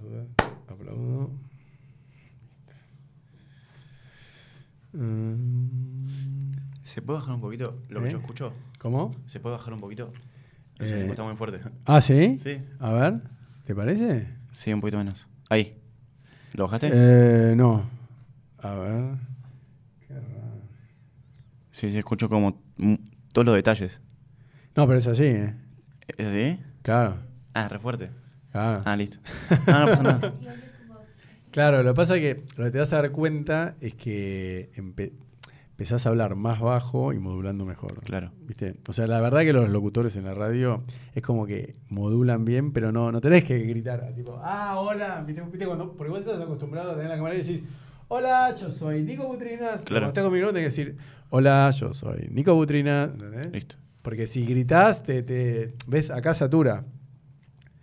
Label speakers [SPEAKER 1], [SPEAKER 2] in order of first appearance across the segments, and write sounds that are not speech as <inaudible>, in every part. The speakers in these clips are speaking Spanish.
[SPEAKER 1] dudas, aplaudo. Mm,
[SPEAKER 2] ¿Se puede bajar un poquito lo que
[SPEAKER 1] ¿Eh?
[SPEAKER 2] yo escucho?
[SPEAKER 1] ¿Cómo?
[SPEAKER 2] ¿Se puede bajar un poquito? No
[SPEAKER 1] Eh.
[SPEAKER 2] sé, me está muy fuerte.
[SPEAKER 1] Ah, ¿sí?
[SPEAKER 2] Sí.
[SPEAKER 1] A ver, ¿te parece?
[SPEAKER 2] Sí, un poquito menos. Ahí. ¿Lo bajaste?
[SPEAKER 1] Eh, no. A ver. Qué raro.
[SPEAKER 2] Sí, sí, escucho como mm, todos los detalles.
[SPEAKER 1] No, pero es así, ¿eh?
[SPEAKER 2] ¿Es así?
[SPEAKER 1] Claro,
[SPEAKER 2] Ah, re fuerte.
[SPEAKER 1] claro.
[SPEAKER 2] Ah, listo. No, no pasa nada. <laughs>
[SPEAKER 1] Claro, lo que pasa es que lo que te vas a dar cuenta es que empe- empezás a hablar más bajo y modulando mejor.
[SPEAKER 2] Claro.
[SPEAKER 1] ¿Viste? O sea, la verdad que los locutores en la radio es como que modulan bien, pero no, no tenés que gritar, tipo, ah, hola, ¿viste? ¿Viste cuando, porque vos estás acostumbrado a tener la cámara y decir, hola, yo soy Nico Butrinas.
[SPEAKER 2] Claro.
[SPEAKER 1] Cuando estás con micrófono tenés que decir, hola, yo soy Nico Butrinas. ¿entendés?
[SPEAKER 2] Listo.
[SPEAKER 1] Porque si gritás, te, te- ves, acá satura.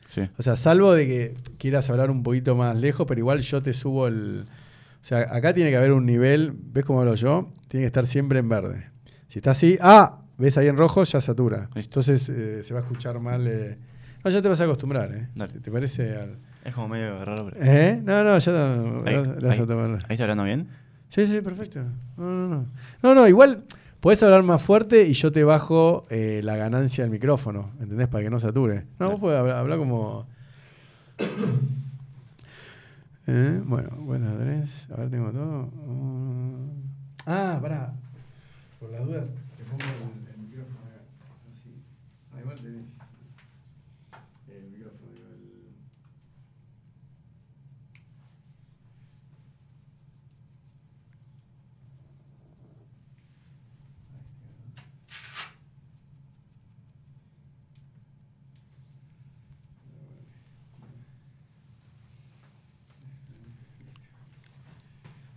[SPEAKER 2] Sí.
[SPEAKER 1] O sea, salvo de que quieras hablar un poquito más lejos, pero igual yo te subo el... O sea, acá tiene que haber un nivel, ¿ves cómo hablo yo? Tiene que estar siempre en verde. Si está así, ¡ah! ¿Ves ahí en rojo? Ya satura.
[SPEAKER 2] Listo.
[SPEAKER 1] Entonces eh, se va a escuchar mal. eh. No, ya te vas a acostumbrar, ¿eh?
[SPEAKER 2] Dale.
[SPEAKER 1] ¿Te- ¿Te parece? al-
[SPEAKER 2] Es como medio raro, pero...
[SPEAKER 1] ¿Eh? No, no, ya no,
[SPEAKER 2] Ahí,
[SPEAKER 1] la vas
[SPEAKER 2] ahí.
[SPEAKER 1] a tomar.
[SPEAKER 2] ¿Ahí está hablando bien?
[SPEAKER 1] Sí, sí, perfecto. No, no, no. No, no, igual podés hablar más fuerte y yo te bajo eh, la ganancia del micrófono, ¿entendés? Para que no sature. No, vos podés hablar, hablar como... <coughs> Eh, bueno, bueno, Andrés, a ver, tengo todo. Uh, Ah, pará. Por las dudas, te pongo el, el micrófono acá. Así. Ah, igual tenés el micrófono. digo, el-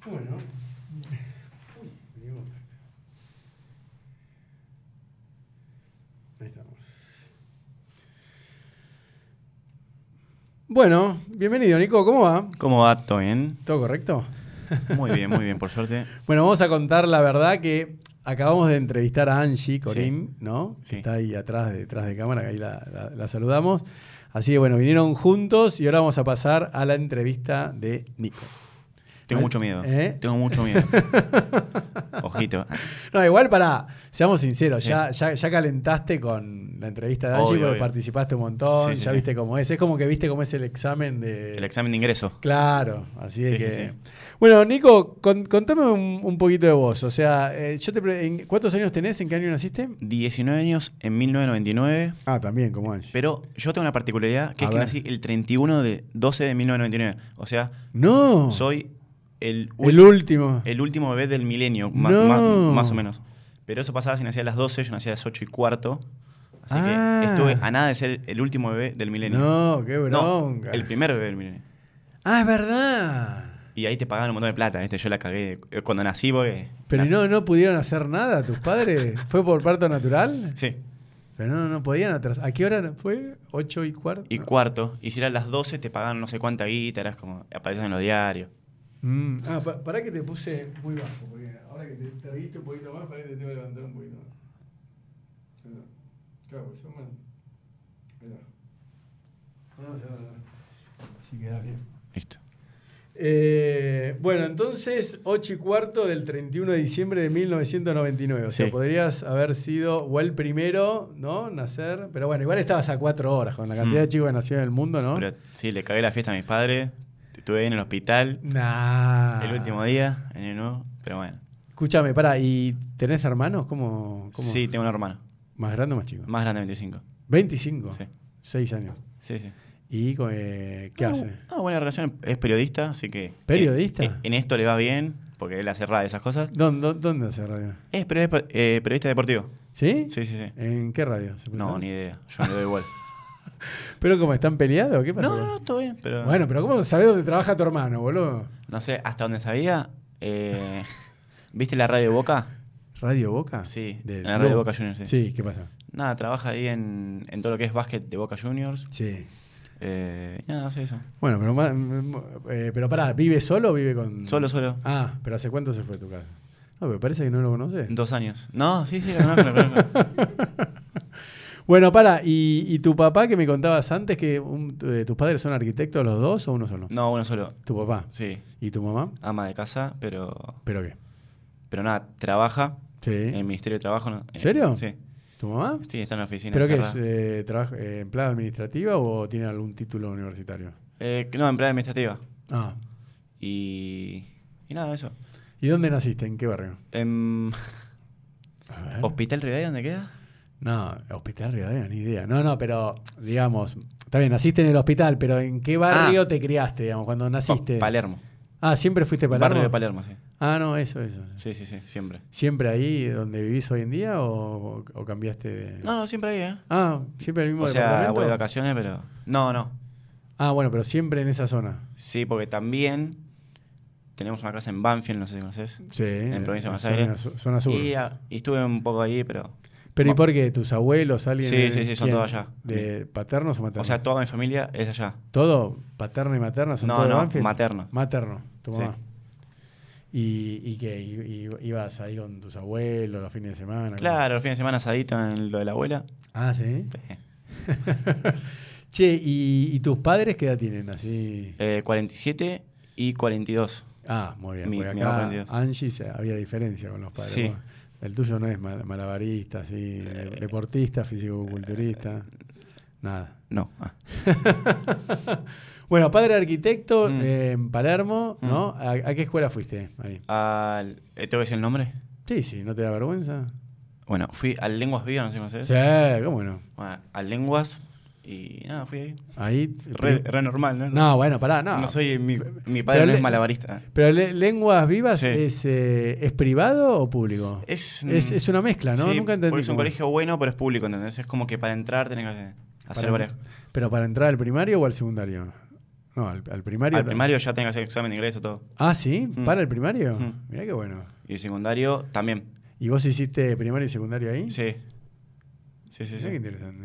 [SPEAKER 1] Bueno. Uy, me dio contacto. Ahí estamos. Bueno, bienvenido Nico, ¿cómo va?
[SPEAKER 2] ¿Cómo va? ¿Todo bien?
[SPEAKER 1] ¿Todo correcto?
[SPEAKER 2] Muy bien, muy bien, por suerte.
[SPEAKER 1] Bueno, vamos a contar la verdad que acabamos de entrevistar a Angie Corín, ¿no? Que
[SPEAKER 2] Sí.
[SPEAKER 1] Está ahí atrás, detrás de cámara, que ahí la, la- la saludamos. Así que bueno, vinieron juntos y ahora vamos a pasar a la entrevista de Nico.
[SPEAKER 2] Tengo mucho miedo.
[SPEAKER 1] ¿Eh?
[SPEAKER 2] Tengo mucho miedo. <laughs> Ojito.
[SPEAKER 1] No, igual para, seamos sinceros,
[SPEAKER 2] Sí.
[SPEAKER 1] ya, ya, ya calentaste con la entrevista de Angie
[SPEAKER 2] Obvio,
[SPEAKER 1] porque
[SPEAKER 2] obvio.
[SPEAKER 1] participaste un montón,
[SPEAKER 2] Sí, sí,
[SPEAKER 1] ya
[SPEAKER 2] sí.
[SPEAKER 1] viste cómo es. Es como que viste cómo es el examen de.
[SPEAKER 2] El examen de ingreso.
[SPEAKER 1] Claro, así es
[SPEAKER 2] Sí, sí,
[SPEAKER 1] que.
[SPEAKER 2] sí.
[SPEAKER 1] Bueno, Nico, con- contame un, un poquito de vos. O sea, eh, yo te pre- ¿en ¿cuántos años tenés? ¿En qué año naciste?
[SPEAKER 2] 19 años en 1999.
[SPEAKER 1] Ah, también, como Angie.
[SPEAKER 2] Pero yo tengo una particularidad que
[SPEAKER 1] A
[SPEAKER 2] es que
[SPEAKER 1] ver.
[SPEAKER 2] nací el 31 de 12 de 1999. O sea,
[SPEAKER 1] no,
[SPEAKER 2] soy el,
[SPEAKER 1] el
[SPEAKER 2] ulti-
[SPEAKER 1] último.
[SPEAKER 2] el último bebé del milenio, ma-
[SPEAKER 1] No.
[SPEAKER 2] ma- más o menos. Pero eso pasaba si nacía a las 12, yo nací a las 8 y cuarto. Así
[SPEAKER 1] Ah.
[SPEAKER 2] que estuve a nada de ser el último bebé del milenio.
[SPEAKER 1] No, qué
[SPEAKER 2] No,
[SPEAKER 1] bronca.
[SPEAKER 2] el primer bebé del milenio.
[SPEAKER 1] ah, es verdad.
[SPEAKER 2] Y ahí te pagaban un montón de plata, ¿viste? Yo la cagué eh, cuando nací porque...
[SPEAKER 1] Pero
[SPEAKER 2] nací-
[SPEAKER 1] no, no pudieron hacer nada tus padres. ¿Fue por parto natural?
[SPEAKER 2] Sí.
[SPEAKER 1] Pero no, no podían atrás. ¿A qué hora fue? ¿Ocho y cuarto?
[SPEAKER 2] Y cuarto, y si eran las 12 te pagaban no sé cuánta guita, eras como... Aparecen en los diarios.
[SPEAKER 1] Mm. Ah, pa- pará que te puse muy bajo, porque ahora que te, te erguiste un poquito más, pará que te tengo que levantar un poquito más. Claro, Claro, porque son más. Mirá. No, no, ya, ya, ya. Así queda bien.
[SPEAKER 2] Listo.
[SPEAKER 1] Eh, bueno, entonces 8 y cuarto del 31 de diciembre de 1999. O sea,
[SPEAKER 2] Sí.
[SPEAKER 1] podrías haber sido o el primero, ¿no? Nacer. Pero bueno, igual estabas a cuatro horas con la cantidad
[SPEAKER 2] Mm.
[SPEAKER 1] de chicos que nacieron en el mundo, ¿no?
[SPEAKER 2] Pero, sí, le cagué la fiesta a mis padres. Estuve en el hospital
[SPEAKER 1] Nah.
[SPEAKER 2] el último día, en el nuevo, pero bueno.
[SPEAKER 1] Escúchame, pará, ¿y tenés hermanos? ¿Cómo? cómo?
[SPEAKER 2] Sí, tengo un hermano,
[SPEAKER 1] ¿Más grande o más chico?
[SPEAKER 2] más grande, 25.
[SPEAKER 1] 25.
[SPEAKER 2] Sí.
[SPEAKER 1] 6 años.
[SPEAKER 2] Sí, sí.
[SPEAKER 1] ¿Y co- eh, qué
[SPEAKER 2] Ah,
[SPEAKER 1] hace?
[SPEAKER 2] bu- Ah, buena relación. Es periodista, así que... eh,
[SPEAKER 1] ¿Periodista?
[SPEAKER 2] En, en esto le va bien, porque él hace ra de esas cosas.
[SPEAKER 1] ¿Dónde, dó- dónde hace radio?
[SPEAKER 2] Es periodista, eh, periodista deportivo.
[SPEAKER 1] ¿Sí?
[SPEAKER 2] Sí, sí, sí.
[SPEAKER 1] ¿En qué radio? ¿Se puede
[SPEAKER 2] No,
[SPEAKER 1] saber?
[SPEAKER 2] ni idea. Yo me doy igual.
[SPEAKER 1] ¿Pero cómo están peleados? <laughs> ¿Qué pasa?
[SPEAKER 2] No, no, no, todo bien, pero...
[SPEAKER 1] Bueno, pero ¿cómo sabés dónde trabaja tu hermano, boludo?
[SPEAKER 2] No sé, hasta donde sabía, eh, <laughs> ¿viste la radio Boca?
[SPEAKER 1] ¿Radio Boca?
[SPEAKER 2] Sí,
[SPEAKER 1] Ah, Del
[SPEAKER 2] en la radio
[SPEAKER 1] club.
[SPEAKER 2] Boca Juniors, sí.
[SPEAKER 1] Sí, ¿qué pasa?
[SPEAKER 2] Nada, trabaja ahí en, en todo lo que es básquet de Boca Juniors.
[SPEAKER 1] Sí.
[SPEAKER 2] Eh, y nada, hace eso.
[SPEAKER 1] Bueno, pero, ma- mm, eh, pero pará, ¿vive solo o vive con.?
[SPEAKER 2] Solo, solo.
[SPEAKER 1] Ah, pero ¿hace cuánto se fue de tu casa? No, pero parece que no lo conoces.
[SPEAKER 2] Dos años. No, sí, sí, lo conozco, lo conozco.
[SPEAKER 1] Bueno, para, ¿y, y tu papá que me contabas antes que un- tu- eh, tus padres son arquitectos los dos o uno solo?
[SPEAKER 2] No, uno solo.
[SPEAKER 1] Tu papá.
[SPEAKER 2] Sí,
[SPEAKER 1] ¿Y tu mamá?
[SPEAKER 2] ama de casa, pero.
[SPEAKER 1] ¿Pero qué?
[SPEAKER 2] Pero nada, trabaja en el
[SPEAKER 1] Sí.
[SPEAKER 2] Ministerio de Trabajo. ¿no? Eh,
[SPEAKER 1] serio?
[SPEAKER 2] Sí.
[SPEAKER 1] ¿Tu mamá?
[SPEAKER 2] Sí, está en la oficina.
[SPEAKER 1] ¿Pero qué es?
[SPEAKER 2] encerrada.
[SPEAKER 1] Eh, trabaja- eh, ¿Empleada administrativa o tiene algún título universitario?
[SPEAKER 2] Eh, no, empleada administrativa.
[SPEAKER 1] Ah.
[SPEAKER 2] Y. Y nada, eso.
[SPEAKER 1] ¿Y dónde naciste? ¿En qué barrio?
[SPEAKER 2] Em,
[SPEAKER 1] A ver.
[SPEAKER 2] ¿Hospital Rivadavia dónde queda?
[SPEAKER 1] No, hospital Rivadavia, ni idea. No, no, pero digamos, está bien, naciste en el hospital, pero ¿en qué barrio
[SPEAKER 2] Ah.
[SPEAKER 1] te criaste, digamos, cuando naciste?
[SPEAKER 2] Pa- Palermo.
[SPEAKER 1] Ah, siempre fuiste Palermo.
[SPEAKER 2] Oh, Barrio de Palermo, sí.
[SPEAKER 1] Ah, no, eso, eso.
[SPEAKER 2] Sí, sí, sí, siempre.
[SPEAKER 1] ¿Siempre ahí donde vivís hoy en día o, o cambiaste de.?
[SPEAKER 2] No, no, siempre ahí, ¿eh?
[SPEAKER 1] Ah, siempre el mismo
[SPEAKER 2] O sea, voy de
[SPEAKER 1] departamento?
[SPEAKER 2] vacaciones, pero. No, no.
[SPEAKER 1] Ah, bueno, pero siempre en esa zona.
[SPEAKER 2] Sí, porque también tenemos una casa en Banfield, no sé si conoces.
[SPEAKER 1] Sí. En
[SPEAKER 2] provincia de Buenos
[SPEAKER 1] zona,
[SPEAKER 2] Aires.
[SPEAKER 1] su- zona sur.
[SPEAKER 2] Y, ah, y estuve un poco ahí, pero.
[SPEAKER 1] pero ¿y por qué? ¿Tus abuelos, alguien?
[SPEAKER 2] Sí,
[SPEAKER 1] de-
[SPEAKER 2] sí, sí, son
[SPEAKER 1] quién?
[SPEAKER 2] todos allá.
[SPEAKER 1] ¿De paternos o maternos?
[SPEAKER 2] O sea, toda mi familia es de allá.
[SPEAKER 1] ¿Todo? ¿Paterno y materno? ¿Son
[SPEAKER 2] No,
[SPEAKER 1] todos de
[SPEAKER 2] no,
[SPEAKER 1] Banfield?
[SPEAKER 2] materno.
[SPEAKER 1] Materno, tu
[SPEAKER 2] Sí.
[SPEAKER 1] mamá. ¿Y, y qué? ¿Y- y- ¿Ibas ahí con tus abuelos los fines de semana?
[SPEAKER 2] Claro, los fines de semana asadito en lo de la abuela. Eh,
[SPEAKER 1] Ah, sí.
[SPEAKER 2] Sí.
[SPEAKER 1] che, ¿y, y tus padres qué edad tienen? Así.
[SPEAKER 2] Eh, 47 y 42.
[SPEAKER 1] Ah, muy bien.
[SPEAKER 2] Mi-
[SPEAKER 1] porque
[SPEAKER 2] mi
[SPEAKER 1] acá
[SPEAKER 2] mamá 42.
[SPEAKER 1] Angie se- había diferencia con los padres.
[SPEAKER 2] Sí. Eh,
[SPEAKER 1] vos. El tuyo no es mal- malabarista, así, de- deportista, fisicoculturista, nada.
[SPEAKER 2] No. ah.
[SPEAKER 1] Bueno, padre arquitecto
[SPEAKER 2] Mm.
[SPEAKER 1] eh, en Palermo,
[SPEAKER 2] Mm.
[SPEAKER 1] ¿no? ¿A, a qué escuela fuiste ahí?
[SPEAKER 2] Al- eh, ¿Tengo que decir el nombre?
[SPEAKER 1] Sí, sí, ¿no te da vergüenza?
[SPEAKER 2] Bueno, fui al Lenguas Viva, no sé si conoces.
[SPEAKER 1] Sí, cómo no.
[SPEAKER 2] Bueno, al Lenguas y nada, fui ahí.
[SPEAKER 1] Ahí.
[SPEAKER 2] Re, re normal, ¿no?
[SPEAKER 1] No, bueno, pará, no.
[SPEAKER 2] No soy. Mi, mi
[SPEAKER 1] Pero
[SPEAKER 2] padre no
[SPEAKER 1] le-
[SPEAKER 2] es malabarista.
[SPEAKER 1] Pero le- lenguas vivas
[SPEAKER 2] Sí.
[SPEAKER 1] es, eh, es privado o público?
[SPEAKER 2] Es,
[SPEAKER 1] Es, es una mezcla, ¿no?
[SPEAKER 2] Sí,
[SPEAKER 1] Nunca entendí.
[SPEAKER 2] Porque es un
[SPEAKER 1] cómo.
[SPEAKER 2] colegio bueno, pero es público, ¿entendés? Es como que para entrar tenés que hacer
[SPEAKER 1] Para-
[SPEAKER 2] varias.
[SPEAKER 1] Pero para entrar al primario o al secundario? No, al, al primario.
[SPEAKER 2] Al
[SPEAKER 1] tam-
[SPEAKER 2] primario ya tenés que hacer examen de ingreso, todo.
[SPEAKER 1] Ah, sí,
[SPEAKER 2] Mm.
[SPEAKER 1] para el primario.
[SPEAKER 2] Mm.
[SPEAKER 1] Mirá qué bueno.
[SPEAKER 2] Y secundario también.
[SPEAKER 1] ¿Y vos hiciste primario y secundario ahí?
[SPEAKER 2] Sí. Sí, sí,
[SPEAKER 1] Mirá
[SPEAKER 2] sí.
[SPEAKER 1] qué interesante.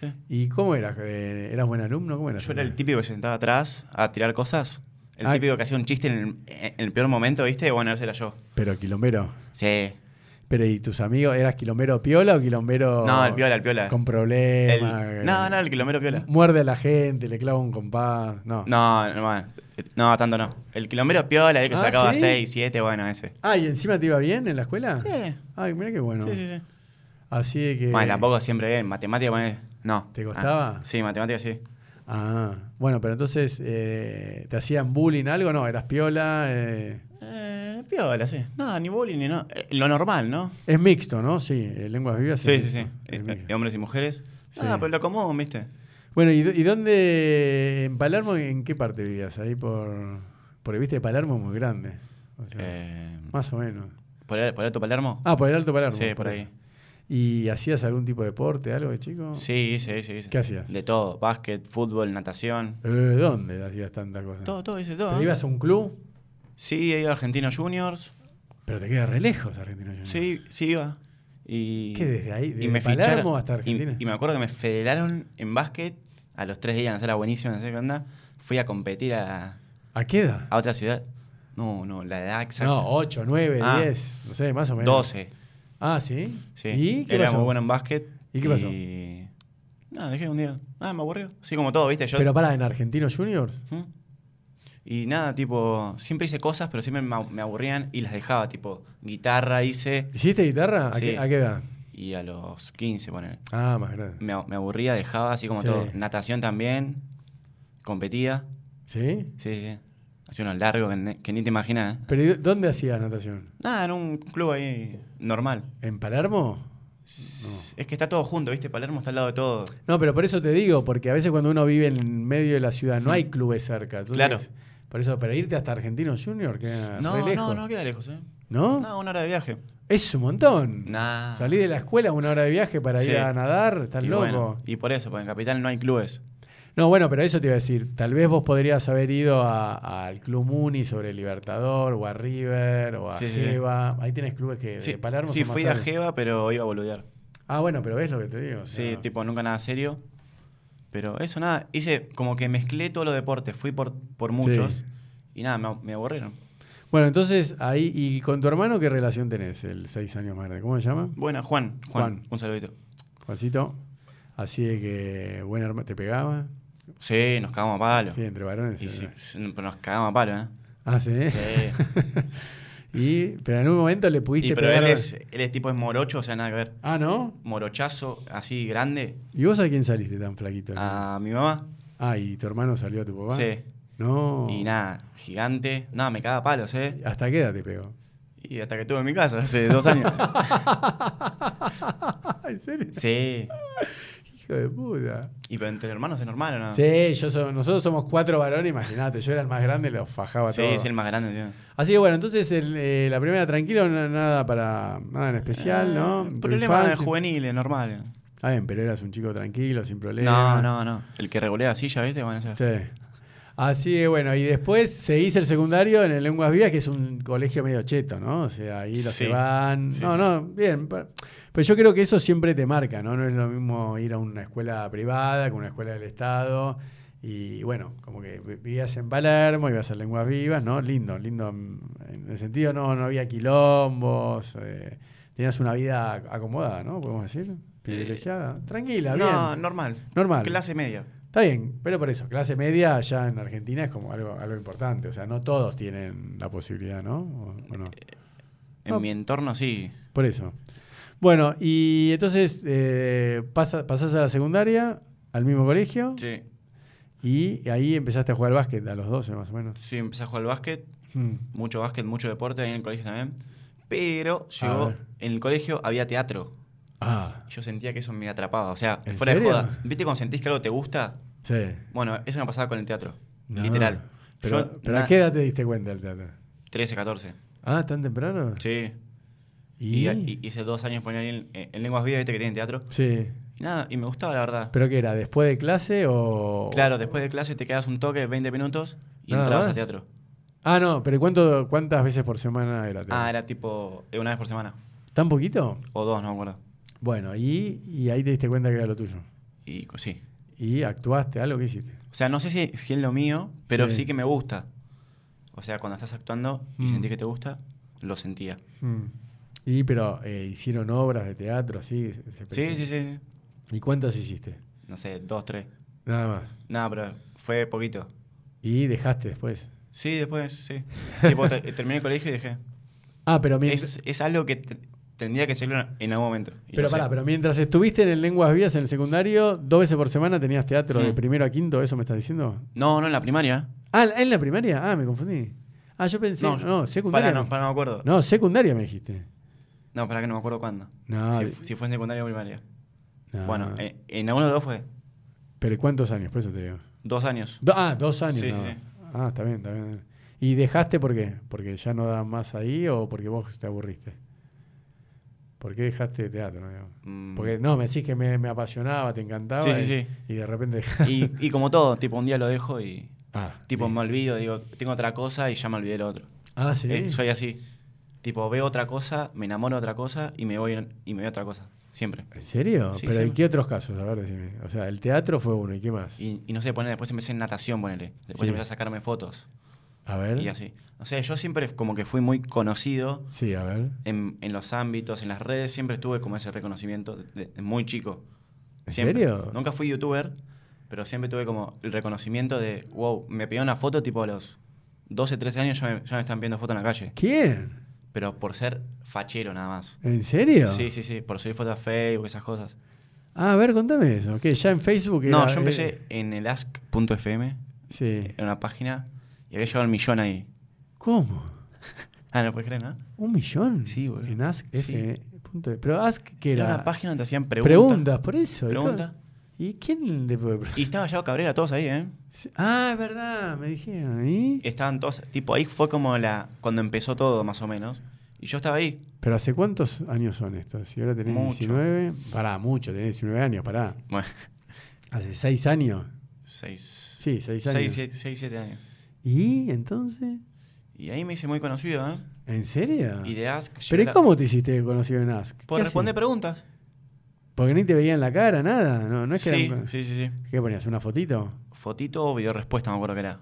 [SPEAKER 2] Sí.
[SPEAKER 1] ¿Y cómo eras? Eh, ¿Eras buen alumno? ¿Cómo eras?
[SPEAKER 2] Yo era el típico que se sentaba atrás a tirar cosas. El
[SPEAKER 1] Ah.
[SPEAKER 2] típico que hacía un chiste en el, en el peor momento, ¿viste? Bueno, ese era yo.
[SPEAKER 1] Pero quilombero.
[SPEAKER 2] Sí.
[SPEAKER 1] Pero ¿y tus amigos? ¿Eras quilombero piola o quilombero.
[SPEAKER 2] No, el piola, el piola.
[SPEAKER 1] Con
[SPEAKER 2] El-
[SPEAKER 1] problemas. eh,
[SPEAKER 2] no, no, el kilomero piola.
[SPEAKER 1] Muerde a la gente, le clava un compás. No.
[SPEAKER 2] No, no, bueno, no, tanto no. El kilomero piola, el que
[SPEAKER 1] Ah,
[SPEAKER 2] sacaba
[SPEAKER 1] ¿sí?
[SPEAKER 2] 6, 7, bueno, ese.
[SPEAKER 1] Ah, ¿y encima te iba bien en la escuela?
[SPEAKER 2] Sí.
[SPEAKER 1] Ay, mira qué bueno.
[SPEAKER 2] Sí, sí, sí.
[SPEAKER 1] Así de que.
[SPEAKER 2] Bueno, tampoco siempre bien. Matemática, bueno, no.
[SPEAKER 1] ¿Te costaba?
[SPEAKER 2] Ah, sí, matemática sí.
[SPEAKER 1] Ah, bueno, pero entonces, eh, ¿te hacían bullying algo? No, eras piola. eh,
[SPEAKER 2] Eh, piola, sí. No, ni bullying, ni no. eh, lo normal, ¿no?
[SPEAKER 1] Es mixto, ¿no? Sí, eh, lenguas vivas. es
[SPEAKER 2] Sí, sí,
[SPEAKER 1] mixto,
[SPEAKER 2] sí.
[SPEAKER 1] es
[SPEAKER 2] Eh,
[SPEAKER 1] mixto.
[SPEAKER 2] eh, hombres y mujeres.
[SPEAKER 1] Sí.
[SPEAKER 2] Ah, pero lo común, ¿viste?
[SPEAKER 1] Bueno, ¿y, do- y dónde? ¿En Palermo? ¿En qué parte vivías? Ahí por. Porque viste, Palermo es muy grande. o sea,
[SPEAKER 2] Eh,
[SPEAKER 1] Más o menos.
[SPEAKER 2] ¿Por el, por el Alto Palermo?
[SPEAKER 1] Ah, por el Alto Palermo.
[SPEAKER 2] sí, por ahí.
[SPEAKER 1] eso. ¿Y hacías algún tipo de deporte, algo de chico?
[SPEAKER 2] Sí, sí, sí. sí.
[SPEAKER 1] Oh. ¿Qué hacías?
[SPEAKER 2] De todo. Básquet, fútbol, natación.
[SPEAKER 1] Eh, ¿Dónde hacías tanta cosa?
[SPEAKER 2] Todo, todo, hice
[SPEAKER 1] ¿Pero
[SPEAKER 2] todo. ¿eh?
[SPEAKER 1] Ah. ibas Ah. a un club?
[SPEAKER 2] Sí, he ido a Argentinos Juniors.
[SPEAKER 1] Pero te queda re lejos, Argentina. Juniors.
[SPEAKER 2] Sí, sí iba. Y,
[SPEAKER 1] ¿Qué, desde ahí? ¿Desde
[SPEAKER 2] y me
[SPEAKER 1] Palermo
[SPEAKER 2] ficharon-
[SPEAKER 1] hasta
[SPEAKER 2] y-
[SPEAKER 1] Argentina?
[SPEAKER 2] Y, me acuerdo que me federaron en básquet a los tres días, no sé, era buenísimo, no sé qué onda. Fui a competir a,
[SPEAKER 1] ¿A qué edad?
[SPEAKER 2] a otra ciudad. No, no, la edad exacta.
[SPEAKER 1] No, 8, 9,
[SPEAKER 2] Ah.
[SPEAKER 1] 10, no sé, más o menos.
[SPEAKER 2] 12.
[SPEAKER 1] Ah, ¿sí?
[SPEAKER 2] Sí.
[SPEAKER 1] ¿Y qué
[SPEAKER 2] Era
[SPEAKER 1] pasó?
[SPEAKER 2] muy bueno en básquet.
[SPEAKER 1] ¿Y qué pasó?
[SPEAKER 2] Nada, dejé un día. Nada, me aburrió. Así como todo, ¿viste? Yo...
[SPEAKER 1] Pero para, en Argentinos Juniors.
[SPEAKER 2] ¿Mm? Y nada, tipo, siempre hice cosas, pero siempre me me aburrían y las dejaba, tipo, guitarra hice
[SPEAKER 1] ¿Hiciste guitarra? ¿A,
[SPEAKER 2] Sí.
[SPEAKER 1] qué, a qué edad?
[SPEAKER 2] y a los 15, ponele.
[SPEAKER 1] Ah, más grande.
[SPEAKER 2] Me, a- me aburría, dejaba así como
[SPEAKER 1] Sí.
[SPEAKER 2] todo. Natación también, competía.
[SPEAKER 1] ¿Sí?
[SPEAKER 2] Sí, sí. Hacía unos largos que, ne- que ni te imaginas. ¿eh?
[SPEAKER 1] ¿Pero ¿y dónde hacías natación?
[SPEAKER 2] Nada, en un club ahí normal.
[SPEAKER 1] ¿En Palermo?
[SPEAKER 2] Es que está todo junto, ¿viste? Palermo está al lado de todo.
[SPEAKER 1] No, pero por eso te digo, porque a veces cuando uno vive en medio de la ciudad no hay clubes cerca.
[SPEAKER 2] Claro.
[SPEAKER 1] Por eso, pero irte hasta Argentinos Juniors queda
[SPEAKER 2] No,
[SPEAKER 1] Ah, re
[SPEAKER 2] no,
[SPEAKER 1] lejos.
[SPEAKER 2] no queda lejos, ¿eh?
[SPEAKER 1] ¿No?
[SPEAKER 2] No, una hora de viaje.
[SPEAKER 1] Es un montón.
[SPEAKER 2] Nah.
[SPEAKER 1] Salí de la escuela una hora de viaje para
[SPEAKER 2] Ah. Sí.
[SPEAKER 1] ir a nadar, estás
[SPEAKER 2] y
[SPEAKER 1] loco.
[SPEAKER 2] bueno, y por eso, porque en Capital no hay clubes.
[SPEAKER 1] No, bueno, pero eso te iba a decir. Tal vez vos podrías haber ido a- al Club Muni sobre Libertador, o a River, o a
[SPEAKER 2] Sí, sí, sí.
[SPEAKER 1] Jeva. Ahí tenés clubes que
[SPEAKER 2] Sí,
[SPEAKER 1] Eh, de Palermo.
[SPEAKER 2] sí
[SPEAKER 1] son más
[SPEAKER 2] fui a
[SPEAKER 1] grandes.
[SPEAKER 2] Jeva, pero iba a boludear.
[SPEAKER 1] Ah, bueno, pero ves lo que te digo. o
[SPEAKER 2] Sí,
[SPEAKER 1] sea,
[SPEAKER 2] tipo, nunca nada serio. Pero eso, nada, hice como que mezclé todos los deportes, fui por, por muchos
[SPEAKER 1] Sí.
[SPEAKER 2] y nada, me, me aburrieron.
[SPEAKER 1] Bueno, entonces ahí. ¿Y con tu hermano qué relación tenés? El seis años más grande. ¿Cómo se llama?
[SPEAKER 2] Bueno, Juan, Juan,
[SPEAKER 1] Juan.
[SPEAKER 2] un saludito.
[SPEAKER 1] Juancito. Así de que, bueno, hermano, ¿te pegaba?
[SPEAKER 2] Sí, nos cagamos a palo.
[SPEAKER 1] Sí, entre varones.
[SPEAKER 2] Y
[SPEAKER 1] ¿no?
[SPEAKER 2] sí, sí, pero nos cagamos a palo, ¿eh?
[SPEAKER 1] Ah, sí.
[SPEAKER 2] Sí.
[SPEAKER 1] y, pero en un momento le pudiste
[SPEAKER 2] Y, pero
[SPEAKER 1] pegar.
[SPEAKER 2] él es, él es tipo es morocho, o sea, nada que ver.
[SPEAKER 1] Ah, ¿no?
[SPEAKER 2] Morochazo, así grande.
[SPEAKER 1] ¿Y vos a quién saliste tan flaquito?
[SPEAKER 2] A mi mamá.
[SPEAKER 1] Ah, y tu hermano salió a tu papá. Oh.
[SPEAKER 2] Sí.
[SPEAKER 1] No.
[SPEAKER 2] Y nada, gigante. Nada, me caga a palos, ¿eh?
[SPEAKER 1] ¿Hasta qué edad te pegó? <laughs>
[SPEAKER 2] Y hasta que estuve en mi casa hace dos años.
[SPEAKER 1] Ah, ¿En serio? <laughs>
[SPEAKER 2] Sí.
[SPEAKER 1] Hijo de puta.
[SPEAKER 2] Y pero entre hermanos es normal, ¿o no?
[SPEAKER 1] Sí, yo so- nosotros somos cuatro varones, imagínate. Yo era el más grande, los fajaba
[SPEAKER 2] Sí,
[SPEAKER 1] todos.
[SPEAKER 2] es el más grande, tío.
[SPEAKER 1] Así que bueno, entonces el, eh, la primera tranquilo, na- nada para nada en
[SPEAKER 2] Eh,
[SPEAKER 1] especial, ¿no? Tu
[SPEAKER 2] Problemas
[SPEAKER 1] infancia.
[SPEAKER 2] juveniles, normal.
[SPEAKER 1] Está bien, pero eras un chico tranquilo, sin problemas.
[SPEAKER 2] No, no, no. El que regulea silla, ¿viste? Bueno, ese-
[SPEAKER 1] Sí. Así que bueno, y después se hizo el secundario en el Lenguas Vivas, que es un colegio medio cheto, ¿no? O sea, ahí los
[SPEAKER 2] Sí.
[SPEAKER 1] que van.
[SPEAKER 2] Sí,
[SPEAKER 1] no,
[SPEAKER 2] sí.
[SPEAKER 1] no, bien. pa- Pero yo creo que eso siempre te marca, ¿no? No es lo mismo ir a una escuela privada que una escuela del Estado. Y bueno, como que vi- vivías en Palermo, ibas a Lenguas Vivas, ¿no? Lindo, lindo. mm, En el sentido, no, no había quilombos. eh, tenías una vida acomodada, ¿no? Podemos decir. Privilegiada. Tranquila,
[SPEAKER 2] No,
[SPEAKER 1] bien.
[SPEAKER 2] normal.
[SPEAKER 1] Normal.
[SPEAKER 2] Clase media.
[SPEAKER 1] Está bien, pero por eso, clase media allá en Argentina es como algo, algo importante. O sea, no todos tienen la posibilidad, ¿no? O- o no.
[SPEAKER 2] En
[SPEAKER 1] No.
[SPEAKER 2] mi entorno sí.
[SPEAKER 1] Por eso. Bueno, y entonces eh, pasa- pasás a la secundaria, al mismo colegio,
[SPEAKER 2] Sí.
[SPEAKER 1] y ahí empezaste a jugar al básquet a los 12 más o menos.
[SPEAKER 2] Sí, empecé a jugar al básquet.
[SPEAKER 1] Hmm.
[SPEAKER 2] Mucho básquet, mucho deporte ahí en el colegio también. Pero
[SPEAKER 1] A
[SPEAKER 2] llegó,
[SPEAKER 1] ver.
[SPEAKER 2] en el colegio había teatro.
[SPEAKER 1] Ah,
[SPEAKER 2] Yo sentía que eso me atrapaba. O sea,
[SPEAKER 1] ¿En
[SPEAKER 2] fuera de
[SPEAKER 1] serio?
[SPEAKER 2] joda. ¿Viste cuando sentís que algo te gusta?
[SPEAKER 1] sí.
[SPEAKER 2] Bueno, eso me pasaba con el teatro.
[SPEAKER 1] No.
[SPEAKER 2] Literal.
[SPEAKER 1] Pero,
[SPEAKER 2] Yo,
[SPEAKER 1] pero ¿a
[SPEAKER 2] na-
[SPEAKER 1] qué edad te diste cuenta del teatro?
[SPEAKER 2] 13, 14.
[SPEAKER 1] Ah, ¿tan temprano?
[SPEAKER 2] Sí.
[SPEAKER 1] ¿Y?
[SPEAKER 2] Y, y- hice dos años poner en, en Lenguas Vivas, viste que tienen teatro.
[SPEAKER 1] Sí.
[SPEAKER 2] Y nada, y me gustaba la verdad.
[SPEAKER 1] ¿Pero qué era? ¿Después de clase o...?
[SPEAKER 2] claro, después de clase te quedas un toque, 20 minutos, y
[SPEAKER 1] Nada
[SPEAKER 2] entrabas
[SPEAKER 1] más.
[SPEAKER 2] a teatro.
[SPEAKER 1] Ah, no, pero ¿cuánto, ¿cuántas veces por semana era? teatro?
[SPEAKER 2] Ah, era tipo eh, una vez por semana.
[SPEAKER 1] ¿Tan poquito?
[SPEAKER 2] O dos, no me acuerdo.
[SPEAKER 1] Bueno, y, y ahí te diste cuenta que era lo tuyo.
[SPEAKER 2] Y co- sí.
[SPEAKER 1] Y actuaste, algo que hiciste.
[SPEAKER 2] O sea, no sé si, si es lo mío, pero
[SPEAKER 1] Sí.
[SPEAKER 2] sí. que me gusta. O sea, cuando estás actuando y
[SPEAKER 1] Mm.
[SPEAKER 2] sentís que te gusta, lo sentía.
[SPEAKER 1] Y pero eh, hicieron obras de teatro, así. se- se
[SPEAKER 2] Sí,
[SPEAKER 1] presentó.
[SPEAKER 2] sí, sí.
[SPEAKER 1] ¿Y cuántas hiciste?
[SPEAKER 2] No sé, dos, tres.
[SPEAKER 1] Nada más.
[SPEAKER 2] Nada, pero fue poquito.
[SPEAKER 1] Y dejaste después.
[SPEAKER 2] Sí, después,
[SPEAKER 1] <laughs>
[SPEAKER 2] sí. tipo, te- eh, terminé el colegio y dejé.
[SPEAKER 1] Ah, pero mientras,
[SPEAKER 2] Es, es algo que te- tendría que hacerlo en algún momento. Y
[SPEAKER 1] pero
[SPEAKER 2] lo sé.
[SPEAKER 1] pará, pero mientras estuviste en el Lenguas Vías en el secundario, dos veces por semana tenías teatro de
[SPEAKER 2] Mm.
[SPEAKER 1] primero a quinto, ¿eso me estás diciendo?
[SPEAKER 2] No, no en la primaria.
[SPEAKER 1] Ah, en la primaria, ah, me confundí. Ah, yo pensé, no,
[SPEAKER 2] yo-
[SPEAKER 1] secundaria.
[SPEAKER 2] Pará,
[SPEAKER 1] me-
[SPEAKER 2] no, pará, no me acuerdo. No,
[SPEAKER 1] no, secundaria me dijiste.
[SPEAKER 2] pará que no me acuerdo cuándo.
[SPEAKER 1] No,
[SPEAKER 2] si,
[SPEAKER 1] de-
[SPEAKER 2] fu- si fue en secundaria o primaria.
[SPEAKER 1] no.
[SPEAKER 2] Bueno, eh. en, en alguno de los dos fue.
[SPEAKER 1] Pero ¿cuántos años? Por eso te digo.
[SPEAKER 2] Dos años.
[SPEAKER 1] Do- ah, dos años.
[SPEAKER 2] Sí,
[SPEAKER 1] nada
[SPEAKER 2] sí,
[SPEAKER 1] más.
[SPEAKER 2] sí.
[SPEAKER 1] Ah, está bien, está bien. ¿Y dejaste por qué? ¿Porque ya no da más ahí o porque vos te aburriste? ¿Por qué dejaste teatro? digamos?
[SPEAKER 2] Mm.
[SPEAKER 1] Porque no, me decís que me, me apasionaba, te encantaba.
[SPEAKER 2] Sí, sí,
[SPEAKER 1] y,
[SPEAKER 2] sí.
[SPEAKER 1] y de repente dejaste.
[SPEAKER 2] Y, y como todo, tipo, un día lo dejo y
[SPEAKER 1] <laughs> Ah,
[SPEAKER 2] tipo
[SPEAKER 1] sí.
[SPEAKER 2] me olvido, digo, tengo otra cosa y ya me olvidé lo otro.
[SPEAKER 1] Ah, sí.
[SPEAKER 2] Eh, soy así. Tipo, veo otra cosa, me enamoro de otra cosa y me voy en- y me voy a otra cosa. Siempre.
[SPEAKER 1] ¿En serio?
[SPEAKER 2] Sí,
[SPEAKER 1] ¿Pero
[SPEAKER 2] sí.
[SPEAKER 1] en qué otros casos? A ver, decime. O sea, el teatro fue uno, ¿y qué más?
[SPEAKER 2] Y, y no sé, poner, después empecé en natación, ponele. Después
[SPEAKER 1] Sí. ¿Eh?
[SPEAKER 2] empecé a sacarme fotos
[SPEAKER 1] A ver.
[SPEAKER 2] y así. O sea, yo siempre como que fui muy conocido
[SPEAKER 1] Sí, a ver.
[SPEAKER 2] en, en los ámbitos, en las redes, siempre tuve como ese reconocimiento de- de muy chico.
[SPEAKER 1] ¿En
[SPEAKER 2] Siempre.
[SPEAKER 1] serio?
[SPEAKER 2] Nunca fui youtuber, pero siempre tuve como el reconocimiento de, wow, me pidió una foto tipo a los 12, 13 años ya me, ya me están pidiendo foto en la calle.
[SPEAKER 1] ¿Quién?
[SPEAKER 2] Pero por ser fachero nada más.
[SPEAKER 1] ¿En serio?
[SPEAKER 2] Sí, sí, sí, por subir fotos a Facebook, esas cosas.
[SPEAKER 1] Ah, a ver, contame eso. ¿Qué? ¿Ya en Facebook?
[SPEAKER 2] no,
[SPEAKER 1] era-
[SPEAKER 2] yo empecé
[SPEAKER 1] eh,
[SPEAKER 2] en el ask.fm,
[SPEAKER 1] sí.
[SPEAKER 2] en una página, y había llegado el millón ahí.
[SPEAKER 1] ¿Cómo?
[SPEAKER 2] Ah, no puedes creer, ¿no?
[SPEAKER 1] ¿Un millón?
[SPEAKER 2] Sí, boludo.
[SPEAKER 1] En Ask
[SPEAKER 2] Sí.
[SPEAKER 1] F. E. punto de- Pero Ask, ¿qué era?
[SPEAKER 2] Era una página donde hacían preguntas.
[SPEAKER 1] preguntas. por eso.
[SPEAKER 2] Pregunta.
[SPEAKER 1] ¿Y quién le puede preguntar?
[SPEAKER 2] Y estaba Yao Cabrera, todos ahí, ¿eh?
[SPEAKER 1] Sí. Ah, es verdad, me dijeron. ¿Y?
[SPEAKER 2] Estaban todos, tipo, ahí fue como la cuando empezó todo, más o menos. Y yo estaba ahí,
[SPEAKER 1] Pero ¿hace cuántos años son estos? Si ahora tenés
[SPEAKER 2] Mucho.
[SPEAKER 1] 19. Pará, mucho, tenés 19 años, pará.
[SPEAKER 2] bueno, <laughs>
[SPEAKER 1] ¿Hace 6 años?
[SPEAKER 2] 6,
[SPEAKER 1] Sí, 6 años.
[SPEAKER 2] 6, 7 años.
[SPEAKER 1] ¿Y entonces?
[SPEAKER 2] Y ahí me hice muy conocido, ¿eh?
[SPEAKER 1] ¿En serio?
[SPEAKER 2] Y de Ask. llegué
[SPEAKER 1] Ah. ¿Pero ¿y
[SPEAKER 2] a la- Pues
[SPEAKER 1] cómo te hiciste conocido en Ask?
[SPEAKER 2] Por
[SPEAKER 1] ¿Qué
[SPEAKER 2] responder
[SPEAKER 1] hacías?
[SPEAKER 2] preguntas.
[SPEAKER 1] Porque ni te veían la cara, nada. No, no es que
[SPEAKER 2] sí,
[SPEAKER 1] eran-
[SPEAKER 2] sí, sí, sí.
[SPEAKER 1] ¿Qué ponías? ¿Una fotito?
[SPEAKER 2] Fotito o video respuesta, me acuerdo que era.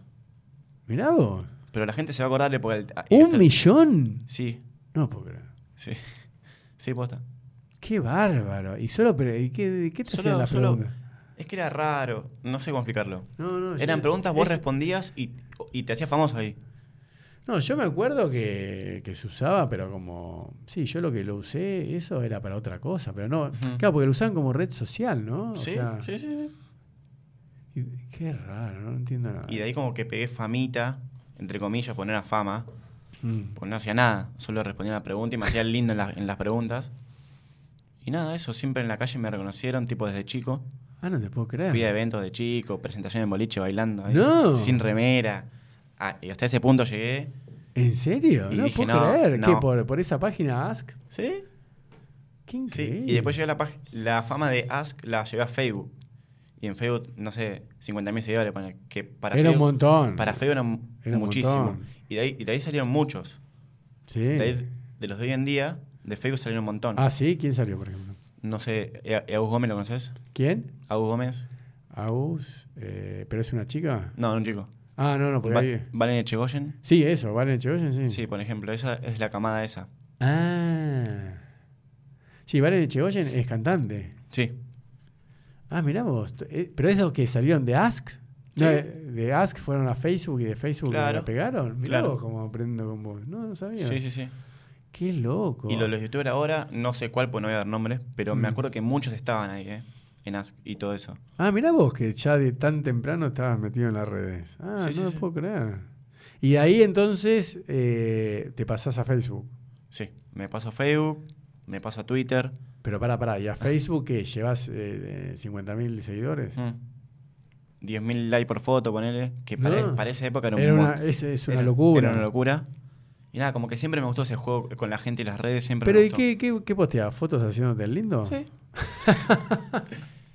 [SPEAKER 1] Mirá vos.
[SPEAKER 2] Pero la gente se va a acordarle por el.
[SPEAKER 1] ¿Un
[SPEAKER 2] el-
[SPEAKER 1] millón?
[SPEAKER 2] Sí, <laughs>
[SPEAKER 1] No puedo creer.
[SPEAKER 2] sí. Sí, posta.
[SPEAKER 1] Qué bárbaro. ¿Y solo, pero, ¿y qué, qué te
[SPEAKER 2] Solo-
[SPEAKER 1] hacían las
[SPEAKER 2] solo-
[SPEAKER 1] preguntas?
[SPEAKER 2] Es que era raro, no sé cómo explicarlo.
[SPEAKER 1] No, no, yo-
[SPEAKER 2] Eran preguntas, vos
[SPEAKER 1] es-
[SPEAKER 2] respondías y, y te hacías famoso ahí.
[SPEAKER 1] No, yo me acuerdo que, que se usaba, pero como. Sí, yo lo que lo usé, eso era para otra cosa, pero no.
[SPEAKER 2] Ujú.
[SPEAKER 1] Claro, porque lo usaban como red social, ¿no? O
[SPEAKER 2] Sí,
[SPEAKER 1] sea,
[SPEAKER 2] sí, sí, sí.
[SPEAKER 1] y- qué raro, no entiendo nada.
[SPEAKER 2] Y de ahí como que pegué famita, entre comillas, poner a fama,
[SPEAKER 1] Mm.
[SPEAKER 2] porque Pues no hacía nada, solo respondía una pregunta y me hacía el lindo en, las- en las preguntas. Y nada, eso, siempre en la calle me reconocieron, tipo desde chico.
[SPEAKER 1] Ah, no te puedo creer.
[SPEAKER 2] Fui a eventos de chico, presentaciones en boliche, bailando, ahí,
[SPEAKER 1] No.
[SPEAKER 2] sin remera. Ah, y hasta ese punto llegué.
[SPEAKER 1] ¿En serio?
[SPEAKER 2] Y
[SPEAKER 1] no
[SPEAKER 2] dije,
[SPEAKER 1] puedo
[SPEAKER 2] no,
[SPEAKER 1] creer.
[SPEAKER 2] no.
[SPEAKER 1] ¿Qué? Por, por esa página Ask?
[SPEAKER 2] ¿Sí?
[SPEAKER 1] Qué
[SPEAKER 2] Sí,
[SPEAKER 1] increíble.
[SPEAKER 2] y después llegué a la, pag- la fama de Ask, la llevé a Facebook. Y en Facebook, no sé, 50.000 seguidores. Para, que para
[SPEAKER 1] Era un
[SPEAKER 2] Facebook-
[SPEAKER 1] montón.
[SPEAKER 2] Para Facebook era, mu-
[SPEAKER 1] Era un
[SPEAKER 2] muchísimo.
[SPEAKER 1] montón.
[SPEAKER 2] Y de, ahí, y de ahí salieron muchos.
[SPEAKER 1] Sí.
[SPEAKER 2] De, ahí- de los de hoy en día, de Facebook salieron un montón.
[SPEAKER 1] Ah, sí, ¿quién salió, por ejemplo?
[SPEAKER 2] No sé, ¿E- ¿Agus Gómez lo conoces?
[SPEAKER 1] ¿Quién?
[SPEAKER 2] ¿Agus Gómez?
[SPEAKER 1] Agus. eh, ¿Pero es una chica?
[SPEAKER 2] No, un chico.
[SPEAKER 1] Ah, no, no, porque
[SPEAKER 2] Va-
[SPEAKER 1] ahí-
[SPEAKER 2] ¿Valen Echegoyen?
[SPEAKER 1] Sí, eso, Valen Echegoyen, sí.
[SPEAKER 2] Sí, por ejemplo, esa es la camada esa.
[SPEAKER 1] Ah. Sí, Valen Echegoyen es cantante.
[SPEAKER 2] Sí.
[SPEAKER 1] Ah, mirá vos. t- eh, Pero esos que salieron de Ask. No,
[SPEAKER 2] Sí.
[SPEAKER 1] eh, de Ask fueron a Facebook y de Facebook
[SPEAKER 2] Claro.
[SPEAKER 1] la pegaron. Mirá
[SPEAKER 2] Claro.
[SPEAKER 1] vos cómo aprendo con vos. No, no sabía.
[SPEAKER 2] Sí, sí, sí.
[SPEAKER 1] Qué loco.
[SPEAKER 2] Y lo de los youtubers ahora, no sé cuál, pues no voy a dar nombres, pero me
[SPEAKER 1] Mm.
[SPEAKER 2] acuerdo que muchos estaban ahí, ¿eh? En Ask y todo eso.
[SPEAKER 1] Ah, mirá vos que ya de tan temprano estabas metido en las redes. Ah,
[SPEAKER 2] Sí, sí,
[SPEAKER 1] no lo
[SPEAKER 2] sí.
[SPEAKER 1] puedo creer. Y de ahí entonces eh, te pasás a Facebook.
[SPEAKER 2] Sí, me paso a Facebook, me paso a Twitter.
[SPEAKER 1] Pero pará, pará. ¿Y a Facebook qué? ¿Llevas eh, eh, 50.000 seguidores?
[SPEAKER 2] Mm. 10.000 likes por foto, ponele. Que pare-
[SPEAKER 1] No.
[SPEAKER 2] para esa época era un
[SPEAKER 1] Ah. Era una,
[SPEAKER 2] montón.
[SPEAKER 1] es, es una
[SPEAKER 2] Era-
[SPEAKER 1] locura.
[SPEAKER 2] Era una locura. Y nada, como que siempre me gustó ese juego con la gente y las redes, siempre
[SPEAKER 1] Pero
[SPEAKER 2] me
[SPEAKER 1] ¿y
[SPEAKER 2] gustó.
[SPEAKER 1] qué, qué, qué posteas? ¿Fotos haciéndote el lindo?
[SPEAKER 2] Sí.
[SPEAKER 1] <laughs>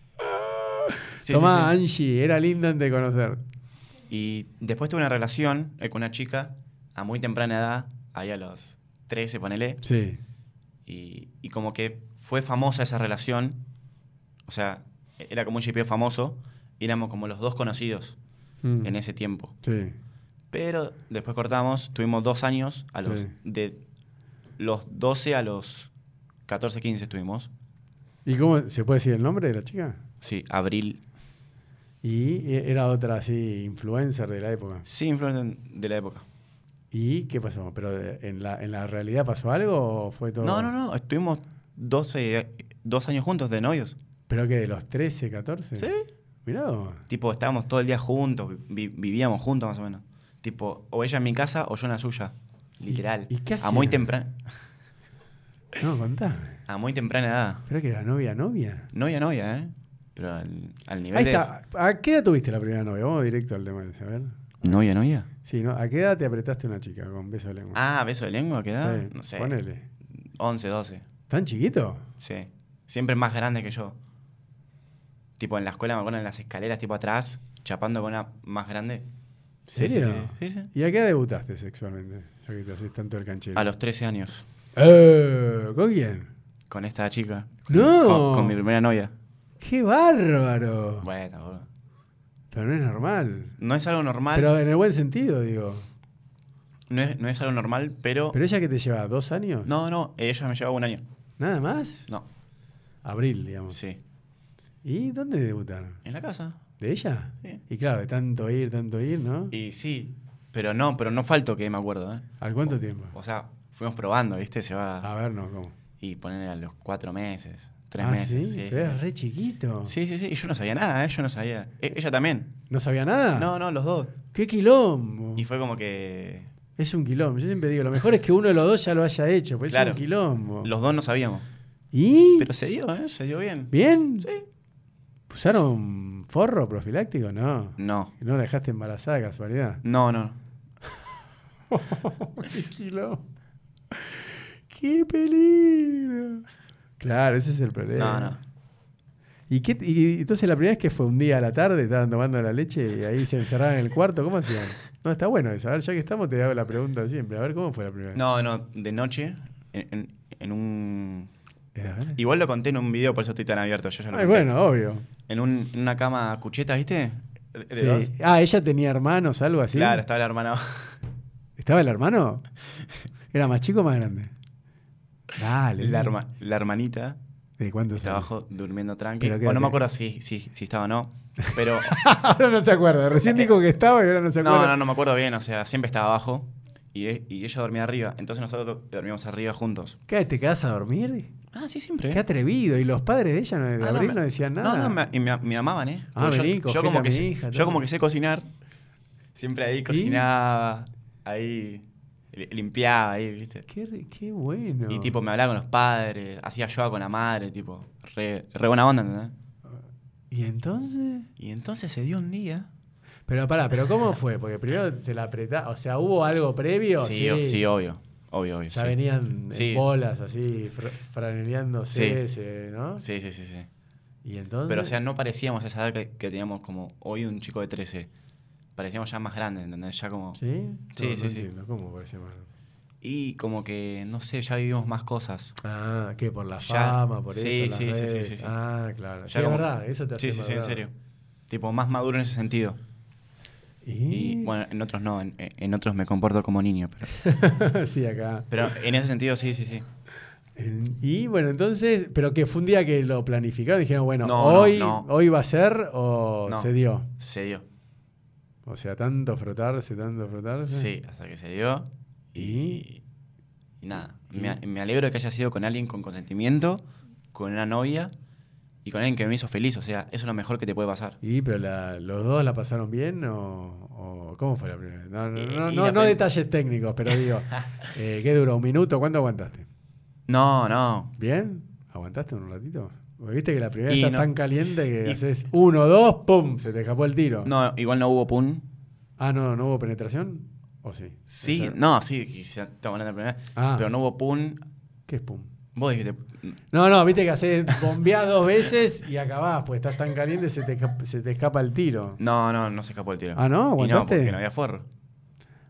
[SPEAKER 2] Sí,
[SPEAKER 1] Tomá,
[SPEAKER 2] sí, sí.
[SPEAKER 1] Angie, era lindo antes de conocer.
[SPEAKER 2] Y después tuve una relación eh, con una chica a muy temprana edad, ahí a los 13, ponele.
[SPEAKER 1] Sí.
[SPEAKER 2] Y, y como que fue famosa esa relación. O sea, e-, era como un shipeo famoso. Y éramos como los dos conocidos
[SPEAKER 1] Mm.
[SPEAKER 2] en ese tiempo.
[SPEAKER 1] Sí.
[SPEAKER 2] Pero después cortamos, tuvimos dos años, a los,
[SPEAKER 1] Sí.
[SPEAKER 2] de los 12 a los 14, 15 estuvimos.
[SPEAKER 1] ¿Y cómo se puede decir el nombre de la chica?
[SPEAKER 2] Sí, abril.
[SPEAKER 1] Y eh, era otra así, influencer de la época.
[SPEAKER 2] Sí, influencer de la época.
[SPEAKER 1] ¿Y qué pasó? ¿Pero eh, en la, en la realidad pasó algo o fue todo?
[SPEAKER 2] No, no, no, estuvimos 12, eh, dos años juntos de novios.
[SPEAKER 1] ¿Pero que de los 13, 14?
[SPEAKER 2] Sí.
[SPEAKER 1] Mirá vos.
[SPEAKER 2] Tipo, estábamos todo el día juntos, vi- vivíamos juntos más o menos. Tipo, o ella en mi casa o yo en la suya. Literal.
[SPEAKER 1] y qué
[SPEAKER 2] A muy,
[SPEAKER 1] hacían?
[SPEAKER 2] temprana,
[SPEAKER 1] No, contame.
[SPEAKER 2] a muy temprana edad.
[SPEAKER 1] ¿Pero que era novia, novia?
[SPEAKER 2] Novia, novia, ¿eh? Pero al, al nivel
[SPEAKER 1] Ahí
[SPEAKER 2] de...
[SPEAKER 1] está. ¿A qué edad tuviste la primera novia? Vamos directo al tema ese, a ver.
[SPEAKER 2] ¿Novia, novia?
[SPEAKER 1] Sí, ¿no? ¿A qué edad te apretaste una chica con beso de lengua?
[SPEAKER 2] Ah, beso de lengua, ¿qué edad?
[SPEAKER 1] Sí,
[SPEAKER 2] Ah, No sé.
[SPEAKER 1] Ponele.
[SPEAKER 2] 11, 12.
[SPEAKER 1] ¿Tan chiquito?
[SPEAKER 2] Sí. Siempre más grande que yo. Tipo en la escuela, me acuerdo en las escaleras, tipo atrás, chapando con una más grande. Sí, sí,
[SPEAKER 1] ¿Serio?
[SPEAKER 2] sí, sí, sí.
[SPEAKER 1] ¿Y a qué edad debutaste sexualmente? Ya que te haces tanto el canchero.
[SPEAKER 2] A los 13 años.
[SPEAKER 1] Eh, ¿Con quién?
[SPEAKER 2] Con esta chica.
[SPEAKER 1] ¡No!
[SPEAKER 2] Con, con mi primera novia.
[SPEAKER 1] ¡Qué bárbaro!
[SPEAKER 2] Bueno, boludo.
[SPEAKER 1] Pero no es normal.
[SPEAKER 2] no es algo normal.
[SPEAKER 1] Pero en el buen sentido, digo.
[SPEAKER 2] No, es, no es algo normal, pero.
[SPEAKER 1] ¿Pero ella que te lleva dos años?
[SPEAKER 2] No, no, ella me lleva un año.
[SPEAKER 1] ¿Nada más?
[SPEAKER 2] No,
[SPEAKER 1] Abril, digamos.
[SPEAKER 2] sí.
[SPEAKER 1] ¿Y dónde debutaron?
[SPEAKER 2] En la casa.
[SPEAKER 1] ¿De ella?
[SPEAKER 2] Sí.
[SPEAKER 1] Y claro, de tanto ir, tanto ir, ¿no?
[SPEAKER 2] Y sí. Pero no, pero no falto que me acuerdo, ¿eh?
[SPEAKER 1] ¿Al cuánto tiempo?
[SPEAKER 2] O sea, fuimos probando, ¿viste? Se va.
[SPEAKER 1] A ver, no, ¿cómo?
[SPEAKER 2] Y poner a los cuatro meses, tres
[SPEAKER 1] ah,
[SPEAKER 2] meses.
[SPEAKER 1] ¿sí?
[SPEAKER 2] sí,
[SPEAKER 1] Pero
[SPEAKER 2] sí,
[SPEAKER 1] eras
[SPEAKER 2] sí.
[SPEAKER 1] re chiquito.
[SPEAKER 2] Sí, sí, sí. Y yo no sabía nada, ¿eh? Yo no sabía. E- ella también.
[SPEAKER 1] ¿No sabía nada?
[SPEAKER 2] No, no, los dos.
[SPEAKER 1] ¡Qué quilombo!
[SPEAKER 2] Y fue como que.
[SPEAKER 1] Es un quilombo. Yo siempre digo, lo mejor es que uno de los dos ya lo haya hecho, pues
[SPEAKER 2] Claro.
[SPEAKER 1] es un quilombo.
[SPEAKER 2] Los dos no sabíamos.
[SPEAKER 1] ¿Y?
[SPEAKER 2] Pero se dio, ¿eh? Se dio bien.
[SPEAKER 1] ¿Bien?
[SPEAKER 2] Sí.
[SPEAKER 1] ¿Usaron forro profiláctico? No.
[SPEAKER 2] No.
[SPEAKER 1] ¿No la dejaste embarazada de
[SPEAKER 2] <laughs>
[SPEAKER 1] casualidad?
[SPEAKER 2] No, no.
[SPEAKER 1] ¡Qué quilombo! ¡Qué peligro! Claro, ese es el problema.
[SPEAKER 2] No, no.
[SPEAKER 1] ¿Y, qué, y entonces la primera vez que fue un día a la tarde, estaban tomando la leche y ahí se encerraron en el cuarto, ¿cómo hacían? No, está bueno eso. A ver, ya que estamos, te hago la pregunta siempre. A ver, ¿cómo fue la primera vez?
[SPEAKER 2] No, no. De noche, en, en- en un.
[SPEAKER 1] Eh, a ver.
[SPEAKER 2] Igual lo conté en un video, por eso estoy tan abierto. Yo ya lo
[SPEAKER 1] Ay,
[SPEAKER 2] conté.
[SPEAKER 1] bueno, obvio.
[SPEAKER 2] En, un- en una cama cucheta, ¿viste? De- de dos.
[SPEAKER 1] Sí. Ah, ella tenía hermanos, algo así.
[SPEAKER 2] Claro, estaba la hermana.
[SPEAKER 1] ¿Estaba el hermano? ¿Era más chico o más grande? Dale. ¿eh?
[SPEAKER 2] La, herma- la hermanita
[SPEAKER 1] ¿De cuánto
[SPEAKER 2] Estaba
[SPEAKER 1] salió?
[SPEAKER 2] abajo durmiendo tranqui.
[SPEAKER 1] Pero
[SPEAKER 2] O no
[SPEAKER 1] quédate.
[SPEAKER 2] me acuerdo si, si, si estaba o no. <laughs> Pero
[SPEAKER 1] <laughs> ahora no se acuerda. Recién dijo que estaba y ahora no se acuerda.
[SPEAKER 2] no, no, no me acuerdo bien. O sea, siempre estaba abajo y, e- y ella dormía arriba. Entonces nosotros dormíamos arriba juntos.
[SPEAKER 1] ¿Qué, ¿Te quedas a dormir?
[SPEAKER 2] Ah, sí, siempre.
[SPEAKER 1] Qué atrevido. Y los padres de ella, no, de
[SPEAKER 2] Ah,
[SPEAKER 1] Abril,
[SPEAKER 2] me-
[SPEAKER 1] no decían nada.
[SPEAKER 2] No, no, me, y me- me amaban, ¿eh?
[SPEAKER 1] Ah,
[SPEAKER 2] Porque
[SPEAKER 1] vení,
[SPEAKER 2] yo,
[SPEAKER 1] cogete
[SPEAKER 2] como
[SPEAKER 1] a
[SPEAKER 2] que
[SPEAKER 1] mi
[SPEAKER 2] sé,
[SPEAKER 1] hija,
[SPEAKER 2] yo
[SPEAKER 1] todo.
[SPEAKER 2] como que sé cocinar. Siempre ahí cocinaba, ahí li- limpiaba, ahí, ¿viste?
[SPEAKER 1] Qué, re- qué bueno.
[SPEAKER 2] Y tipo, me hablaba con los padres, hacía yoga con la madre, tipo, re, re buena onda, ¿entendés?
[SPEAKER 1] ¿Y entonces?
[SPEAKER 2] Y entonces se dio un día.
[SPEAKER 1] Pero pará, ¿pero cómo fue? Porque primero se la apretaba. O sea, ¿hubo algo previo?
[SPEAKER 2] sí, o- sí, obvio. Obvio, obvio.
[SPEAKER 1] Ya
[SPEAKER 2] sí.
[SPEAKER 1] venían
[SPEAKER 2] Sí.
[SPEAKER 1] en bolas así, fr- franeleándose, se- ¿no?
[SPEAKER 2] Sí, sí, sí, sí.
[SPEAKER 1] Y entonces.
[SPEAKER 2] Pero, o sea, no parecíamos a esa edad que, que teníamos como hoy un chico de 13. Parecíamos ya más grandes, ¿entendés? Ya como.
[SPEAKER 1] ¿Sí? No,
[SPEAKER 2] Sí,
[SPEAKER 1] no
[SPEAKER 2] sí, sí.
[SPEAKER 1] entiendo. ¿Cómo parecía más?
[SPEAKER 2] Y como que, no sé, ya vivimos más cosas.
[SPEAKER 1] Ah, que por la
[SPEAKER 2] Ya-
[SPEAKER 1] fama, por
[SPEAKER 2] sí,
[SPEAKER 1] esto,
[SPEAKER 2] sí,
[SPEAKER 1] las
[SPEAKER 2] sí, sí,
[SPEAKER 1] redes.
[SPEAKER 2] sí, sí.
[SPEAKER 1] Ah, claro. Sí,
[SPEAKER 2] Ya
[SPEAKER 1] es
[SPEAKER 2] como-
[SPEAKER 1] verdad, eso te hace
[SPEAKER 2] Sí, sí, sí, en
[SPEAKER 1] madurar.
[SPEAKER 2] serio. Tipo, más maduro en ese sentido.
[SPEAKER 1] Y,
[SPEAKER 2] Y bueno, en otros no, en, en otros me comporto como niño. Pero,
[SPEAKER 1] <laughs> sí, acá.
[SPEAKER 2] pero en ese sentido, sí, sí, sí.
[SPEAKER 1] En- Y bueno, entonces, pero que fue un día que lo planificaron, dijeron, bueno,
[SPEAKER 2] No, no,
[SPEAKER 1] hoy,
[SPEAKER 2] no.
[SPEAKER 1] hoy va a ser o
[SPEAKER 2] No.
[SPEAKER 1] se dio.
[SPEAKER 2] Se dio.
[SPEAKER 1] O sea, tanto frotarse, tanto frotarse.
[SPEAKER 2] Sí, hasta que se dio.
[SPEAKER 1] ¿Y?
[SPEAKER 2] Y, y nada.
[SPEAKER 1] ¿Y?
[SPEAKER 2] Me, me alegro de que haya sido con alguien con consentimiento, con una novia y con alguien que me hizo feliz. O sea, eso es lo mejor que te puede pasar.
[SPEAKER 1] ¿Y pero la- los dos la pasaron bien o, o cómo fue la primera vez? No, no,
[SPEAKER 2] Eh,
[SPEAKER 1] no,
[SPEAKER 2] y
[SPEAKER 1] no,
[SPEAKER 2] la
[SPEAKER 1] no
[SPEAKER 2] prim-
[SPEAKER 1] detalles técnicos, pero
[SPEAKER 2] <laughs>
[SPEAKER 1] digo, eh, ¿qué duró? ¿Un minuto? ¿Cuánto aguantaste?
[SPEAKER 2] No, no.
[SPEAKER 1] ¿Bien? ¿Aguantaste un ratito? Porque Viste que la primera
[SPEAKER 2] Y
[SPEAKER 1] está
[SPEAKER 2] no-
[SPEAKER 1] tan caliente que
[SPEAKER 2] <laughs> y-
[SPEAKER 1] haces uno, dos, ¡pum! Se te escapó el tiro.
[SPEAKER 2] No, igual no hubo pun.
[SPEAKER 1] Ah, no, ¿no hubo penetración? ¿O sí?
[SPEAKER 2] Sí,
[SPEAKER 1] Esa-
[SPEAKER 2] no, sí, quizá estamos hablando de la primera.
[SPEAKER 1] Ah,
[SPEAKER 2] Pero no hubo pun.
[SPEAKER 1] ¿qué es pum?
[SPEAKER 2] Vos dijiste.
[SPEAKER 1] No, no, viste que haces bombeás dos veces y acabás, porque estás tan caliente se te, esca- se te escapa el tiro.
[SPEAKER 2] No, no, no se escapó el tiro.
[SPEAKER 1] Ah, ¿no?
[SPEAKER 2] Y no,
[SPEAKER 1] ¿Aguantaste?
[SPEAKER 2] porque no había forro.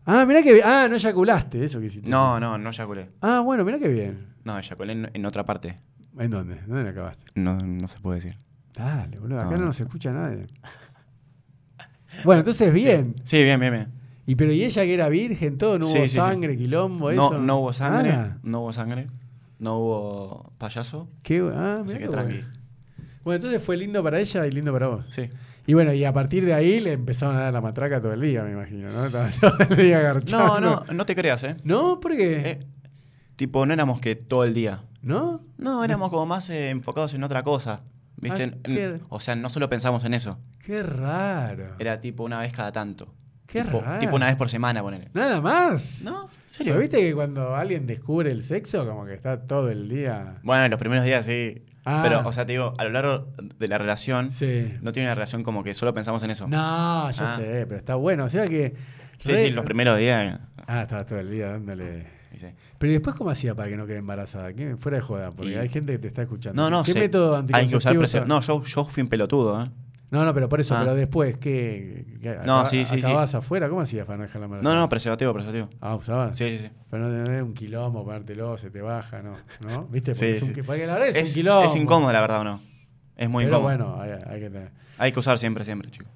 [SPEAKER 1] Ah, mirá que. Ah, no eyaculaste, eso que hiciste.
[SPEAKER 2] No, no, no eyaculé.
[SPEAKER 1] Ah, bueno, mirá que bien.
[SPEAKER 2] No, eyaculé en, en otra parte.
[SPEAKER 1] ¿En dónde? ¿Dónde la acabaste?
[SPEAKER 2] No, no se puede decir.
[SPEAKER 1] Dale, boludo, acá
[SPEAKER 2] No,
[SPEAKER 1] no,
[SPEAKER 2] no.
[SPEAKER 1] nos escucha nadie. Bueno, entonces bien.
[SPEAKER 2] Sí, bien, bien, bien.
[SPEAKER 1] Y pero y ella que era virgen, todo, no
[SPEAKER 2] Sí,
[SPEAKER 1] hubo
[SPEAKER 2] sí, sí.
[SPEAKER 1] sangre, quilombo,
[SPEAKER 2] no,
[SPEAKER 1] eso. Ah,
[SPEAKER 2] no hubo sangre.
[SPEAKER 1] Nada.
[SPEAKER 2] No hubo sangre. No hubo payaso.
[SPEAKER 1] Qué- ah,
[SPEAKER 2] Así
[SPEAKER 1] mirá
[SPEAKER 2] que
[SPEAKER 1] qué
[SPEAKER 2] tranqui.
[SPEAKER 1] bueno. Bueno, entonces fue lindo para ella y lindo para vos.
[SPEAKER 2] Sí.
[SPEAKER 1] Y bueno, y a partir de ahí le empezaron a dar la matraca todo el día, me imagino, ¿no?
[SPEAKER 2] <laughs>
[SPEAKER 1] Estaban Todo el día
[SPEAKER 2] No, <laughs>
[SPEAKER 1] garchando.
[SPEAKER 2] no, no te creas, ¿eh?
[SPEAKER 1] ¿No? ¿Por qué?
[SPEAKER 2] Eh, Tipo, no éramos que todo el día.
[SPEAKER 1] ¿No?
[SPEAKER 2] No, éramos como más eh, enfocados en otra cosa. ¿Viste?
[SPEAKER 1] Ah,
[SPEAKER 2] En-
[SPEAKER 1] qué-
[SPEAKER 2] o sea, no solo pensamos en eso.
[SPEAKER 1] Qué raro.
[SPEAKER 2] Era tipo una vez cada tanto.
[SPEAKER 1] Qué
[SPEAKER 2] tipo,
[SPEAKER 1] raro.
[SPEAKER 2] tipo una vez por semana, ponele.
[SPEAKER 1] Nada más.
[SPEAKER 2] ¿No? ¿En
[SPEAKER 1] Pero
[SPEAKER 2] ¿Serio?
[SPEAKER 1] viste que cuando alguien descubre el sexo, como que está todo el día.
[SPEAKER 2] Bueno, en los primeros días sí.
[SPEAKER 1] Ah.
[SPEAKER 2] Pero, o sea, te digo, a lo largo de la relación,
[SPEAKER 1] Sí.
[SPEAKER 2] no tiene una relación como que solo pensamos en eso.
[SPEAKER 1] No, ya
[SPEAKER 2] Ah.
[SPEAKER 1] sé, pero está bueno. O sea que.
[SPEAKER 2] sí,
[SPEAKER 1] re-
[SPEAKER 2] sí, los primeros días.
[SPEAKER 1] Ah, estaba todo el día dándole.
[SPEAKER 2] y sí.
[SPEAKER 1] Pero ¿y después, ¿cómo hacía para que no quede embarazada? ¿Qué? Fuera de joda, porque
[SPEAKER 2] Y-
[SPEAKER 1] hay gente que te está escuchando.
[SPEAKER 2] No, no,
[SPEAKER 1] ¿Qué
[SPEAKER 2] sé.
[SPEAKER 1] método
[SPEAKER 2] Hay que usar
[SPEAKER 1] anticonceptivo
[SPEAKER 2] prese-
[SPEAKER 1] usa-
[SPEAKER 2] No, yo, yo fui un pelotudo, ¿eh?
[SPEAKER 1] no, no, pero por eso,
[SPEAKER 2] Ah.
[SPEAKER 1] pero después, ¿qué? ¿Qué-
[SPEAKER 2] No,
[SPEAKER 1] acaba-
[SPEAKER 2] sí, sí, sí.
[SPEAKER 1] ¿Acababas afuera? ¿Cómo hacías para no dejarla
[SPEAKER 2] No,
[SPEAKER 1] embarazada?
[SPEAKER 2] no, preservativo, preservativo.
[SPEAKER 1] Ah, usabas.
[SPEAKER 2] Sí, sí, sí.
[SPEAKER 1] Para no tener un quilombo, ponértelo, se te baja, ¿no?
[SPEAKER 2] <laughs>
[SPEAKER 1] ¿No? ¿Viste? Porque,
[SPEAKER 2] Sí,
[SPEAKER 1] es un,
[SPEAKER 2] sí.
[SPEAKER 1] qui- porque la verdad es,
[SPEAKER 2] Es,
[SPEAKER 1] un quilombo.
[SPEAKER 2] es incómodo, la verdad, ¿o no? Es muy
[SPEAKER 1] pero
[SPEAKER 2] incómodo.
[SPEAKER 1] bueno, hay, hay que tener. <laughs>
[SPEAKER 2] Hay que usar siempre, siempre, chicos.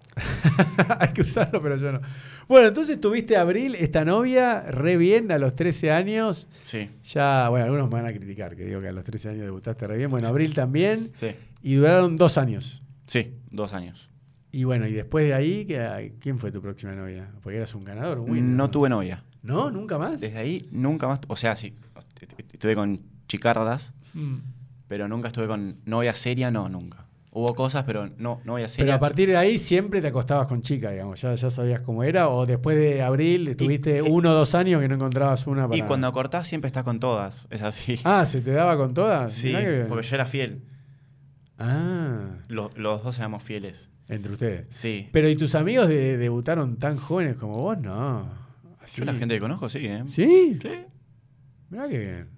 [SPEAKER 1] hay que usarlo, pero yo no. Bueno, entonces tuviste a Abril, esta novia, re bien, a los 13 años.
[SPEAKER 2] Sí,
[SPEAKER 1] Ya, bueno, algunos me van a criticar, que digo que a los 13 años debutaste re bien. Bueno, Abril también.
[SPEAKER 2] sí.
[SPEAKER 1] Y duraron dos años.
[SPEAKER 2] Sí, dos años.
[SPEAKER 1] Y bueno, y después de ahí, ¿qué- ¿quién fue tu próxima novia? Porque eras un ganador, un winner,
[SPEAKER 2] No tuve novia.
[SPEAKER 1] ¿No? ¿Nunca más?
[SPEAKER 2] Desde ahí nunca más. O sea, sí. est- est- Estuve con chicardas,
[SPEAKER 1] Mm.
[SPEAKER 2] pero nunca estuve con novia seria, no, nunca. Hubo cosas, pero no, novia
[SPEAKER 1] Pero
[SPEAKER 2] seria.
[SPEAKER 1] a partir de ahí siempre te acostabas con chica, digamos, ya, ya sabías cómo era, o después de abril estuviste
[SPEAKER 2] y- eh,
[SPEAKER 1] uno o dos años que no encontrabas una para...
[SPEAKER 2] y cuando cortás, siempre estás con todas. Es así.
[SPEAKER 1] Ah, ¿se te daba con todas?
[SPEAKER 2] sí,
[SPEAKER 1] Mirá que bien.
[SPEAKER 2] porque yo era fiel.
[SPEAKER 1] Ah,
[SPEAKER 2] Lo- los dos éramos fieles.
[SPEAKER 1] entre ustedes.
[SPEAKER 2] Sí.
[SPEAKER 1] Pero ¿y tus amigos de- debutaron tan jóvenes como vos? No. Así.
[SPEAKER 2] Yo la gente que conozco, sí, ¿eh?
[SPEAKER 1] ¿Sí?
[SPEAKER 2] Sí.
[SPEAKER 1] Mirá que bien.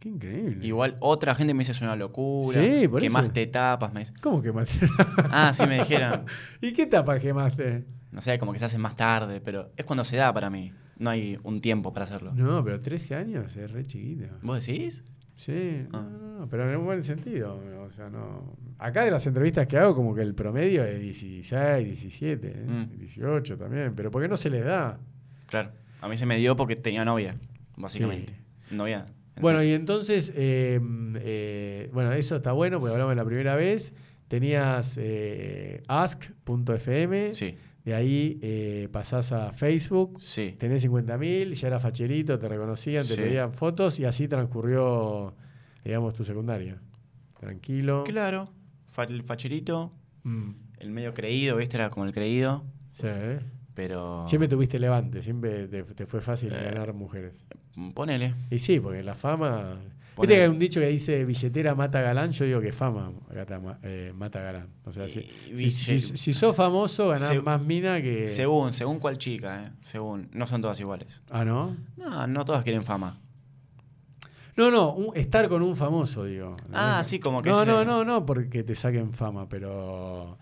[SPEAKER 1] Qué increíble.
[SPEAKER 2] Igual otra gente me dice es una locura.
[SPEAKER 1] Sí, por eso.
[SPEAKER 2] quemaste tapas. Me dice.
[SPEAKER 1] ¿Cómo quemaste?
[SPEAKER 2] Ah, sí, me dijeron.
[SPEAKER 1] <laughs> ¿Y qué tapa quemaste?
[SPEAKER 2] No sé, como que se hacen más tarde, pero es cuando se da para mí. No hay un tiempo para hacerlo.
[SPEAKER 1] No, pero 13 años es re chiquito.
[SPEAKER 2] ¿Vos decís?
[SPEAKER 1] Sí, no,
[SPEAKER 2] Ah.
[SPEAKER 1] no, no, pero en un buen sentido. O sea, no. Acá de las entrevistas que hago, como que el promedio es 16, 17, ¿eh?
[SPEAKER 2] Mm.
[SPEAKER 1] 18 también, pero porque no se les da.
[SPEAKER 2] Claro. A mí se me dio porque tenía novia, básicamente. Novia
[SPEAKER 1] Bueno, y entonces, eh, eh, bueno, eso está bueno, porque hablamos la primera vez. Tenías eh, ask.fm,
[SPEAKER 2] Sí,
[SPEAKER 1] de ahí eh, pasás a Facebook,
[SPEAKER 2] sí.
[SPEAKER 1] tenés 50.000, ya era facherito, te reconocían, te
[SPEAKER 2] Sí.
[SPEAKER 1] pedían fotos y así transcurrió, digamos, tu secundaria. Tranquilo.
[SPEAKER 2] Claro. Fa- el facherito,
[SPEAKER 1] Mm,
[SPEAKER 2] el medio creído, ¿viste? Era como el creído,
[SPEAKER 1] sí, ¿eh?
[SPEAKER 2] pero.
[SPEAKER 1] Siempre tuviste levante, siempre te, te fue fácil
[SPEAKER 2] Ah. Eh.
[SPEAKER 1] ganar mujeres.
[SPEAKER 2] Ponele.
[SPEAKER 1] Y sí, porque la fama...
[SPEAKER 2] Ponele.
[SPEAKER 1] Viste que hay un dicho que dice billetera mata galán, yo digo que fama gata ma- eh, mata galán. O sea, si,
[SPEAKER 2] Y-
[SPEAKER 1] si, si-
[SPEAKER 2] se-
[SPEAKER 1] si sos famoso ganás
[SPEAKER 2] se-
[SPEAKER 1] más mina que...
[SPEAKER 2] Según, según cuál chica, ¿eh? Según. No son todas iguales.
[SPEAKER 1] Ah, ¿no?
[SPEAKER 2] No, no todas quieren fama.
[SPEAKER 1] No, no, un- estar con un famoso, digo.
[SPEAKER 2] Ah, sí, como que
[SPEAKER 1] No,
[SPEAKER 2] se-
[SPEAKER 1] no, no, no, porque te saquen fama, pero...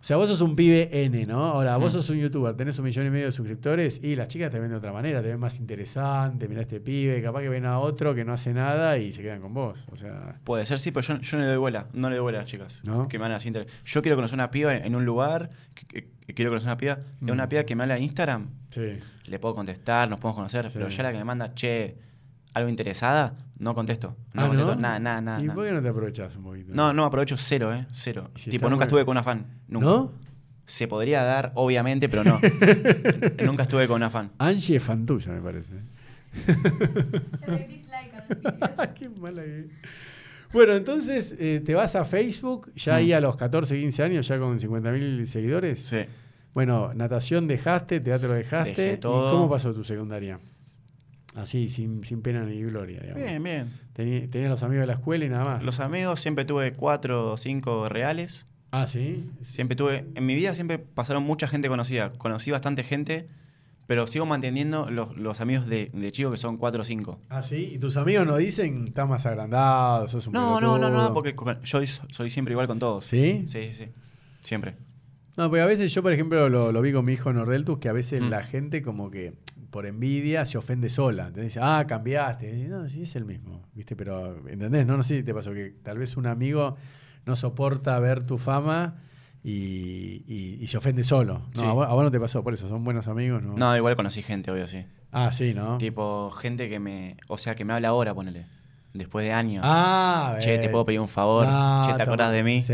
[SPEAKER 1] O sea, vos sos un pibe N, ¿no? Ahora, vos
[SPEAKER 2] Ujú.
[SPEAKER 1] sos un youtuber, tenés un millón y medio de suscriptores y las chicas te ven de otra manera, te ven más interesante, mirá a este pibe, capaz que ven a otro que no hace nada y se quedan con vos. O sea,
[SPEAKER 2] Puede ser, sí, pero yo, yo no le doy bola. No le doy bola a las chicas.
[SPEAKER 1] ¿No?
[SPEAKER 2] Que me hagan así inter- Yo quiero conocer una piba en un lugar. que- que- que quiero conocer una piba.
[SPEAKER 1] Mm.
[SPEAKER 2] Una piba que me habla en Instagram.
[SPEAKER 1] sí.
[SPEAKER 2] Le puedo contestar, nos podemos conocer.
[SPEAKER 1] Sí.
[SPEAKER 2] Pero ya la que me manda, che, algo interesada, no contesto. No
[SPEAKER 1] Ah,
[SPEAKER 2] contesto
[SPEAKER 1] ¿no?
[SPEAKER 2] nada, nada, nada.
[SPEAKER 1] ¿Y
[SPEAKER 2] nada.
[SPEAKER 1] por qué no te aprovechás un poquito?
[SPEAKER 2] No, no, aprovecho cero, ¿eh? Cero.
[SPEAKER 1] Y si está
[SPEAKER 2] tipo, nunca
[SPEAKER 1] bueno.
[SPEAKER 2] estuve con una fan. Nunca.
[SPEAKER 1] ¿No?
[SPEAKER 2] Se podría dar, obviamente, pero
[SPEAKER 1] <laughs>
[SPEAKER 2] no. nunca estuve con una fan.
[SPEAKER 1] Angie es fan tuya, me parece.
[SPEAKER 3] Te doy dislike a los videos.
[SPEAKER 1] <laughs> Qué mala que- Bueno, entonces eh, te vas a Facebook, ya ahí
[SPEAKER 2] Mm.
[SPEAKER 1] a los 14, 15 años, ya con 50.000 seguidores.
[SPEAKER 2] Sí.
[SPEAKER 1] Bueno, natación dejaste, teatro dejaste.
[SPEAKER 2] Dejé
[SPEAKER 1] ¿Y
[SPEAKER 2] todo.
[SPEAKER 1] cómo pasó tu secundaria? Así, sin, sin pena ni gloria, digamos.
[SPEAKER 2] Bien, bien.
[SPEAKER 1] Tení- tenías los amigos de la escuela y nada más.
[SPEAKER 2] Los amigos siempre tuve cuatro o cinco reales.
[SPEAKER 1] Ah, sí.
[SPEAKER 2] Siempre tuve. En mi vida siempre pasaron mucha gente conocida. Conocí bastante gente, pero sigo manteniendo los, los amigos de, de chico que son cuatro o cinco.
[SPEAKER 1] Ah, sí. ¿Y tus amigos no dicen estás más agrandado, sos un
[SPEAKER 2] No, no, no, no,
[SPEAKER 1] pelotudo"?
[SPEAKER 2] porque co- yo so- soy siempre igual con todos.
[SPEAKER 1] ¿Sí?
[SPEAKER 2] Sí, sí, sí. Siempre.
[SPEAKER 1] No, porque a veces yo, por ejemplo, lo, lo vi con mi hijo Nordeltus, que a veces
[SPEAKER 2] Mm.
[SPEAKER 1] la gente como que por envidia se ofende sola. Te dice, ah, cambiaste. Y no, sí, es el mismo. ¿Viste? Pero, ¿entendés? No, no sé si te pasó que tal vez un amigo no soporta ver tu fama y, y- y se ofende solo. No,
[SPEAKER 2] Sí.
[SPEAKER 1] a, vos, a vos no te pasó, por eso son buenos amigos, ¿no?
[SPEAKER 2] No, igual conocí gente, obvio, sí.
[SPEAKER 1] Ah, sí, ¿no?
[SPEAKER 2] Tipo, gente que me. O sea, que me habla ahora, ponele. Después de años.
[SPEAKER 1] Ah,
[SPEAKER 2] che, te
[SPEAKER 1] eh,
[SPEAKER 2] puedo pedir un favor.
[SPEAKER 1] no,
[SPEAKER 2] che, ¿te acordás
[SPEAKER 1] toma.
[SPEAKER 2] de mí?
[SPEAKER 1] Sí,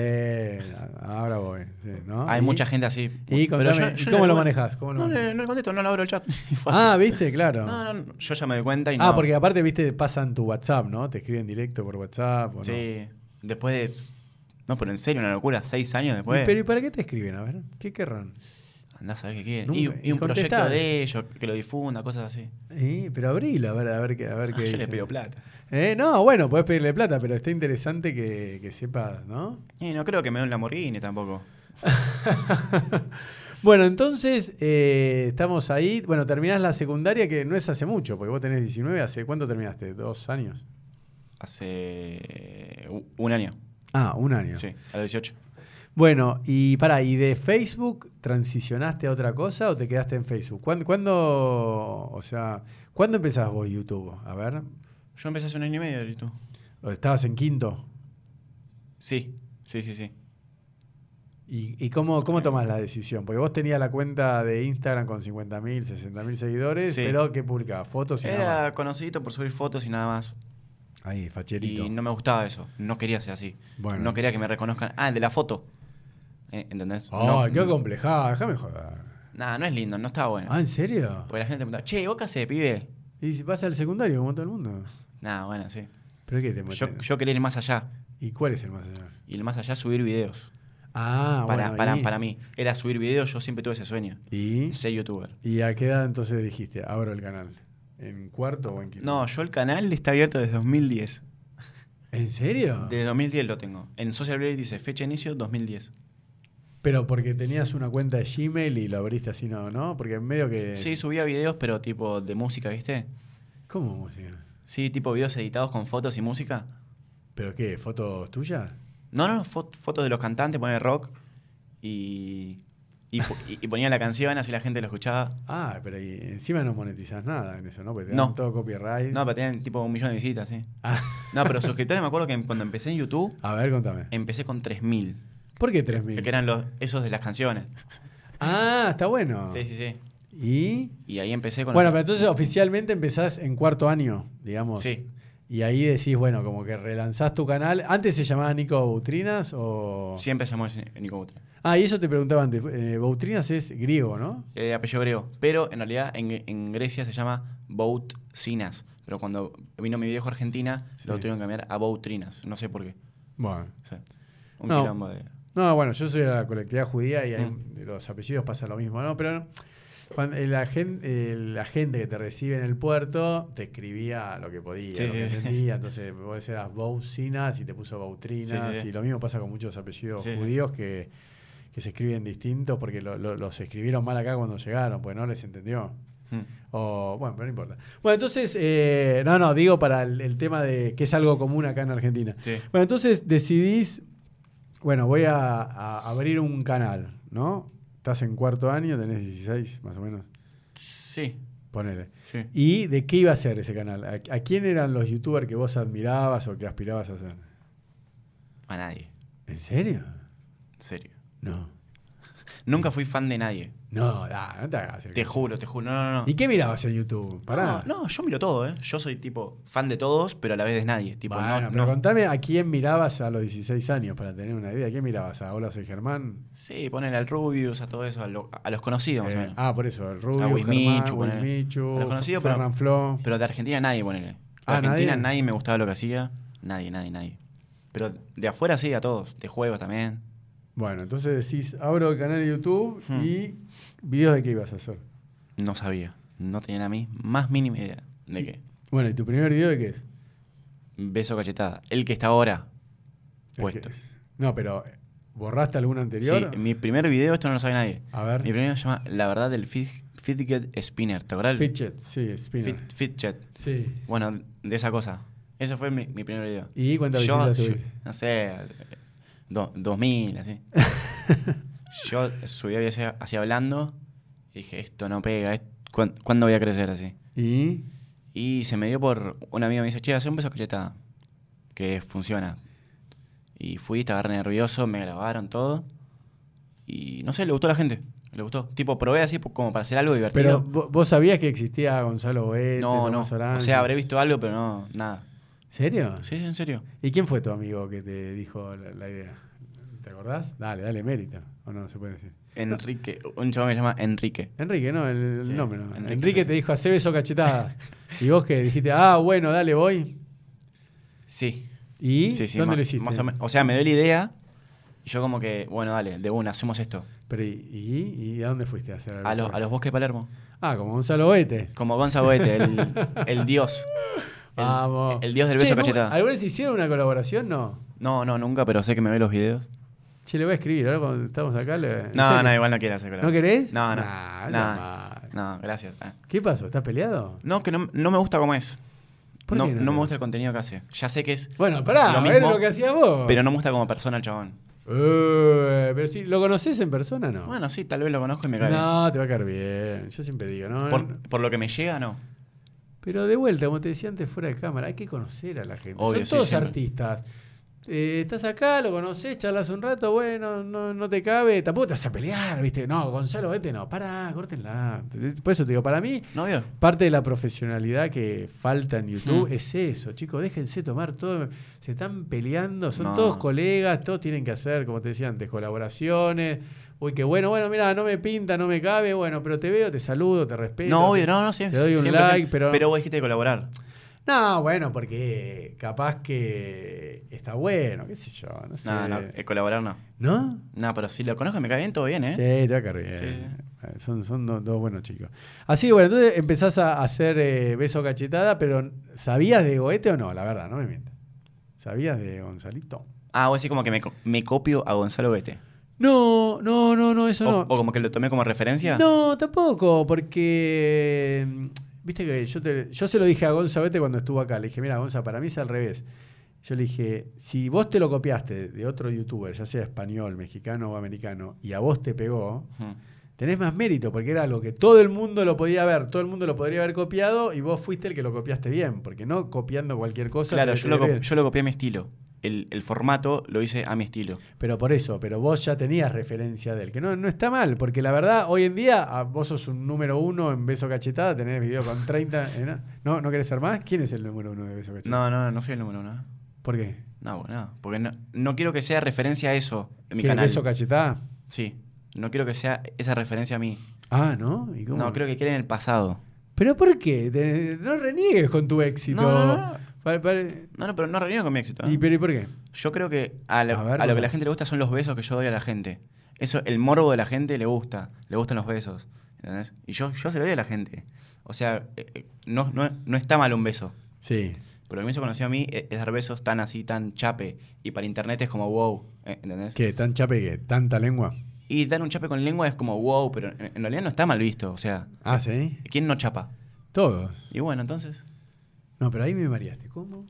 [SPEAKER 1] ahora voy. sí, ¿no?
[SPEAKER 2] Hay
[SPEAKER 1] Y-
[SPEAKER 2] mucha gente así.
[SPEAKER 1] Y
[SPEAKER 2] Pero
[SPEAKER 1] contame,
[SPEAKER 2] yo-
[SPEAKER 1] ¿y
[SPEAKER 2] yo
[SPEAKER 1] cómo
[SPEAKER 2] no-
[SPEAKER 1] lo manejás? ¿Cómo lo
[SPEAKER 2] No,
[SPEAKER 1] manejás?
[SPEAKER 2] le- no le contesto, no le abro el chat. Fácil.
[SPEAKER 1] Ah, viste, claro.
[SPEAKER 2] No, no, no, yo ya me doy cuenta y no.
[SPEAKER 1] Ah, porque aparte, viste, pasan tu WhatsApp, ¿no? Te escriben directo por WhatsApp. ¿o no?
[SPEAKER 2] Sí, después de. s- No, pero en serio, una locura, seis años
[SPEAKER 1] ¿Y
[SPEAKER 2] después.
[SPEAKER 1] pero ¿y para qué te escriben? A ver, ¿qué querrán?
[SPEAKER 2] Andá a saber qué quieren.
[SPEAKER 1] Nunca-
[SPEAKER 2] Y, y un proyecto
[SPEAKER 1] incontestable.
[SPEAKER 2] de ellos, que lo difunda, cosas así.
[SPEAKER 1] Eh, pero abril, a ver, a ver qué, a ver
[SPEAKER 2] Ah,
[SPEAKER 1] qué
[SPEAKER 2] yo le
[SPEAKER 1] dicen.
[SPEAKER 2] pido plata.
[SPEAKER 1] Eh, no, bueno, podés pedirle plata, pero está interesante que, que sepas, ¿no?
[SPEAKER 2] Y no creo que me dé un Lamborghini tampoco.
[SPEAKER 1] Bueno, entonces eh, estamos ahí. Bueno, terminás la secundaria, que no es hace mucho, porque vos tenés 19, ¿hace cuánto terminaste? ¿Dos años?
[SPEAKER 2] Hace. u- un año.
[SPEAKER 1] Ah, un año.
[SPEAKER 2] Sí, a los 18.
[SPEAKER 1] Bueno, y para, ¿y de Facebook transicionaste a otra cosa o te quedaste en Facebook? ¿Cuándo, cuándo, o sea, ¿cuándo empezás vos YouTube? A ver,
[SPEAKER 2] Yo empecé hace un año y medio, ¿y tú?
[SPEAKER 1] ¿o estabas en quinto.
[SPEAKER 2] Sí, sí, sí, sí.
[SPEAKER 1] ¿Y, y cómo, cómo tomás la decisión? Porque vos tenías la cuenta de Instagram con 50.000, 60.000 seguidores,
[SPEAKER 2] Sí.
[SPEAKER 1] pero ¿qué publicabas? ¿Fotos y nada
[SPEAKER 2] Era conocidito por subir fotos y nada más.
[SPEAKER 1] más? Ahí, facherito.
[SPEAKER 2] Y no me gustaba eso. No quería ser así.
[SPEAKER 1] Bueno.
[SPEAKER 2] No quería que me reconozcan. Ah, el de la foto. Eh, ¿Entendés?
[SPEAKER 1] ¡Ay,
[SPEAKER 2] no, Eh.
[SPEAKER 1] qué
[SPEAKER 2] no,
[SPEAKER 1] complejada! Déjame joder.
[SPEAKER 2] Nah, no es lindo, no estaba bueno.
[SPEAKER 1] ¿Ah, en serio?
[SPEAKER 2] Porque la gente pregunta, che, ¿vos qué hacés, pibe?
[SPEAKER 1] Y si vas al secundario como todo el mundo.
[SPEAKER 2] Nah, bueno, sí.
[SPEAKER 1] ¿Pero qué te
[SPEAKER 2] Yo,
[SPEAKER 1] metés?
[SPEAKER 2] yo quería ir más allá.
[SPEAKER 1] ¿Y cuál es el más allá?
[SPEAKER 2] Y el más allá subir videos.
[SPEAKER 1] Ah,
[SPEAKER 2] para,
[SPEAKER 1] bueno.
[SPEAKER 2] para,
[SPEAKER 1] y-
[SPEAKER 2] para mí. Era subir videos, yo siempre tuve ese sueño.
[SPEAKER 1] ¿Y?
[SPEAKER 2] Ser youtuber.
[SPEAKER 1] ¿Y a qué edad entonces dijiste, abro el canal? ¿En cuarto o en quinto?
[SPEAKER 2] No, yo el canal está abierto desde 2010.
[SPEAKER 1] ¿En serio?
[SPEAKER 2] Desde 2010 lo tengo. En Social Blade dice fecha de inicio 2010.
[SPEAKER 1] Pero porque tenías una cuenta de Gmail y lo abriste así, ¿no? ¿no? Porque medio que...
[SPEAKER 2] Sí, subía videos, pero tipo de música, ¿viste?
[SPEAKER 1] ¿Cómo música?
[SPEAKER 2] Sí, tipo videos editados con fotos y música.
[SPEAKER 1] ¿Pero qué? ¿Fotos tuyas?
[SPEAKER 2] No, no, fo- fotos de los cantantes, ponía rock y, y, po- y- y ponía la canción, así la gente lo escuchaba.
[SPEAKER 1] Ah, pero y encima no monetizas nada en eso, ¿no? Porque te
[SPEAKER 2] No.
[SPEAKER 1] dan todo copyright.
[SPEAKER 2] No, pero tenían tipo un millón de visitas, sí.
[SPEAKER 1] Ah,
[SPEAKER 2] No, pero suscriptores me acuerdo que cuando empecé en YouTube,
[SPEAKER 1] a ver, contame.
[SPEAKER 2] empecé con 3.000.
[SPEAKER 1] ¿Por qué
[SPEAKER 2] Que
[SPEAKER 1] 3.000?
[SPEAKER 2] eran los, esos de las canciones.
[SPEAKER 1] Ah, está bueno.
[SPEAKER 2] Sí, sí, sí.
[SPEAKER 1] ¿Y?
[SPEAKER 2] Y ahí empecé con...
[SPEAKER 1] Bueno,
[SPEAKER 2] los-
[SPEAKER 1] pero entonces oficialmente empezás en cuarto año, digamos.
[SPEAKER 2] Sí.
[SPEAKER 1] Y ahí decís, bueno, como que relanzás tu canal. ¿Antes se llamaba Nico Boutrinas o...?
[SPEAKER 2] Siempre se llamó ese- Nico Butre.
[SPEAKER 1] Ah, y eso te preguntaba antes. eh, Boutrinas es griego, ¿no?
[SPEAKER 2] Eh, apellido griego. Pero en realidad en, en Grecia se llama Boutsinas. Pero cuando vino mi viejo a Argentina,
[SPEAKER 1] Sí.
[SPEAKER 2] lo tuvieron que cambiar a Boutrinas. No sé por qué.
[SPEAKER 1] Bueno.
[SPEAKER 2] O sea, un
[SPEAKER 1] No.
[SPEAKER 2] quilombo de.
[SPEAKER 1] No, bueno, yo soy de la colectividad judía y hay-
[SPEAKER 2] Mm.
[SPEAKER 1] los apellidos pasan lo mismo, ¿no? Pero cuando el agen- el- la gente que te recibe en el puerto te escribía lo que podía,
[SPEAKER 2] Sí,
[SPEAKER 1] lo que
[SPEAKER 2] sí, sí.
[SPEAKER 1] sentía. Entonces vos eras Bousinas y te puso Bautrinas.
[SPEAKER 2] Sí, sí, sí.
[SPEAKER 1] Y lo mismo pasa con muchos apellidos
[SPEAKER 2] Sí, sí.
[SPEAKER 1] judíos que, que se escriben distintos porque lo- lo- los escribieron mal acá cuando llegaron, pues no les entendió.
[SPEAKER 2] Mm.
[SPEAKER 1] O, bueno, pero no importa. Bueno, entonces, eh, no, no, digo para el, el tema de que es algo común acá en Argentina.
[SPEAKER 2] Sí.
[SPEAKER 1] Bueno, entonces decidís, bueno, voy a, a abrir un canal, ¿no? Estás en cuarto año, tenés 16 más o menos,
[SPEAKER 2] Sí,
[SPEAKER 1] ponele.
[SPEAKER 2] sí.
[SPEAKER 1] ¿Y de qué iba a ser ese canal? ¿A, a quién eran los youtubers que vos admirabas o que aspirabas a ser?
[SPEAKER 2] A nadie.
[SPEAKER 1] ¿En serio?
[SPEAKER 2] En serio.
[SPEAKER 1] No.
[SPEAKER 2] Nunca fui fan de nadie.
[SPEAKER 1] No, da, no te hagas. el
[SPEAKER 2] Te
[SPEAKER 1] c-
[SPEAKER 2] juro, te juro. No, no, no.
[SPEAKER 1] ¿Y qué mirabas en YouTube? Pará.
[SPEAKER 2] No, no, yo miro todo, ¿eh? Yo soy tipo fan de todos, pero a la vez de nadie. Tipo,
[SPEAKER 1] Bueno,
[SPEAKER 2] no,
[SPEAKER 1] pero
[SPEAKER 2] no.
[SPEAKER 1] contame a quién mirabas a los 16 años para tener una idea. ¿A quién mirabas? ¿A Hola Soy Germán?
[SPEAKER 2] Sí, ponen al Rubius, a todo eso, a, lo- a los conocidos más o
[SPEAKER 1] Eh,
[SPEAKER 2] menos.
[SPEAKER 1] ah, por eso, el Rubio,
[SPEAKER 2] A
[SPEAKER 1] Germán,
[SPEAKER 2] Wismichu, ponele.
[SPEAKER 1] Wismichu,
[SPEAKER 2] A los conocidos, pero-
[SPEAKER 1] Fernan Flo.
[SPEAKER 2] Pero de Argentina nadie, ponele. De
[SPEAKER 1] Ah,
[SPEAKER 2] Argentina
[SPEAKER 1] ¿nadie?
[SPEAKER 2] ¿nadie? me gustaba lo que hacía. Nadie, nadie, nadie. Pero de afuera sí, a todos. De juegos también.
[SPEAKER 1] Bueno, entonces decís, abro el canal de YouTube
[SPEAKER 2] Hmm.
[SPEAKER 1] y videos de qué ibas a hacer.
[SPEAKER 2] No sabía. No tenía la mi- más mínima idea de qué.
[SPEAKER 1] Bueno, ¿y tu primer video de qué es?
[SPEAKER 2] Beso cachetada. El que está ahora
[SPEAKER 1] El
[SPEAKER 2] puesto.
[SPEAKER 1] que- No, pero ¿borraste alguno
[SPEAKER 2] Sí,
[SPEAKER 1] anterior?
[SPEAKER 2] mi primer video, esto no lo sabe nadie.
[SPEAKER 1] A
[SPEAKER 2] Mi
[SPEAKER 1] ver.
[SPEAKER 2] primero se llama La verdad del Fid- Fidget Spinner. ¿Te acordás? del
[SPEAKER 1] Fidget, sí, Spinner.
[SPEAKER 2] Fid- Fidget.
[SPEAKER 1] Sí.
[SPEAKER 2] Bueno, de esa cosa. Ese fue mi, mi primer video.
[SPEAKER 1] ¿Y cuántas visitas tuviste?
[SPEAKER 2] no sé, do-
[SPEAKER 1] <laughs>
[SPEAKER 2] 2000, así. yo subí a veces así hablando y dije, esto no pega, es- ¿cuán- ¿cuándo voy a crecer así?
[SPEAKER 1] ¿Y?
[SPEAKER 2] Y se me dio por un amigo me dice, che, hace un beso cretada, que funciona. Y fui, estaba re nervioso, me grabaron todo. Y no sé, le gustó a la gente, le gustó. Tipo, probé así po- como para hacer algo
[SPEAKER 1] Pero
[SPEAKER 2] divertido.
[SPEAKER 1] vo- vos sabías que existía Gonzalo Oeste,
[SPEAKER 2] no, no.
[SPEAKER 1] Tomás Orange?
[SPEAKER 2] O sea, habré visto algo, pero no, nada.
[SPEAKER 1] ¿Serio?
[SPEAKER 2] Sí, sí, en serio.
[SPEAKER 1] ¿Y quién fue tu amigo que te dijo la, la idea? ¿Te acordás? Dale, dale, mérito. O no, se puede decir.
[SPEAKER 2] Enrique, un chabón que se llama Enrique.
[SPEAKER 1] Enrique, ¿no? El, el
[SPEAKER 2] Sí,
[SPEAKER 1] nombre. ¿no? Enrique,
[SPEAKER 2] Enrique.
[SPEAKER 1] te dijo, hace beso
[SPEAKER 2] <laughs>
[SPEAKER 1] cachetada. y vos que dijiste, ah, bueno, dale, voy.
[SPEAKER 2] Sí.
[SPEAKER 1] ¿Y
[SPEAKER 2] Sí, sí,
[SPEAKER 1] dónde
[SPEAKER 2] ma-
[SPEAKER 1] lo hiciste?
[SPEAKER 2] más o, men- o sea, me dio la idea y yo como que, bueno, dale, de una, hacemos esto.
[SPEAKER 1] Pero, ¿y, y, y a dónde fuiste a hacer el
[SPEAKER 2] A,
[SPEAKER 1] beso
[SPEAKER 2] los- a los bosques de Palermo.
[SPEAKER 1] Ah, como Gonzalo Oete.
[SPEAKER 2] Como Gonzalo
[SPEAKER 1] <laughs>
[SPEAKER 2] Boete, el, el dios. El,
[SPEAKER 1] Vamos.
[SPEAKER 2] el dios del
[SPEAKER 1] Che,
[SPEAKER 2] beso
[SPEAKER 1] ¿nunca-
[SPEAKER 2] cachetada.
[SPEAKER 1] ¿Alguna vez hicieron una colaboración? No.
[SPEAKER 2] No, no, nunca, pero sé que me ve los videos.
[SPEAKER 1] Che, le voy a escribir. Ahora cuando estamos acá le... ¿en
[SPEAKER 2] No,
[SPEAKER 1] serio?
[SPEAKER 2] no, igual no quiero hacer
[SPEAKER 1] ¿No
[SPEAKER 2] colaboración.
[SPEAKER 1] querés?
[SPEAKER 2] No, no.
[SPEAKER 1] Nah,
[SPEAKER 2] no,
[SPEAKER 1] anda mal.
[SPEAKER 2] no, gracias. Ah.
[SPEAKER 1] ¿Qué pasó? ¿Estás peleado?
[SPEAKER 2] No, que no, no me gusta cómo es.
[SPEAKER 1] ¿Por
[SPEAKER 2] no,
[SPEAKER 1] qué no?
[SPEAKER 2] no me gusta el contenido que hace. Ya sé que es,
[SPEAKER 1] Bueno, pará,
[SPEAKER 2] Lo
[SPEAKER 1] a ver
[SPEAKER 2] mismo,
[SPEAKER 1] lo que hacías vos.
[SPEAKER 2] pero no me gusta como persona el chabón.
[SPEAKER 1] Eh, pero sí, ¿lo conocés en persona o no?
[SPEAKER 2] Bueno, sí, tal vez lo conozco y me cae. bien.
[SPEAKER 1] no, te va a caer bien. Yo siempre digo, no, no.
[SPEAKER 2] Por, por lo que me llega, no.
[SPEAKER 1] Pero de vuelta, como te decía antes, fuera de cámara, hay que conocer a la gente.
[SPEAKER 2] Obvio,
[SPEAKER 1] Son
[SPEAKER 2] sí,
[SPEAKER 1] todos
[SPEAKER 2] siempre.
[SPEAKER 1] artistas. Eh, estás acá, lo conoces, charlas un rato, bueno, no, no te cabe, tampoco te vas a pelear, ¿viste? No, Gonzalo, vete, no, pará, córtenla. Por eso te digo, para mí,
[SPEAKER 2] ¿No vio?
[SPEAKER 1] parte de la profesionalidad que falta en YouTube
[SPEAKER 2] Mm.
[SPEAKER 1] es eso, chicos, déjense tomar todo. Se están peleando, son
[SPEAKER 2] No.
[SPEAKER 1] todos colegas, todos tienen que hacer, como te decía antes, colaboraciones. Uy, qué bueno, bueno, mira, no me pinta, no me cabe, bueno, pero te veo, te saludo, te respeto.
[SPEAKER 2] No,
[SPEAKER 1] te-
[SPEAKER 2] obvio, no, no, siempre.
[SPEAKER 1] doy un
[SPEAKER 2] siempre-
[SPEAKER 1] like,
[SPEAKER 2] siempre-
[SPEAKER 1] pero-
[SPEAKER 2] vos dijiste de colaborar.
[SPEAKER 1] No, bueno, porque capaz que está bueno, qué sé yo, no sé.
[SPEAKER 2] No, no, eh, colaborar no.
[SPEAKER 1] ¿No?
[SPEAKER 2] No, pero si lo conozco y me cae bien, todo bien, ¿eh?
[SPEAKER 1] Sí, te va a caer bien.
[SPEAKER 2] Sí,
[SPEAKER 1] Eh, Son, son dos, dos buenos chicos. Así que bueno, entonces empezás a hacer eh, beso cachetada, pero ¿sabías de Goete o no? La verdad, no me mientas. ¿Sabías de Gonzalito?
[SPEAKER 2] Ah, vos decís como que me, co- me copio a Gonzalo Vete.
[SPEAKER 1] No, no, no, no, eso
[SPEAKER 2] O,
[SPEAKER 1] no.
[SPEAKER 2] o como que lo tomé como referencia.
[SPEAKER 1] No, tampoco, porque mm, viste que yo, te- yo se lo dije a Gonza Vete cuando estuvo acá. Le dije, mira, Gonza, para mí es al revés. Yo le dije, si vos te lo copiaste de otro youtuber, ya sea español, mexicano o americano, y a vos te pegó,
[SPEAKER 2] Ujú.
[SPEAKER 1] tenés más mérito, porque era algo que todo el mundo lo podía ver, todo el mundo lo podría haber copiado, y vos fuiste el que lo copiaste bien, porque no copiando cualquier cosa.
[SPEAKER 2] Claro,
[SPEAKER 1] tenés
[SPEAKER 2] yo
[SPEAKER 1] que
[SPEAKER 2] lo,
[SPEAKER 1] ver
[SPEAKER 2] cop-
[SPEAKER 1] bien.
[SPEAKER 2] yo lo copié a mi estilo. el, el formato lo hice a mi estilo.
[SPEAKER 1] Pero por eso, pero vos ya tenías referencia de él, que no, no está mal, porque la verdad, hoy en día, ah, vos sos un número uno en beso cachetada, tenés video con 30. <laughs> eh, ¿no? ¿no? ¿No querés ser más? ¿Quién es el número uno de beso cachetada?
[SPEAKER 2] No, no, no soy el número uno. ¿eh?
[SPEAKER 1] ¿Por qué?
[SPEAKER 2] No, bueno, nada. Porque no, no quiero que sea referencia a eso en mi
[SPEAKER 1] ¿Qué,
[SPEAKER 2] canal.
[SPEAKER 1] beso cachetada?
[SPEAKER 2] Sí. No quiero que sea esa referencia a mí.
[SPEAKER 1] Ah, ¿no? ¿Y cómo?
[SPEAKER 2] No, creo que quede en el pasado.
[SPEAKER 1] ¿Pero por qué? Te- no reniegues con tu éxito.
[SPEAKER 2] No, no, no.
[SPEAKER 1] Pa- pa-
[SPEAKER 2] No, no, pero no reunido con mi éxito. ¿eh?
[SPEAKER 1] ¿Y, pero, ¿y por qué?
[SPEAKER 2] Yo creo que a, la-
[SPEAKER 1] A ver,
[SPEAKER 2] a lo que
[SPEAKER 1] bueno.
[SPEAKER 2] la gente le gusta son los besos que yo doy a la gente. Eso, el morbo de la gente le gusta. Le gustan los besos. ¿entendés? Y yo, yo se lo doy a la gente. O sea, eh, eh, no, no, no está mal un beso.
[SPEAKER 1] Sí.
[SPEAKER 2] Pero lo que me hizo conocido a mí eh, es es dar besos tan así, tan chape. Y para internet es como wow. ¿eh? ¿Entendés?
[SPEAKER 1] ¿Qué? ¿Tan chape que ¿Tanta lengua?
[SPEAKER 2] Y dar un chape con lengua es como wow, pero en, en realidad no está mal visto. O sea,
[SPEAKER 1] Ah, sí.
[SPEAKER 2] ¿quién no chapa?
[SPEAKER 1] Todos.
[SPEAKER 2] Y bueno, entonces.
[SPEAKER 1] No, pero ahí me mareaste. ¿Cómo?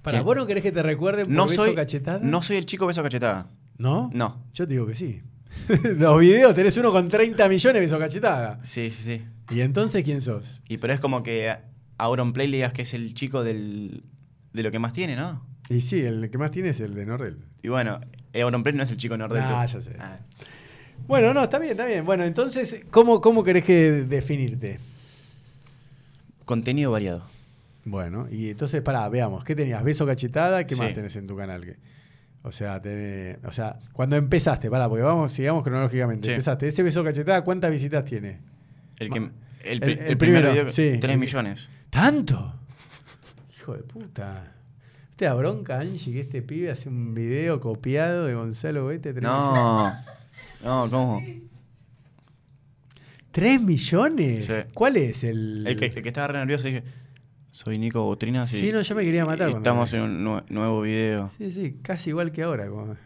[SPEAKER 1] Para,
[SPEAKER 2] ¿Qué?
[SPEAKER 1] ¿vos no querés que te recuerden por
[SPEAKER 2] No
[SPEAKER 1] beso
[SPEAKER 2] soy,
[SPEAKER 1] cachetada?
[SPEAKER 2] no soy el chico beso cachetada.
[SPEAKER 1] ¿No?
[SPEAKER 2] No.
[SPEAKER 1] Yo te digo que sí. <laughs> Los videos tenés uno con 30 millones de beso cachetada.
[SPEAKER 2] Sí, sí, sí.
[SPEAKER 1] ¿Y entonces quién sos?
[SPEAKER 2] Y pero es como que a- a Auron Play le digas que es el chico del, de lo que más tiene, ¿no?
[SPEAKER 1] Y sí, el que más tiene es el de Nordel.
[SPEAKER 2] Y bueno, eh, Auron Play no es el chico norte
[SPEAKER 1] Ah, ya sé. Bueno, no, está bien, está bien. Bueno, entonces, ¿cómo, cómo querés que definirte?
[SPEAKER 2] contenido variado.
[SPEAKER 1] Bueno, y entonces, pará, veamos, ¿qué tenías? ¿Beso cachetada? ¿Qué más
[SPEAKER 2] Sí.
[SPEAKER 1] tenés en tu canal? ¿Qué- O sea, tenés- o sea, cuando empezaste, pará, porque vamos, sigamos cronológicamente.
[SPEAKER 2] Sí.
[SPEAKER 1] Empezaste, ese beso cachetada, ¿cuántas visitas tiene?
[SPEAKER 2] El, que,
[SPEAKER 1] Ma-
[SPEAKER 2] el,
[SPEAKER 1] el-
[SPEAKER 2] pri-
[SPEAKER 1] el
[SPEAKER 2] el primer
[SPEAKER 1] primero,
[SPEAKER 2] video,
[SPEAKER 1] sí.
[SPEAKER 2] 3 millones.
[SPEAKER 1] ¿Tanto? Hijo de puta. Te da bronca, Angie, que este pibe hace un video copiado de Gonzalo Vete.
[SPEAKER 2] No. No, ¿cómo?
[SPEAKER 1] ¿Tres millones?
[SPEAKER 2] Sí.
[SPEAKER 1] ¿Cuál es el...?
[SPEAKER 2] El que, el que estaba re nervioso dije, soy Nico Botrina. Sí,
[SPEAKER 1] Sí, no, yo me quería matar
[SPEAKER 2] Y
[SPEAKER 1] cuando
[SPEAKER 2] Estamos
[SPEAKER 1] me-
[SPEAKER 2] en un nue- nuevo video.
[SPEAKER 1] Sí, sí, casi igual que ahora. como-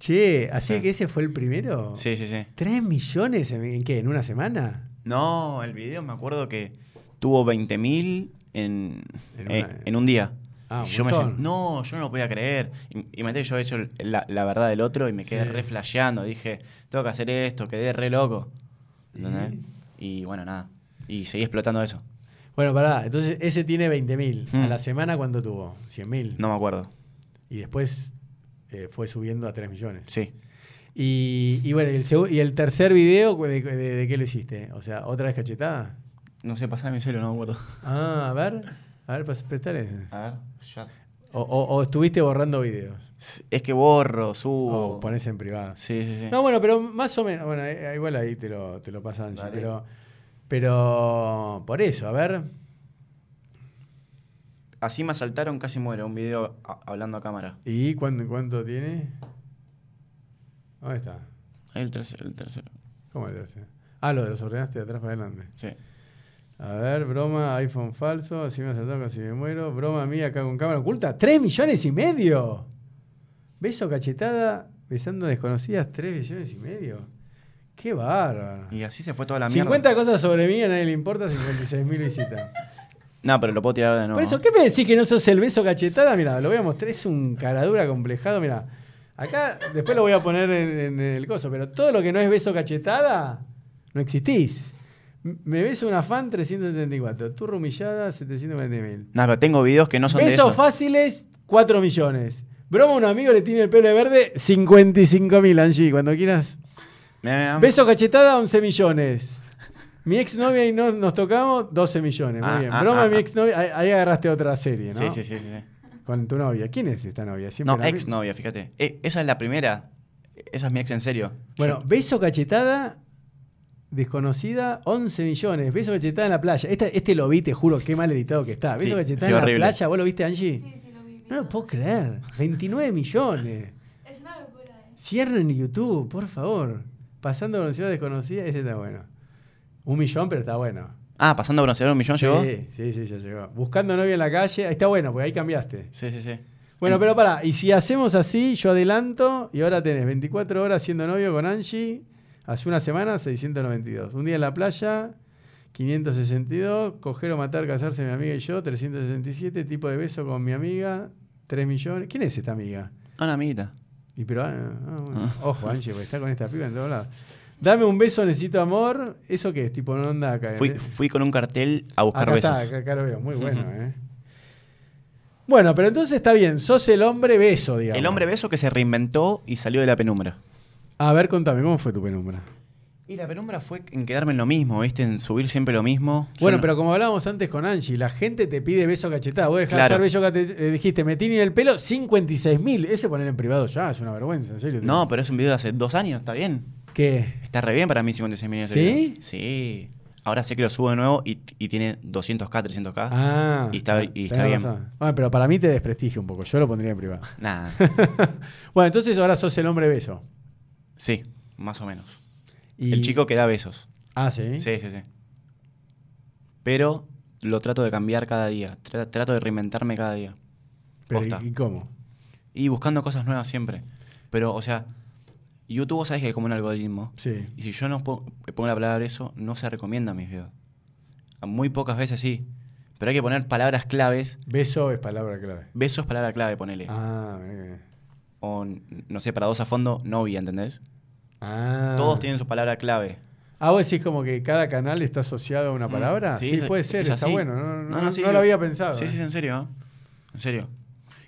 [SPEAKER 1] Che, así
[SPEAKER 2] Sí.
[SPEAKER 1] que ese fue el primero.
[SPEAKER 2] Sí, sí, sí.
[SPEAKER 1] ¿Tres millones en, en qué? ¿En una semana?
[SPEAKER 2] No, el video me acuerdo que tuvo 20.000 en,
[SPEAKER 1] En
[SPEAKER 2] eh, en,
[SPEAKER 1] una-
[SPEAKER 2] un día.
[SPEAKER 1] Ah, un
[SPEAKER 2] Y yo me
[SPEAKER 1] montón.
[SPEAKER 2] sen- no, yo no lo podía creer. Y, y me enteré que yo he hecho el- la, la verdad del otro y me quedé
[SPEAKER 1] Sí.
[SPEAKER 2] re flasheando. Dije, tengo que hacer esto, quedé re loco. ¿Entendés? Y bueno, nada. Y seguí explotando eso.
[SPEAKER 1] Bueno, pará, entonces ese tiene 20 mil.
[SPEAKER 2] Mm.
[SPEAKER 1] ¿A la semana cuánto tuvo? 100 mil.
[SPEAKER 2] No me acuerdo.
[SPEAKER 1] Y después eh, fue subiendo a 3 millones.
[SPEAKER 2] Sí.
[SPEAKER 1] Y, y bueno, y el, segu- y el tercer video, cu- de, de- de qué lo hiciste? O sea, ¿otra vez cachetada?
[SPEAKER 2] No sé, pasaba mi celo, no me acuerdo.
[SPEAKER 1] Ah, a ver, a ver, pas- prestale.
[SPEAKER 2] A ver, ya.
[SPEAKER 1] O, o- o estuviste borrando videos.
[SPEAKER 2] Es que borro, subo.
[SPEAKER 1] O pones en privado.
[SPEAKER 2] Uh. Sí, sí, sí.
[SPEAKER 1] No, bueno, pero más o menos. Bueno, eh, igual ahí te lo, te lo pasa Angie,
[SPEAKER 2] Dale.
[SPEAKER 1] Pero, pero por eso, a ver.
[SPEAKER 2] Así me asaltaron, casi muero. Un video a- hablando a cámara.
[SPEAKER 1] ¿Y cuánto, cuánto tiene? ¿Dónde está?
[SPEAKER 2] Ahí El tercero, el tercero.
[SPEAKER 1] ¿Cómo le hace? Ah, lo de los ordenaste de atrás para adelante.
[SPEAKER 2] Sí.
[SPEAKER 1] A ver, broma, iPhone falso, así me asaltó casi me muero. Broma mía acá con cámara oculta, ¡3 millones y medio! Beso cachetada, besando a desconocidas, 3 millones y medio. ¡Qué bárbaro!
[SPEAKER 2] Y así se fue toda la mierda.
[SPEAKER 1] 50 cosas sobre mí, a nadie le importa, 56 mil visitas.
[SPEAKER 2] No, pero lo puedo tirar de nuevo.
[SPEAKER 1] Por eso, ¿qué me decís que no sos el beso cachetada? Mira, lo voy a mostrar, es un caradura complejado, mira. Acá, después lo voy a poner en, en el coso, pero todo lo que no es beso cachetada, no existís. M- Me beso una fan 374, turro humillada 720 mil.
[SPEAKER 2] No, pero tengo videos que no son de eso.
[SPEAKER 1] Besos fáciles 4 millones. Broma, a un amigo le tiene el pelo de verde 55 mil, Angie, cuando quieras.
[SPEAKER 2] Mirá, mirá.
[SPEAKER 1] Beso cachetada, 11 millones. Mi exnovia y no, nos tocamos, 12 millones. Muy
[SPEAKER 2] Ah,
[SPEAKER 1] bien.
[SPEAKER 2] ah,
[SPEAKER 1] Broma,
[SPEAKER 2] ah,
[SPEAKER 1] mi
[SPEAKER 2] ah.
[SPEAKER 1] exnovia. Ahí, ahí agarraste otra serie, ¿no?
[SPEAKER 2] Sí, sí, sí. sí, sí.
[SPEAKER 1] Con tu novia. ¿Quién es esta novia? Siempre
[SPEAKER 2] No,
[SPEAKER 1] la
[SPEAKER 2] ex
[SPEAKER 1] misma.
[SPEAKER 2] novia, fíjate. E- esa es la primera. Esa es mi ex en serio.
[SPEAKER 1] Bueno, beso cachetada, desconocida, 11 millones. Beso cachetada en la playa. Esta- este lo vi, te juro, qué mal editado que está. Beso
[SPEAKER 2] Sí,
[SPEAKER 1] cachetada
[SPEAKER 2] sí,
[SPEAKER 1] en
[SPEAKER 2] horrible.
[SPEAKER 1] la playa, ¿vos lo viste, Angie?
[SPEAKER 3] Sí, sí, lo vi. vi
[SPEAKER 1] No lo
[SPEAKER 3] todo.
[SPEAKER 1] puedo creer. 29 millones.
[SPEAKER 3] Es una locura, ¿eh?
[SPEAKER 1] Cierren YouTube, por favor. Pasando por una ciudad desconocida, ese está bueno. Un millón, pero está bueno.
[SPEAKER 2] Ah, pasando bronceador un millón
[SPEAKER 1] sí,
[SPEAKER 2] llegó.
[SPEAKER 1] Sí, sí, ya llegó. Buscando novia en la calle. Ahí Está bueno, porque ahí cambiaste.
[SPEAKER 2] Sí, sí, sí.
[SPEAKER 1] Bueno, pero pará. Y si hacemos así, yo adelanto y ahora tenés 24 horas siendo novio con Angie. Hace una semana, 692. Un día en la playa, 562. Coger o matar, casarse mi amiga y yo, 367. Tipo de beso con mi amiga, 3 millones. ¿Quién es esta amiga?
[SPEAKER 2] Ah, Una amiguita.
[SPEAKER 1] Y pero, ah, ah, bueno.
[SPEAKER 2] Ah.
[SPEAKER 1] ojo, Angie, porque está con esta piba en todos lados. Dame un beso, necesito amor. ¿Eso qué es? Tipo, no onda acá.
[SPEAKER 2] Fui, fui con un cartel a buscar
[SPEAKER 1] Eh, Acá
[SPEAKER 2] besos. <laughs>
[SPEAKER 1] está, acá, acá lo veo, muy bueno, ¿eh? Bueno, pero entonces está bien, sos el hombre beso, digamos.
[SPEAKER 2] El hombre beso que se reinventó y salió de la penumbra.
[SPEAKER 1] A ver, contame, ¿cómo fue tu penumbra?
[SPEAKER 2] Y la penumbra fue en quedarme en lo mismo, ¿viste? En subir siempre lo mismo. Yo
[SPEAKER 1] Bueno,
[SPEAKER 2] no-
[SPEAKER 1] pero como hablábamos antes con Angie, la gente te pide beso cachetada. Vos dejás
[SPEAKER 2] Claro.
[SPEAKER 1] hacer beso cachetada. eh, Dijiste, me tienen el pelo 56 mil. Ese poner en privado ya es una vergüenza, en serio.
[SPEAKER 2] No, pero es un video de hace dos años, está bien.
[SPEAKER 1] ¿Qué?
[SPEAKER 2] Está re bien para mí 56 millones
[SPEAKER 1] ¿Sí?
[SPEAKER 2] Sí. Ahora sé que lo subo de nuevo y, y tiene 200k, 300k.
[SPEAKER 1] Ah.
[SPEAKER 2] Y está- y está
[SPEAKER 1] tenés
[SPEAKER 2] bien.
[SPEAKER 1] razón. Bueno, pero para mí te desprestigio un poco. Yo lo pondría en privado. <laughs>
[SPEAKER 2] Nada.
[SPEAKER 1] bueno, entonces ahora sos el hombre beso.
[SPEAKER 2] sí, más o menos.
[SPEAKER 1] Y-
[SPEAKER 2] El chico que da besos.
[SPEAKER 1] Ah, sí.
[SPEAKER 2] Sí, sí, sí. Pero lo trato de cambiar cada día. Tra- trato de reinventarme cada día.
[SPEAKER 1] Pero,
[SPEAKER 2] Posta.
[SPEAKER 1] ¿y- ¿Y cómo?
[SPEAKER 2] Y buscando cosas nuevas siempre. Pero, o sea, YouTube vos sabés que es como un algoritmo.
[SPEAKER 1] Sí.
[SPEAKER 2] Y si yo no po- pongo la palabra eso, no se recomiendan mis videos. A Muy pocas veces sí. Pero hay que poner palabras claves.
[SPEAKER 1] Beso es palabra clave.
[SPEAKER 2] Besos, palabra clave, ponele.
[SPEAKER 1] Ah, mirá que-
[SPEAKER 2] O, n- no sé, para dos a fondo, novia, ¿entendés?
[SPEAKER 1] Ah.
[SPEAKER 2] Todos tienen su palabra clave.
[SPEAKER 1] Ah, vos decís como que cada canal está asociado a una
[SPEAKER 2] Mm,
[SPEAKER 1] palabra. Ah, Sí,
[SPEAKER 2] es-
[SPEAKER 1] puede ser,
[SPEAKER 2] es
[SPEAKER 1] está
[SPEAKER 2] así.
[SPEAKER 1] bueno. No, no, no-
[SPEAKER 2] sí,
[SPEAKER 1] no
[SPEAKER 2] yo-
[SPEAKER 1] lo había pensado.
[SPEAKER 2] Sí,
[SPEAKER 1] ¿eh?
[SPEAKER 2] sí, sí, en serio. ¿eh? En serio.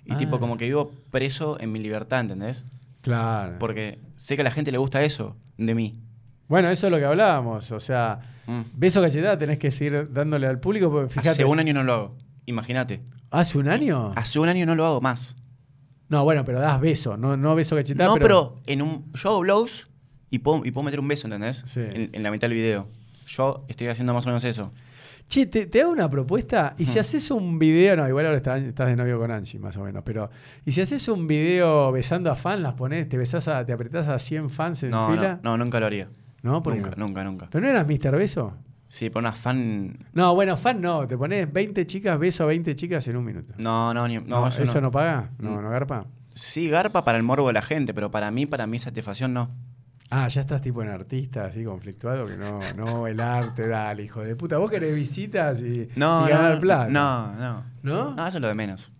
[SPEAKER 2] Y
[SPEAKER 1] Ah.
[SPEAKER 2] tipo, como que vivo preso en mi libertad, ¿entendés?
[SPEAKER 1] Claro.
[SPEAKER 2] Porque sé que a la gente le gusta eso de mí.
[SPEAKER 1] Bueno, eso es lo que hablábamos. O sea,
[SPEAKER 2] Mm.
[SPEAKER 1] beso cachetada tenés que seguir dándole al público porque fíjate. Ah.
[SPEAKER 2] Hace un año no lo hago. Imagínate.
[SPEAKER 1] ¿Hace un año?
[SPEAKER 2] Hace un año no lo hago más.
[SPEAKER 1] No, bueno, pero das beso, no, no beso cachetada.
[SPEAKER 2] no, pero, en un. Yo hago blogs y puedo, y puedo meter un beso, ¿entendés?
[SPEAKER 1] Sí.
[SPEAKER 2] En, en la mitad del video. Yo estoy haciendo más o menos eso.
[SPEAKER 1] Che, te, te hago una propuesta. Y si
[SPEAKER 2] Hmm.
[SPEAKER 1] haces un video, no, igual ahora está- estás, de novio con Angie, más o menos, pero. Y si haces un video besando a fans, las pones, te besás a, te apretás a 100 fans en
[SPEAKER 2] No,
[SPEAKER 1] fila.
[SPEAKER 2] no, no, nunca lo haría.
[SPEAKER 1] No, ¿Por qué
[SPEAKER 2] Nunca,
[SPEAKER 1] no?
[SPEAKER 2] nunca, nunca.
[SPEAKER 1] ¿Pero no eras Mr. Beso?
[SPEAKER 2] Sí, por una fan.
[SPEAKER 1] No, bueno, fan no, te pones 20 chicas, beso a 20 chicas en un minuto.
[SPEAKER 2] No, no, ni- no,
[SPEAKER 1] No,
[SPEAKER 2] eso,
[SPEAKER 1] ¿Eso
[SPEAKER 2] no.
[SPEAKER 1] no paga? No,
[SPEAKER 2] Mm.
[SPEAKER 1] no garpa.
[SPEAKER 2] Sí, garpa para el morbo de la gente, pero para mí, para mi satisfacción, no.
[SPEAKER 1] Ah, ya estás tipo en artista, así conflictuado, que no, no, el arte, dale, hijo de puta. Vos querés visitas y,
[SPEAKER 2] No,
[SPEAKER 1] y
[SPEAKER 2] no,
[SPEAKER 1] ganar
[SPEAKER 2] no,
[SPEAKER 1] plata.
[SPEAKER 2] No, no.
[SPEAKER 1] ¿No?
[SPEAKER 2] No, eso es lo de menos.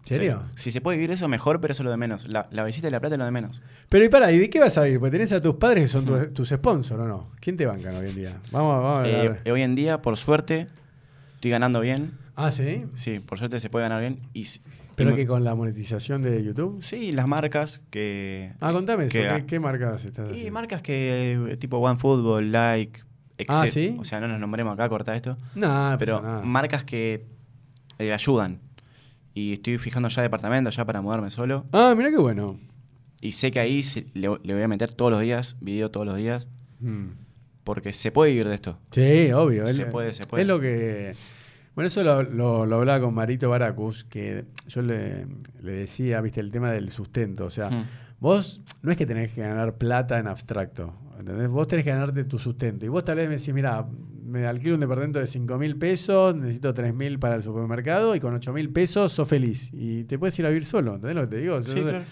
[SPEAKER 1] ¿En serio?
[SPEAKER 2] Sí. Si se puede vivir eso, mejor, pero eso es lo de menos. La, la visita y la plata es lo de menos.
[SPEAKER 1] Pero y para, ¿y de qué vas a vivir? Porque tenés a tus padres que son tus, tus sponsors, ¿o no? ¿Quién te bancan hoy en día? Vamos, vamos a
[SPEAKER 2] Mm. Eh,
[SPEAKER 1] hablar.
[SPEAKER 2] hoy en día, por suerte, estoy ganando bien.
[SPEAKER 1] ah, ¿sí?
[SPEAKER 2] Sí, por suerte se puede ganar bien. Y, s- y
[SPEAKER 1] Pero
[SPEAKER 2] me-
[SPEAKER 1] que con la monetización de YouTube.
[SPEAKER 2] Sí, las marcas que.
[SPEAKER 1] Ah, contame eso.
[SPEAKER 2] Que-
[SPEAKER 1] ¿Qué, qué marcas estás
[SPEAKER 2] Y
[SPEAKER 1] haciendo?
[SPEAKER 2] marcas que. eh, tipo OneFootball, Like, etc.
[SPEAKER 1] Ah, ¿sí? Ah,
[SPEAKER 2] O sea, no nos nombremos acá, corta esto.
[SPEAKER 1] No,
[SPEAKER 2] pero
[SPEAKER 1] pero nada.
[SPEAKER 2] marcas que eh, ayudan. Y estoy fijando ya departamento, ya para mudarme solo.
[SPEAKER 1] Ah, mirá qué bueno.
[SPEAKER 2] Y sé que ahí se- le, le voy a meter todos los días, video todos los días,
[SPEAKER 1] Mm.
[SPEAKER 2] porque se puede vivir de esto.
[SPEAKER 1] Sí, obvio.
[SPEAKER 2] Se
[SPEAKER 1] Es-
[SPEAKER 2] puede, se puede.
[SPEAKER 1] Es lo que. Bueno, eso lo, lo- lo hablaba con Marito Baracus, que yo le, le decía, viste, el tema del sustento. O sea,
[SPEAKER 2] Mm.
[SPEAKER 1] vos no es que tenés que ganar plata en abstracto, ¿entendés? Vos tenés que ganarte tu sustento. Y vos tal vez me decís, mira, me alquilo un departamento de 5 mil pesos, necesito 3 mil para el supermercado y con 8 mil pesos sos feliz. Y te puedes ir a vivir solo, ¿entendés lo que te digo?
[SPEAKER 2] Sí,
[SPEAKER 1] Entonces,
[SPEAKER 2] claro.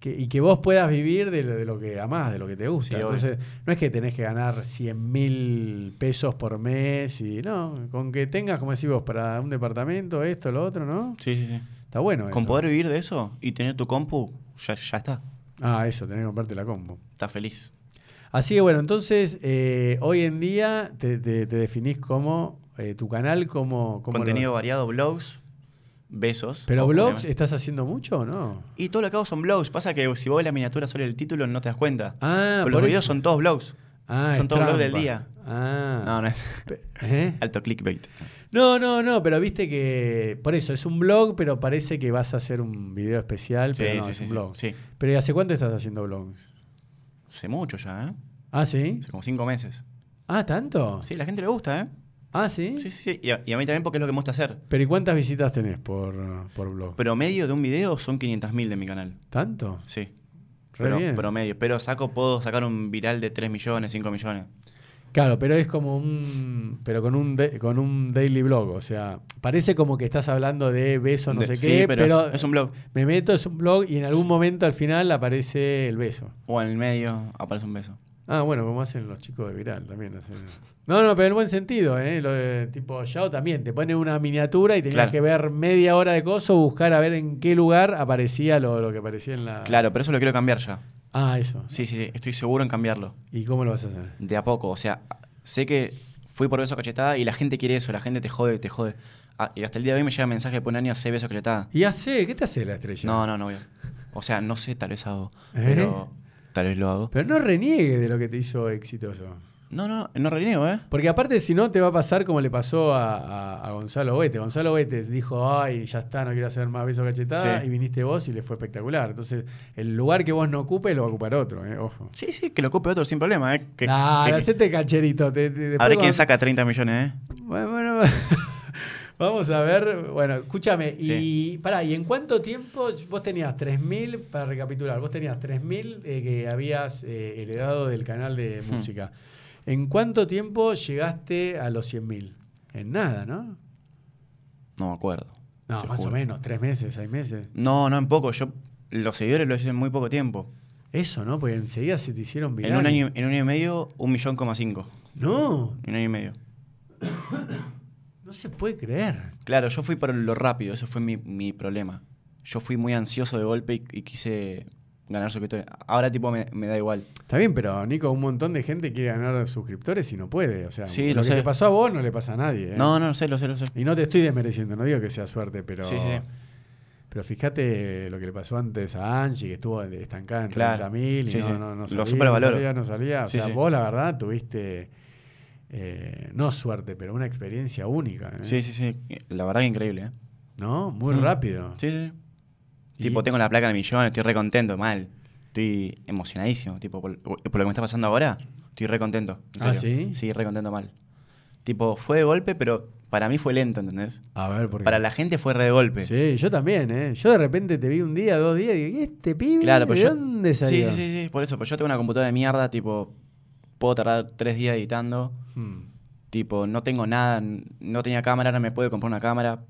[SPEAKER 1] que- y que vos puedas vivir de lo, de lo que amás, de lo que te gusta.
[SPEAKER 2] Sí, obvio.
[SPEAKER 1] Entonces, no es que tenés que ganar 100 mil pesos por mes y no, con que tengas, como decís vos, para un departamento, esto, lo otro, ¿no?
[SPEAKER 2] Sí, sí, sí.
[SPEAKER 1] Está bueno.
[SPEAKER 2] Con
[SPEAKER 1] eso.
[SPEAKER 2] poder vivir de eso y tener tu compu, ya, ya está.
[SPEAKER 1] Ah, eso, tenés que comprarte la combo.
[SPEAKER 2] Estás feliz.
[SPEAKER 1] Así que bueno, entonces, eh, hoy en día te, te- te definís como eh, tu canal, como... como
[SPEAKER 2] Contenido
[SPEAKER 1] lo-
[SPEAKER 2] variado, blogs, besos.
[SPEAKER 1] Pero blogs,
[SPEAKER 2] obviamente.
[SPEAKER 1] ¿estás haciendo mucho o no?
[SPEAKER 2] Y todo lo que hago son blogs. Pasa que si vos ves la miniatura solo el título no te das cuenta.
[SPEAKER 1] Ah,
[SPEAKER 2] Pero
[SPEAKER 1] por
[SPEAKER 2] los videos
[SPEAKER 1] eso.
[SPEAKER 2] son todos blogs.
[SPEAKER 1] Ah,
[SPEAKER 2] son
[SPEAKER 1] es
[SPEAKER 2] todos blogs del
[SPEAKER 1] trampa.
[SPEAKER 2] día.
[SPEAKER 1] Ah.
[SPEAKER 2] No,
[SPEAKER 1] <laughs>
[SPEAKER 2] no es
[SPEAKER 1] Pe- ¿Eh?
[SPEAKER 2] alto clickbait.
[SPEAKER 1] No, no, no, pero viste que. Por eso, es un blog, pero parece que vas a hacer un video especial, pero no, es un blog.
[SPEAKER 2] sí.
[SPEAKER 1] Pero ¿y hace cuánto estás haciendo blogs?
[SPEAKER 2] Hace mucho ya, ¿eh?
[SPEAKER 1] ¿Ah, sí?
[SPEAKER 2] Hace como cinco meses.
[SPEAKER 1] ¿Ah, tanto?
[SPEAKER 2] Sí, la gente le gusta, ¿eh?
[SPEAKER 1] ¿Ah, sí?
[SPEAKER 2] Sí, sí, sí. Y a, y a mí también porque es lo que me gusta hacer.
[SPEAKER 1] ¿Pero y cuántas visitas tenés por, por blog?
[SPEAKER 2] Promedio de un video son 500.000 de mi canal.
[SPEAKER 1] ¿Tanto?
[SPEAKER 2] Sí.
[SPEAKER 1] Re
[SPEAKER 2] Pero-
[SPEAKER 1] bien.
[SPEAKER 2] promedio. Pero saco, puedo sacar un viral de 3 millones, 5 millones.
[SPEAKER 1] Claro, pero es como un. Pero con un, da- con un daily blog, o sea, parece como que estás hablando de beso, no
[SPEAKER 2] De-
[SPEAKER 1] sé
[SPEAKER 2] sí,
[SPEAKER 1] qué,
[SPEAKER 2] pero
[SPEAKER 1] pero.
[SPEAKER 2] es- es un blog.
[SPEAKER 1] Me meto, es un blog y en algún momento al final aparece el beso.
[SPEAKER 2] O en el medio aparece un beso.
[SPEAKER 1] Ah, bueno, como hacen los chicos de viral también. hacen- No, no, pero en buen sentido, ¿eh? Lo de tipo Yao también, te pone una miniatura y tenías
[SPEAKER 2] Claro.
[SPEAKER 1] que ver media hora de coso, buscar a ver en qué lugar aparecía lo, lo que aparecía en la.
[SPEAKER 2] Claro, pero eso lo quiero cambiar ya.
[SPEAKER 1] Ah, eso.
[SPEAKER 2] Sí, sí, sí. Estoy seguro en cambiarlo.
[SPEAKER 1] ¿Y cómo lo vas a hacer?
[SPEAKER 2] De a poco. O sea, sé que fui por beso cachetada y la gente quiere eso, la gente te jode, te jode. Ah, y hasta el día de hoy me llega mensaje de Ponernia, sé beso cachetada.
[SPEAKER 1] ¿Y hace? ¿Qué te hace la estrella?
[SPEAKER 2] No, no, no voy a- O sea, no sé, tal vez hago.
[SPEAKER 1] ¿Eh?
[SPEAKER 2] Pero tal vez lo hago.
[SPEAKER 1] Pero no reniegue de lo que te hizo exitoso.
[SPEAKER 2] No, no, no reniego, ¿eh?
[SPEAKER 1] Porque aparte, si no, te va a pasar como le pasó a, a- a Gonzalo Oete. Gonzalo Oete dijo, ay, ya está, no quiero hacer más besos cachetada.
[SPEAKER 2] Sí.
[SPEAKER 1] Y viniste vos y le fue espectacular. Entonces, el lugar que vos no ocupes lo va a ocupar otro, eh, ojo.
[SPEAKER 2] Sí, sí, que lo ocupe otro sin problema, ¿eh? Que,
[SPEAKER 1] Ah,
[SPEAKER 2] que-
[SPEAKER 1] hacete cacherito. Te, te-
[SPEAKER 2] a
[SPEAKER 1] después
[SPEAKER 2] ver quién
[SPEAKER 1] cuando-
[SPEAKER 2] saca 30 millones, ¿eh?
[SPEAKER 1] Bueno, bueno, <laughs> vamos a ver. Bueno, escúchame. Y pará, ¿y en cuánto tiempo vos tenías 3.000, para recapitular, vos tenías 3.000 eh, que habías eh, heredado del canal de
[SPEAKER 2] Hmm.
[SPEAKER 1] música? ¿En cuánto tiempo llegaste a los 100.000? En nada, ¿no?
[SPEAKER 2] No me acuerdo.
[SPEAKER 1] No,
[SPEAKER 2] Te
[SPEAKER 1] más o
[SPEAKER 2] juro.
[SPEAKER 1] menos, tres meses, seis meses.
[SPEAKER 2] No, no, en poco. Yo los seguidores los hice en muy poco tiempo.
[SPEAKER 1] Eso, ¿no? Porque enseguida se te hicieron virales.
[SPEAKER 2] En un, año, en un año y medio, un millón coma cinco.
[SPEAKER 1] No,
[SPEAKER 2] En un año y medio.
[SPEAKER 1] no se puede creer.
[SPEAKER 2] Claro, yo fui por lo rápido, ese fue mi, mi problema. Yo fui muy ansioso de golpe y, y quise ganar suscriptores. Ahora, tipo, me, me da igual.
[SPEAKER 1] Está bien, pero Nico, un montón de gente quiere ganar suscriptores y no puede. O sea,
[SPEAKER 2] Sí,
[SPEAKER 1] lo,
[SPEAKER 2] lo
[SPEAKER 1] que
[SPEAKER 2] sé.
[SPEAKER 1] te pasó a vos no le pasa a nadie. ¿eh?
[SPEAKER 2] No, no, lo sé, lo sé, lo sé.
[SPEAKER 1] Y no te estoy desmereciendo, no digo que sea suerte, pero.
[SPEAKER 2] Sí, sí, sí.
[SPEAKER 1] Pero fíjate lo que le pasó antes a Angie, que estuvo estancada en
[SPEAKER 2] Claro.
[SPEAKER 1] 30.000 y
[SPEAKER 2] Sí,
[SPEAKER 1] no,
[SPEAKER 2] sí.
[SPEAKER 1] no, no
[SPEAKER 2] Lo
[SPEAKER 1] salía,
[SPEAKER 2] supervaloro.
[SPEAKER 1] no salía, no salía. O
[SPEAKER 2] Sí,
[SPEAKER 1] sea,
[SPEAKER 2] sí.
[SPEAKER 1] vos la verdad tuviste, eh, no suerte, pero una experiencia única. ¿eh?
[SPEAKER 2] Sí, sí, sí. La verdad que increíble, ¿eh?
[SPEAKER 1] ¿No? Muy
[SPEAKER 2] Mm.
[SPEAKER 1] rápido.
[SPEAKER 2] Sí, sí.
[SPEAKER 1] Y-
[SPEAKER 2] Tipo, tengo la placa del millón, estoy re contento, mal. Estoy emocionadísimo, tipo, por, por lo que me está pasando ahora, estoy re contento. en
[SPEAKER 1] Ah,
[SPEAKER 2] serio.
[SPEAKER 1] ¿sí?
[SPEAKER 2] Sí, re contento mal. Tipo, fue de golpe, pero para mí fue lento, ¿entendés?
[SPEAKER 1] A ver, porque.
[SPEAKER 2] Para la gente fue re de golpe.
[SPEAKER 1] Sí, yo también, ¿eh? Yo de repente te vi un día, dos días y digo, ¿y este pibe?
[SPEAKER 2] Claro,
[SPEAKER 1] ¿De
[SPEAKER 2] pero yo-
[SPEAKER 1] dónde
[SPEAKER 2] Sí,
[SPEAKER 1] salió?
[SPEAKER 2] sí, sí, sí, por eso, pues yo tengo una computadora de mierda, tipo, puedo tardar tres días editando,
[SPEAKER 1] Hmm.
[SPEAKER 2] tipo, no tengo nada, n- no tenía cámara, ahora me puedo comprar una cámara,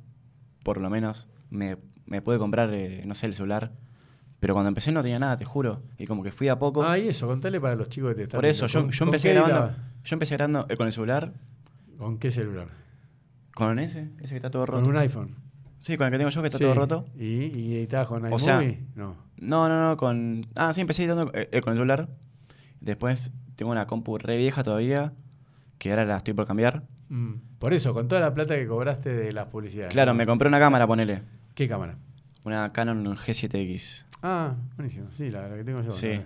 [SPEAKER 2] por lo menos, me, me puede comprar, eh, no sé, el celular. Pero cuando empecé no tenía nada, te juro. Y como que fui a poco.
[SPEAKER 1] Ah, y eso, contale para los chicos que te están
[SPEAKER 2] Por eso,
[SPEAKER 1] viendo.
[SPEAKER 2] yo,
[SPEAKER 1] ¿Con-
[SPEAKER 2] yo
[SPEAKER 1] con
[SPEAKER 2] empecé
[SPEAKER 1] qué
[SPEAKER 2] grabando.
[SPEAKER 1] grabas?
[SPEAKER 2] Yo empecé grabando eh, con el celular,
[SPEAKER 1] ¿Con qué celular?
[SPEAKER 2] con ese, ese que está todo roto.
[SPEAKER 1] Con un iPhone.
[SPEAKER 2] Sí, con el que tengo yo que está
[SPEAKER 1] Sí.
[SPEAKER 2] todo roto.
[SPEAKER 1] ¿Y, y editabas con iMovie?
[SPEAKER 2] O sea-
[SPEAKER 1] no.
[SPEAKER 2] No, no, no, con. Ah, sí, empecé editando eh, eh, con el celular. Después tengo una compu re vieja todavía, que ahora la estoy por cambiar.
[SPEAKER 1] Mm. Por eso, con toda la plata que cobraste de las publicidades.
[SPEAKER 2] Claro,
[SPEAKER 1] ¿no?
[SPEAKER 2] me compré una cámara, ponele.
[SPEAKER 1] ¿Qué cámara?
[SPEAKER 2] Una Canon G7X.
[SPEAKER 1] Ah, buenísimo. Sí, la, la que tengo yo.
[SPEAKER 2] Sí.
[SPEAKER 1] ¿no?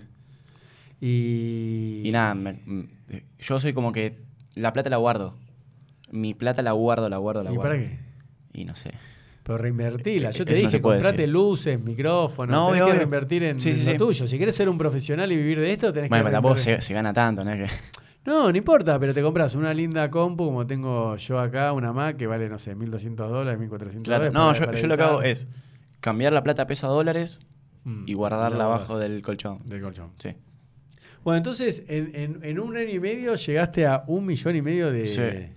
[SPEAKER 1] Y...
[SPEAKER 2] Y nada, me- mm, eh, yo soy como que. La plata la guardo. Mi plata la guardo, la guardo, la
[SPEAKER 1] ¿Y
[SPEAKER 2] guardo.
[SPEAKER 1] para qué?
[SPEAKER 2] Y no sé.
[SPEAKER 1] Pero reinvertila. Yo te
[SPEAKER 2] Eso no
[SPEAKER 1] dije,
[SPEAKER 2] se puede
[SPEAKER 1] comprate
[SPEAKER 2] decir.
[SPEAKER 1] luces, micrófonos.
[SPEAKER 2] No,
[SPEAKER 1] tenés
[SPEAKER 2] obvio,
[SPEAKER 1] que
[SPEAKER 2] obvio.
[SPEAKER 1] reinvertir en,
[SPEAKER 2] Sí,
[SPEAKER 1] en
[SPEAKER 2] sí,
[SPEAKER 1] lo
[SPEAKER 2] sí.
[SPEAKER 1] tuyo. Si quieres ser un profesional y vivir de esto, tenés
[SPEAKER 2] Bueno,
[SPEAKER 1] que.
[SPEAKER 2] pero tampoco
[SPEAKER 1] reinvertir.
[SPEAKER 2] se, se gana tanto, ¿no? Que-
[SPEAKER 1] No, no importa, pero te compras una linda compu como tengo yo acá, una Mac que vale, no sé, 1.200 dólares, 1.400
[SPEAKER 2] Claro,
[SPEAKER 1] dólares.
[SPEAKER 2] no,
[SPEAKER 1] para-
[SPEAKER 2] yo,
[SPEAKER 1] para
[SPEAKER 2] yo lo que hago
[SPEAKER 1] editar.
[SPEAKER 2] es cambiar la plata a peso a dólares
[SPEAKER 1] Mm,
[SPEAKER 2] y guardarla
[SPEAKER 1] la guardas
[SPEAKER 2] abajo del colchón.
[SPEAKER 1] del colchón.
[SPEAKER 2] Sí.
[SPEAKER 1] Bueno, entonces en, en- en un año y medio llegaste a un millón y medio de.
[SPEAKER 2] Sí.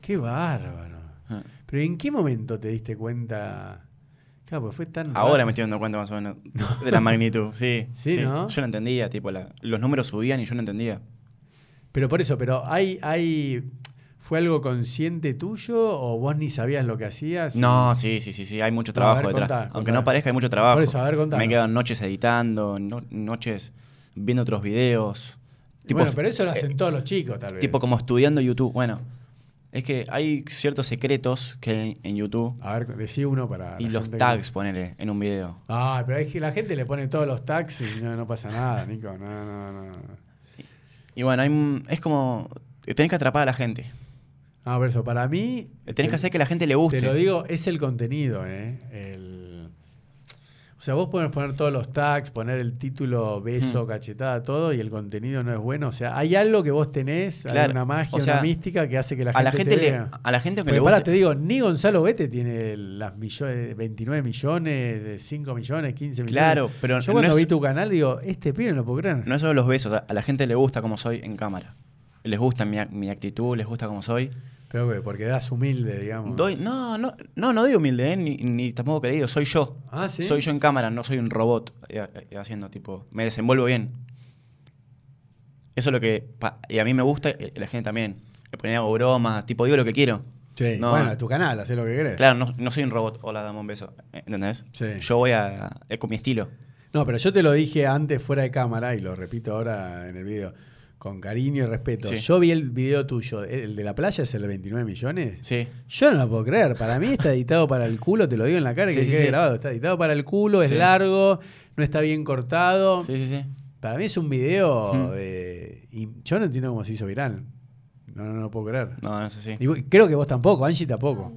[SPEAKER 1] Qué bárbaro.
[SPEAKER 2] Ah.
[SPEAKER 1] Pero ¿en qué momento te diste cuenta? Claro, pues fue tan.
[SPEAKER 2] Ahora
[SPEAKER 1] rápido.
[SPEAKER 2] me estoy dando cuenta más o menos
[SPEAKER 1] <laughs>
[SPEAKER 2] de la magnitud. Sí,
[SPEAKER 1] Sí, ¿no?
[SPEAKER 2] Yo no entendía, tipo, la- los números subían y yo no entendía.
[SPEAKER 1] Pero por eso, pero hay, hay. ¿Fue algo consciente tuyo o vos ni sabías lo que hacías?
[SPEAKER 2] No, sí, sí, sí, sí, hay
[SPEAKER 1] No,
[SPEAKER 2] mucho
[SPEAKER 1] a
[SPEAKER 2] trabajo
[SPEAKER 1] ver,
[SPEAKER 2] detrás.
[SPEAKER 1] contá,
[SPEAKER 2] Aunque
[SPEAKER 1] contá.
[SPEAKER 2] no parezca, hay mucho trabajo.
[SPEAKER 1] Por eso, a ver, contá.
[SPEAKER 2] Me he quedado noches editando, no- noches viendo otros videos.
[SPEAKER 1] Y
[SPEAKER 2] Tipo,
[SPEAKER 1] bueno, pero eso lo hacen
[SPEAKER 2] eh,
[SPEAKER 1] todos los chicos, tal vez.
[SPEAKER 2] tipo como estudiando YouTube. Bueno, es que hay ciertos secretos que hay en YouTube
[SPEAKER 1] A ver, decí uno para.
[SPEAKER 2] y
[SPEAKER 1] Ah, la
[SPEAKER 2] los
[SPEAKER 1] gente que-
[SPEAKER 2] tags, ponele, en un video.
[SPEAKER 1] Ah, pero es que la gente le pone todos los tags y no, no pasa nada, Nico. No, no, no.
[SPEAKER 2] Y bueno, hay un- es como. Tenés que atrapar a la gente.
[SPEAKER 1] No, por eso, para mí.
[SPEAKER 2] Eh, Tenés que hacer que la gente le guste.
[SPEAKER 1] Te lo digo, es el contenido, ¿eh? El- O sea, vos podés poner todos los tags, poner el título, beso,
[SPEAKER 2] Hmm.
[SPEAKER 1] cachetada, todo, y el contenido no es bueno. O sea, hay algo que vos tenés, hay
[SPEAKER 2] Claro,
[SPEAKER 1] una magia,
[SPEAKER 2] o sea,
[SPEAKER 1] una mística que hace que la
[SPEAKER 2] a
[SPEAKER 1] gente.
[SPEAKER 2] la gente
[SPEAKER 1] te
[SPEAKER 2] le,
[SPEAKER 1] vea.
[SPEAKER 2] a la gente que
[SPEAKER 1] Porque
[SPEAKER 2] le
[SPEAKER 1] pará,
[SPEAKER 2] guste-
[SPEAKER 1] te digo, ni Gonzalo Vete tiene las millones, 29 millones, de 5 millones, 15 millones.
[SPEAKER 2] Claro, pero
[SPEAKER 1] Yo
[SPEAKER 2] no
[SPEAKER 1] cuando
[SPEAKER 2] es-
[SPEAKER 1] vi tu canal digo, este pibe no lo puedo creer.
[SPEAKER 2] No es solo los besos, a- a la gente le gusta como soy en cámara. Les gusta mi, ac- mi actitud, les gusta como soy.
[SPEAKER 1] Pero ¿qué? porque das humilde, digamos.
[SPEAKER 2] Doy, no, no, no, no digo humilde, eh, ni, ni tampoco creído, soy yo.
[SPEAKER 1] Ah, sí.
[SPEAKER 2] Soy yo en cámara, no soy un robot eh, eh, haciendo tipo, me desenvuelvo bien. Eso es lo que pa- y a mí me gusta, eh, la gente también. Le ponía hago bromas, tipo digo lo que quiero.
[SPEAKER 1] Sí,
[SPEAKER 2] No.
[SPEAKER 1] bueno, tu canal, haces lo que querés.
[SPEAKER 2] Claro, no, no soy un robot. Hola, dame un beso. eh, ¿Entendés?
[SPEAKER 1] Sí.
[SPEAKER 2] Yo voy a, eh, con mi estilo.
[SPEAKER 1] No, pero yo te lo dije antes fuera de cámara y lo repito ahora en el video. Con cariño y respeto.
[SPEAKER 2] Sí.
[SPEAKER 1] Yo vi el video tuyo. ¿El de la playa es el de 29 millones?
[SPEAKER 2] Sí.
[SPEAKER 1] Yo no lo puedo creer. Para mí está editado para el culo, te lo digo en la cara
[SPEAKER 2] Sí,
[SPEAKER 1] que
[SPEAKER 2] sí,
[SPEAKER 1] quede
[SPEAKER 2] sí.
[SPEAKER 1] grabado. Está editado para el culo, es
[SPEAKER 2] Sí.
[SPEAKER 1] largo, no está bien cortado.
[SPEAKER 2] Sí, sí, sí.
[SPEAKER 1] Para mí es un video.
[SPEAKER 2] Mm.
[SPEAKER 1] eh, y yo no entiendo cómo se hizo viral. No, no, no lo puedo creer.
[SPEAKER 2] No, no sé si.
[SPEAKER 1] Y vos- creo que vos tampoco, Angie tampoco.